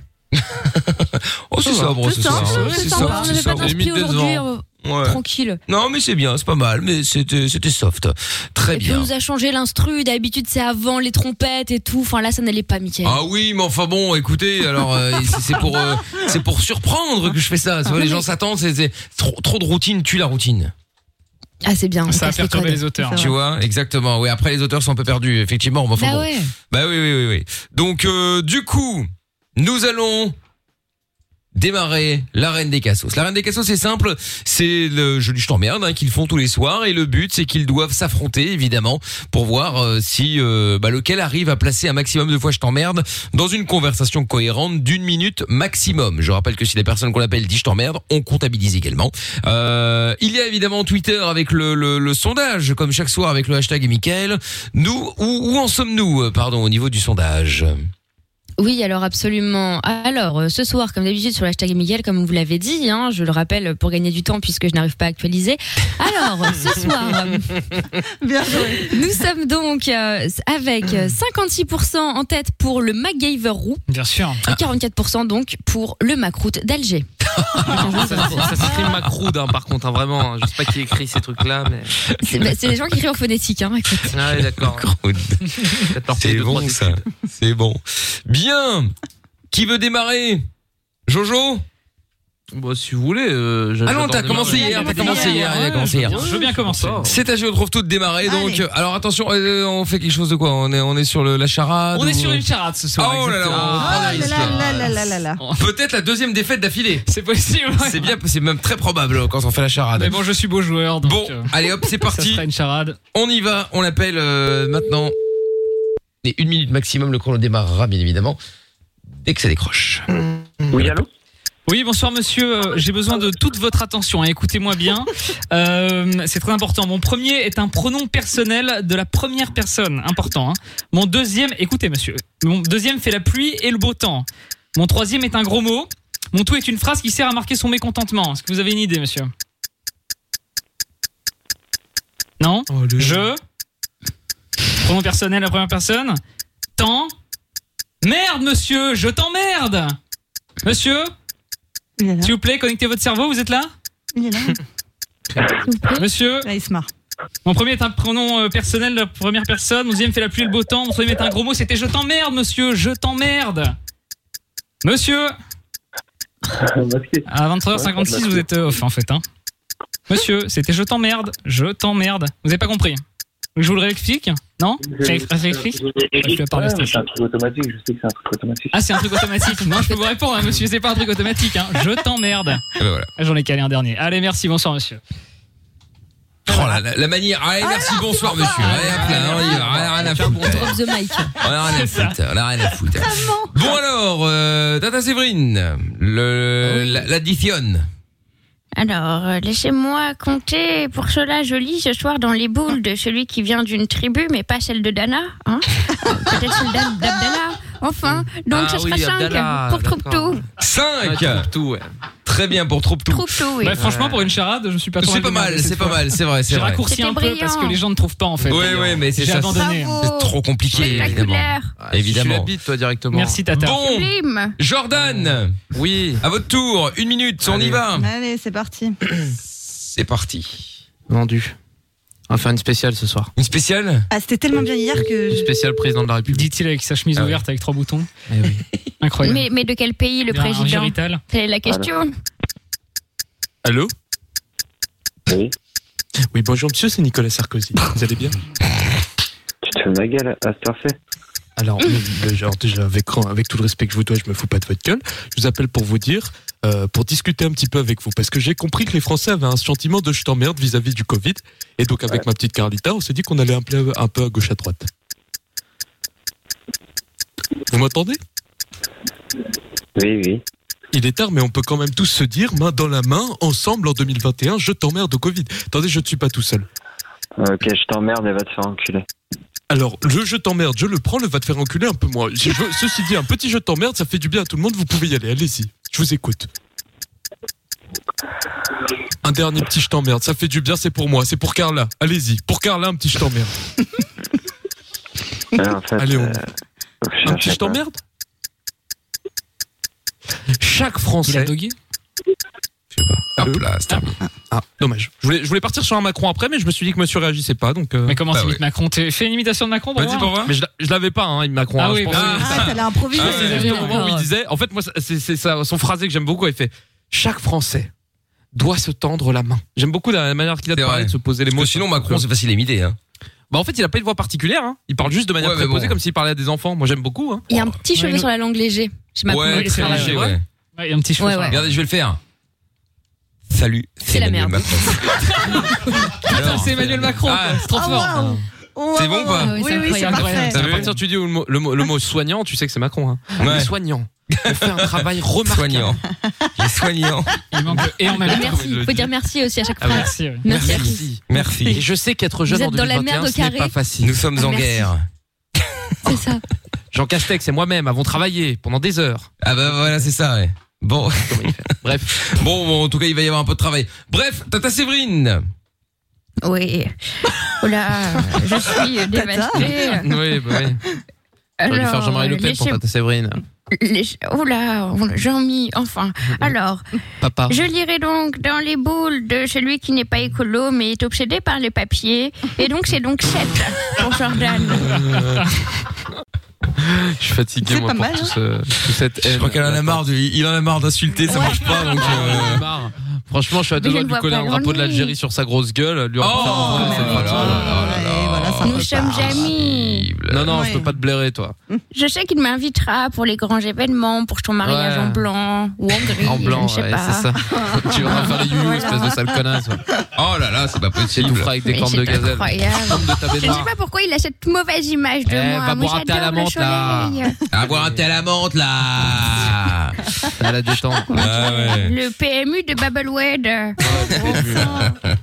Oh, c'est Ça va. sobre C'est ce soir. simple, hein. c'est simple. On ne fait pas d'inspi Limite aujourd'hui, décevant. euh, tranquille. Non, mais c'est bien, c'est pas mal, mais c'était c'était soft. Très Et puis on bien. Eh nous a changé l'instru. D'habitude, c'est avant les trompettes et tout. Enfin, là, ça n'allait pas, Michael. Ah oui, mais enfin bon, écoutez, alors euh, c'est- c'est pour euh, c'est pour surprendre que je fais ça. Tu vois, les gens s'attendent, c'est c'est- trop, trop de routine tue la routine. Ah, c'est bien. on casse codes. Tu vois, exactement. Oui, après les auteurs sont un peu perdus, effectivement. mais enfin Bah bon. ouais. Bah oui, oui, oui, oui. Donc euh, du coup, nous allons démarrer la reine des cassos. La reine des cassos, c'est simple, c'est le jeu du je t'emmerde hein, qu'ils font tous les soirs et le but c'est qu'ils doivent s'affronter évidemment pour voir euh, si euh, bah, lequel arrive à placer un maximum de fois je t'emmerde dans une conversation cohérente d'une minute maximum. Je rappelle que si la personne qu'on appelle dit je t'emmerde, on comptabilise également. Euh, il y a évidemment Twitter avec le, le- le sondage comme chaque soir avec le hashtag et Michael. Nous où, où en sommes-nous euh, pardon au niveau du sondage Oui, alors absolument. Alors, euh, ce soir, comme d'habitude, sur l'hashtag Miguel, comme vous l'avez dit, hein, je le rappelle pour gagner du temps puisque je n'arrive pas à actualiser. Alors, ce soir, Bien nous sommes donc euh, avec euh, 56% en tête pour le MacGyver roux Bien sûr. Ah. et 44% donc pour le Macroute d'Alger. Ah, ça ça s'écrit Macroud, hein, par contre, hein, vraiment. hein. Je sais pas qui écrit ces trucs-là, mais. C'est bah, c'est des gens qui crient en phonétique. Hein, écoute. Ah, ouais, d'accord. C'est bon ça. C'est bon. Bien. Qui veut démarrer Jojo Bah, si vous voulez. euh, je- Ah non, j'adore t'as commencé démarrer. hier, t'as commencé hier, il a commencé hier. Je veux bien commencer. C'est à Géo trouve tout de démarrer. Donc, euh, alors attention, euh, on fait quelque chose de quoi On est, on est sur le, la charade. On est ou- sur une charade ce soir. Oh là là, exactement. Ah, Oh, on prend des là risques. Ah, là là là là là. Peut-être la deuxième défaite d'affilée. C'est possible. C'est bien, c'est même très probable euh, quand on fait la charade. Ah, Mais bon, je suis beau joueur. Donc, euh, bon, allez hop, c'est parti. Ça sera une charade. On y va, on l'appelle euh, maintenant. Et une minute maximum, le chrono démarrera bien évidemment dès que ça décroche. Oui, allô Oui, bonsoir monsieur. Euh, J'ai besoin de toute votre attention. hein. Écoutez-moi bien. Euh, c'est très important. Mon premier est un pronom personnel de la première personne. Important. hein. Mon deuxième, écoutez monsieur. Mon deuxième fait la pluie et le beau temps. Mon troisième est un gros mot. Mon tout est une phrase qui sert à marquer son mécontentement. Est-ce que vous avez une idée, monsieur Non Oh, Je Pronom personnel, la première personne Temps Merde, monsieur, je t'emmerde Monsieur S'il vous plaît, connectez votre cerveau, vous êtes là Il est là. Monsieur Là, Ah, il se marre. Mon premier est un pronom euh, personnel, la première personne. Mon deuxième fait la pluie et le beau temps. Mon troisième est un gros mot, c'était je t'emmerde, monsieur, je t'emmerde Monsieur À 23h56, vous êtes euh, off en fait. Hein. Monsieur, c'était je t'emmerde, je t'emmerde. Vous avez pas compris Je vous le réexplique Non Je Je- le réexplique Je vais parler à Ouais, mais c'est Stéphane. un truc automatique, je sais que c'est un truc automatique. Ah, c'est un truc automatique. Non, je peux vous répondre, hein, monsieur, c'est pas un truc automatique. Hein. Je t'emmerde. Ah, J'en ai calé un dernier. Allez, merci, bonsoir, monsieur. Oh là, la, la manière. Allez, merci, bonsoir, monsieur. Allez, hop là, on y va. Rien, rien à foutre. The Mike. On a rien à foutre. On a rien à foutre. Bon alors, euh, Tata Séverine, Ah le la- l'additionne. Alors, euh, laissez-moi compter. Pour cela, je lis ce soir dans les boules de celui qui vient d'une tribu, mais pas celle de Dana. Hein Peut-être celle d'Ab- d'Abdallah. Enfin, donc Ah ça oui, sera 5 Abdallah, pour d'accord. Ah, Trouve-Tout. 5 tout, ouais. Très bien pour Troupe-Tout. Troupe-Tout, oui. Bah, franchement, pour une charade, je me suis pas trop C'est pas mal, démerdé cette c'est pas fois. mal, c'est vrai, c'est J'ai vrai. raccourci C'était un peu parce brillant. que les gens ne trouvent pas en fait. Ouais, ouais, mais c'est J'ai ça. abandonné. hein. C'est trop compliqué, évidemment. Tu Évidemment. l'habites, toi, directement. Merci, Tata. Bon. Sublime. Jordan Oui. À votre tour, une minute, on y va. Allez, c'est parti. C'est parti. Vendu. On va faire une spéciale ce soir. Une spéciale Ah, c'était tellement bien hier que. Une je- spéciale président de la République. Eh Dit-il avec sa Ah chemise ouverte avec trois boutons. Incroyable. Mais, mais de quel pays le Il y a un président Gérital. C'est la question. Allô Oui. Oui, bonjour monsieur, c'est Nicolas Sarkozy. Vous allez bien Tu te fais ma gueule ah, à cette heure-ci Alors, le- le- genre, déjà, avec, avec tout le respect que je vous dois, je me fous pas de votre gueule. Je vous appelle pour vous dire, euh, pour discuter un petit peu avec vous, parce que j'ai compris que les Français avaient un sentiment de je t'emmerde vis-à-vis du Covid. Et donc, avec ma petite Carlita, on s'est dit qu'on allait un peu, un peu à gauche à droite. Vous m'entendez Oui, oui. Il est tard, mais on peut quand même tous se dire, main dans la main, ensemble en 2021, je t'emmerde au Covid. Attendez, je ne suis pas tout seul. Ok, je t'emmerde et va te faire enculer. Alors, le je t'emmerde, je le prends, le va te faire enculer un peu moins. Je veux- ceci dit, un petit je t'emmerde, ça fait du bien à tout le monde, vous pouvez y aller, allez-y. Je vous écoute. Un dernier petit je t'emmerde, ça fait du bien, c'est pour moi, c'est pour Carla. Allez-y, pour Carla, un petit je t'emmerde. Alors, en fait, Allez, on- euh, Un petit je t'emmerde Chaque Français. Il a dogué Hop là, c'est terminé. Ah, dommage. Je voulais, je voulais partir sur un Macron après, mais je me suis dit que monsieur réagissait pas, donc. euh, Mais comment bah Ah c'est ouais. vite Macron T'es- Fais une imitation de Macron pour Vas-y, pour voir. Mais je, l'a- je l'avais pas, hein, Macron. Ah hein, oui, je pense bah que- oui. Ah, t'allais improviser. Ah, c'est le moment où il D'accord. disait. En fait, moi, ça- c'est c'est ça, son phrasé que j'aime beaucoup. Il fait Chaque Français doit se tendre la main. J'aime beaucoup la manière qu'il a de parler, de se poser les mots. Sinon, Macron, c'est facile à imiter. Bah, en fait, il a pas une voix particulière. hein. Il parle juste de manière hein. Ouais, mais très posée, bon. comme s'il parlait à des enfants. Moi, j'aime beaucoup. hein. Il y a un petit cheveu sur la langue léger. Je sais pas comment le faire, là. Ouais, il y a un petit cheveu Ouais, sur la ouais. langue. Regardez, je vais le faire. Salut, C'est la Emmanuel merde. Alors, c'est Emmanuel Macron. Ah, quoi. c'est trop ah, fort. waouh. C'est bon ou pas Oui, oui, c'est parfait. À partir du dis où le mot, le mot- le mot soignant, tu sais que c'est Macron. Hein. Ouais. Les soignants. On fait un travail remarquable. Soignant. Les soignants. Il manque le et en même Et temps. Ah, merci. le Faut dire merci aussi à chaque Ah, fois. merci, oui. Merci. Merci. Et je sais qu'être jeune Vous en êtes dans la 2021, merde au ce n'est carré. pas facile. Nous sommes Ah, en Ah, Merci. guerre. C'est ça. Jean Castex et moi-même avons travaillé pendant des heures. Ah bah voilà, c'est ça, ouais. Bon. Bref. Bon, bon, en tout cas, il va y avoir un peu de travail. Bref, Tata Séverine. Oui. Oh là, je suis dévastée. Oui, bah oui. Alors, J'aurais dû faire Jean-Marie Le Pen pour laissez- Tata Séverine. Les... Oh là, on- Jean-Mi, enfin. Alors, Papa. je lirai donc dans les boules de celui qui n'est pas écolo mais est obsédé par les papiers. Et donc, c'est donc 7 pour Jordan. Je suis fatigué, C'est moi, pas pour mal, tout hein. ce- toute Euh, cette haine. Ah, Je crois qu'elle en a marre, de- il en a marre d'insulter, ça marche pas, donc euh, Franchement, je suis à deux Mais doigts je ne de lui vois coller pas un drapeau de grand-mille. l'Algérie sur sa grosse gueule. Lui Oh, Oh, Nous sommes amis. Non, non, je peux pas te blairer, toi. Je sais qu'il m'invitera pour les grands événements, pour ton mariage Ouais. en blanc ou en gris. En blanc, je ne sais ouais, pas. c'est ça. tu vas faire les youyous, espèce de sale connasse. Oh là là, c'est pas possible. Tu feras avec des Mais cornes c'est de gazelle. incroyable. Cornes de ta Je ne sais baignoire. pas pourquoi il a cette mauvaise image de Eh, moi. va Moi, boire un thé à la j'adore le menthe, là. soleil. à boire un thé à la menthe, là. À la détente. ouais. Le PMU de Babelwed. Oh,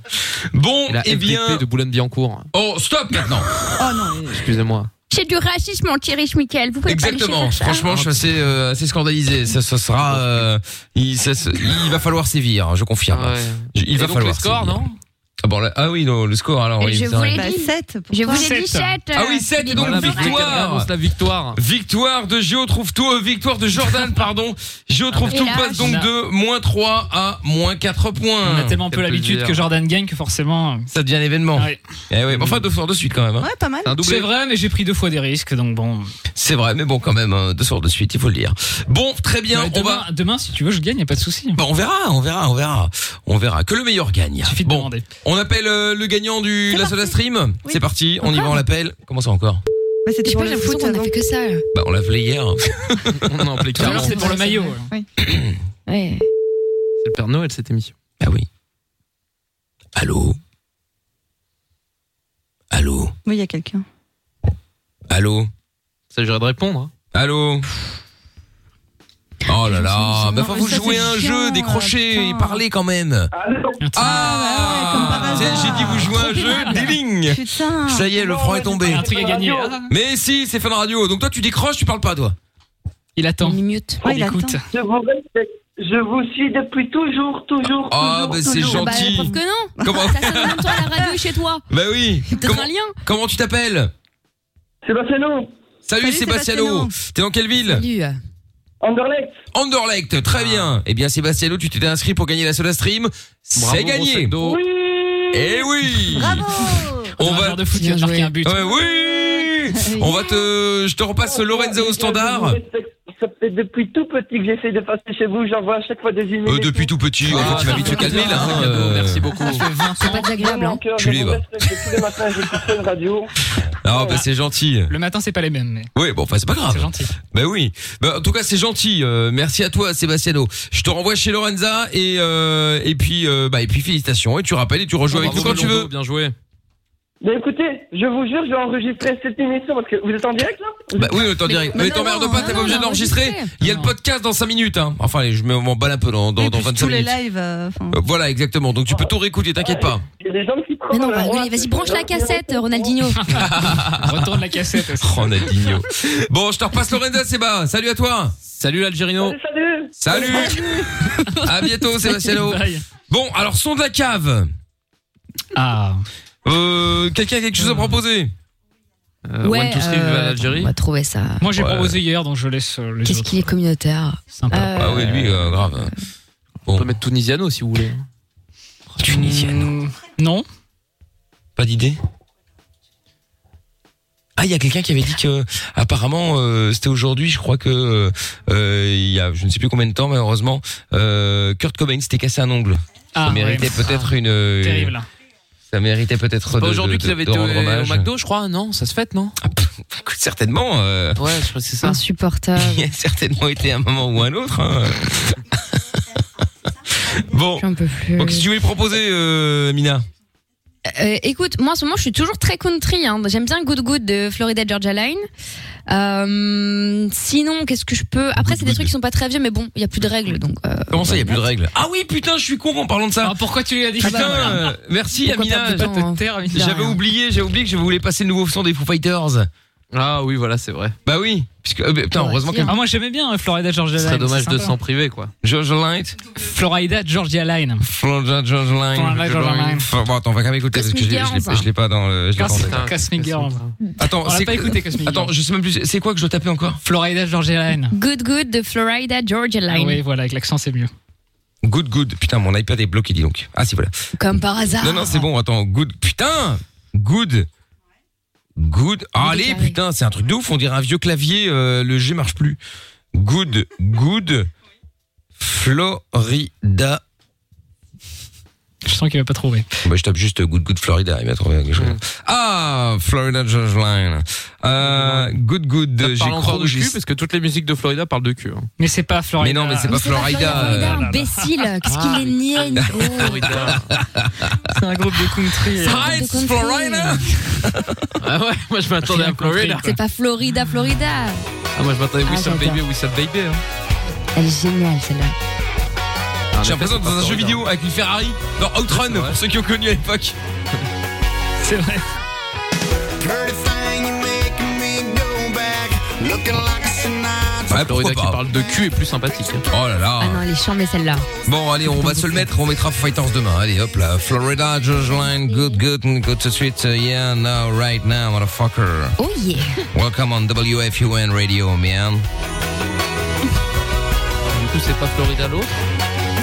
Bon, et eh bien- de Boulogne-Billancourt. Oh, stop maintenant. Oh non. Excusez-moi. C'est du racisme anti-riche, Michael. Vous pouvez pas Exactement. aller chercher ça. Franchement, je suis assez, euh, assez scandalisé. Ça, ça sera. euh, il, ça se- il va falloir sévir, hein, je confirme. Je- Il Ah Et va donc, falloir. le score, sévir. non ah, bon, là- ah oui, non, le score alors. Et oui, je c'est vous vrai. l'ai dit. 7 Je vous ai Bah, Sept. dit 7. Ah oui, 7 et donc Voilà, mais quelqu'un victoire. annonce la victoire. Victoire de Géo trouve tout, euh, victoire de Jordan, pardon. Géo trouve tout Et Ah, là, passe donc je- de moins 3 à moins 4 points. Ah, On a tellement peu l'habitude que Jordan gagne que forcément. euh, Ça devient l'événement. Eh ouais, mais enfin deux fois de suite quand même. hein. C'est un doublé. C'est vrai, mais j'ai pris deux fois des risques, donc bon. C'est vrai, mais bon quand même, hein, deux soirs de suite, il faut le dire. Bon, très bien, Ouais, on demain, va. Demain, si tu veux, je gagne, y a pas de souci. Bah, on verra, on verra, on verra. On verra. Que le meilleur gagne. bon, on appelle euh, le gagnant du la soda stream. C'est parti, on y va, on l'appelle. Comment ça encore Mais c'était Je pour sais pas, j'ai le l'impression foot. qu'on a fait que ça. là. Bah, on l'a appelé hier. on en Tout à l'heure, c'est pour le maillot. Oui. Ouais. C'est le Père Noël cette émission. Ah oui. Allô Allô Oui, il y a quelqu'un. Allô Ça, j'aurais de hein. répondre. Allô Oh là là, bah faut vous ça, jouer c'est un chiant, jeu, décrochez et parlez quand même. Ah, tiens, j'ai dit vous jouez un jeu, dealing. Putain. Ça y est, Oh, le franc est tombé. Un truc à gagner. hein. Mais si, c'est Fun Radio. Donc toi, tu décroches, tu parles pas, toi. Il attend. Oh, Il mute. il écoute. Je vous respecte. Je vous suis depuis toujours, toujours, Ah, toujours. bah, c'est toujours. gentil. Que non Comment- Ça sonne en même temps à la radio et chez toi. Bah oui. Peut-être Comment, un lien. comment tu t'appelles Sébastiano. Salut, Salut, Sébastiano. Sébastiano. T'es dans quelle ville Anderlecht. Anderlecht, très bien. Eh bien, Sébastiano, tu t'étais inscrit pour gagner la Soda Stream. Bravo, C'est gagné. Rosedo. Eh oui. On va de foot marquer un but. oui. On va te je te repasse Lorenzo au standard. Ça fait depuis tout petit que j'essaie de passer chez vous, j'envoie à chaque fois des emails. Euh, depuis tout petit, en fait, tu vas vite te calmer là. hein, euh, C'est pas désagréable. Hein. Tu bah. les vas. tous les matins, j'écoute une radio. Ah bah c'est gentil. Le matin, c'est pas les mêmes. Mais... Oui, bon, enfin, c'est pas grave. C'est gentil. Bah oui. Bah, en tout cas, c'est gentil. Euh, merci à toi, Sébastiano. Je te renvoie chez Lorenza et euh, et puis euh, bah et puis félicitations. Et tu rappelles et tu rejoues avec nous quand tu veux. Bien joué. Mais écoutez, je vous jure, je vais enregistrer cette émission parce que vous êtes en direct là Bah oui, mais t'en dirais. Mais t'emmerdes pas, t'es pas obligé d'enregistrer. Il y a le podcast dans 5 minutes. Hein. Enfin, allez, je me- m'en balle un peu dans, dans, dans 25 Tous les minutes. lives. euh, enfin. Euh, Voilà, exactement. Donc tu peux tout réécouter, t'inquiète pas. Mais non, bah, allez, vas-y, branche la cassette, Ronaldinho. Retourne la cassette. Oh, Ronaldinho. Bon, je te repasse Lorenza, Séba. Salut à toi. Salut l'Algérino. Salut Salut. À bientôt, Sébastiano. Bye. Bon, alors son de la cave. Ah. Euh, quelqu'un a quelque chose à proposer Ouais, One, two, three, euh, va à l'Algérie. bah, on va trouver ça. Moi, j'ai Ouais. proposé hier, donc je laisse euh, les Qu'est-ce autres. qu'il est communautaire Euh, Ah oui, lui, euh, grave. On peut mettre Tunisiano si vous voulez. Oh, Tunisiano. Hmm. Non. Pas d'idée Ah, il y a quelqu'un qui avait dit que apparemment euh, c'était aujourd'hui, je crois que euh, il y a je ne sais plus combien de temps malheureusement, euh, Kurt Cobain s'était cassé un ongle. Ah, ça méritait ouais. peut-être une euh, Terrible. Ça méritait peut-être Ah, C'est de pas aujourd'hui de- qu'il de- avait de été au, rendre hommage. au McDo, je crois, non Ça se fête, non Écoute, certainement euh, Ouais, je crois que c'est ça. Insupportable. il y a certainement été un moment ou un autre. hein. bon. Bon, qu'est-ce que tu voulais proposer euh, Mina Euh, écoute, moi en ce moment je suis toujours très country. Hein. J'aime bien Good Good de Florida Georgia Line. Euh, sinon, qu'est-ce que je peux Après, c'est des trucs qui sont pas très vieux, mais bon, il y a plus de règles, donc. euh, Comment ça, il n'y a plus de règles Ah oui, putain, je suis con en parlant de ça. Ah, pourquoi tu lui as dit Putain, ça euh, merci Pourquoi Amina. t'as pu pas te taire, Amina J'avais oublié, j'avais oublié que je voulais passer le nouveau son des Foo Fighters. Ah oui, voilà, c'est vrai. Bah oui, puisque euh, putain, heureusement que Ah, moi j'aimais bien euh, Florida Georgia Line. Ce serait dommage c'est de sympa. s'en priver, quoi. George Light, Florida Georgia Line. Florida George Florida Georgia Line. Line. Bon, attends, on va quand même écouter parce que je l'ai- je l'ai Cosmic Girls, je l'ai pas dans le. Je l'ai pas en tête. Cosmic Girl. Attends, On l'a c'est pas écouté, Cosmic Attends, je sais même plus. C'est quoi que je dois taper encore Florida Georgia Line. Good Good de Florida Georgia Ah Line. oui, voilà, avec l'accent c'est mieux. Good, good. Putain, mon iPad est bloqué, dis donc. Ah si, voilà. Comme par hasard. Non, non, c'est bon, attends. Good. Putain Good. Good. Ah, allez, putain, c'est un truc de ouf. On dirait un vieux clavier. euh, le G marche plus. Good. Good. Florida. Je sens qu'il va pas trouver. Bah, je tape juste Good Good Florida. Il m'a trouvé quelque Mm. chose. Ah, Florida Georgia Line. Euh, good Good. Ça te J'ai parle encore de cru- cul parce que toutes les musiques de Florida parlent de cul. hein. Mais c'est pas Mais Florida. non, mais c'est pas Florida. Imbécile, qu'est-ce qu'il est niais, Nico C'est un groupe de country. C'est un groupe de It's country. Florida. Ah ouais, moi je m'attendais à Florida. C'est pas Florida, Florida. Ah, moi je m'attendais à Ah, Wissam j'adore. Baby, Wissam Baby. hein. Elle est géniale celle-là. Ah, J'ai l'impression d'être dans un jeu vidéo avec une Ferrari. Dans Outrun, pour ceux qui ont connu à l'époque. C'est vrai. Ah. Ouais, pourquoi Florida qui pas. parle de cul est plus sympathique. hein. Oh là là. Ah non, elle est chambée celle-là. Bon, allez, on va se le mettre, on mettra Fighters demain. Allez, hop là. Florida, George Line, good, good, good to suite. Yeah, now, right now, motherfucker. Oh yeah. Welcome on WFUN Radio, man. Du coup, c'est pas Florida l'autre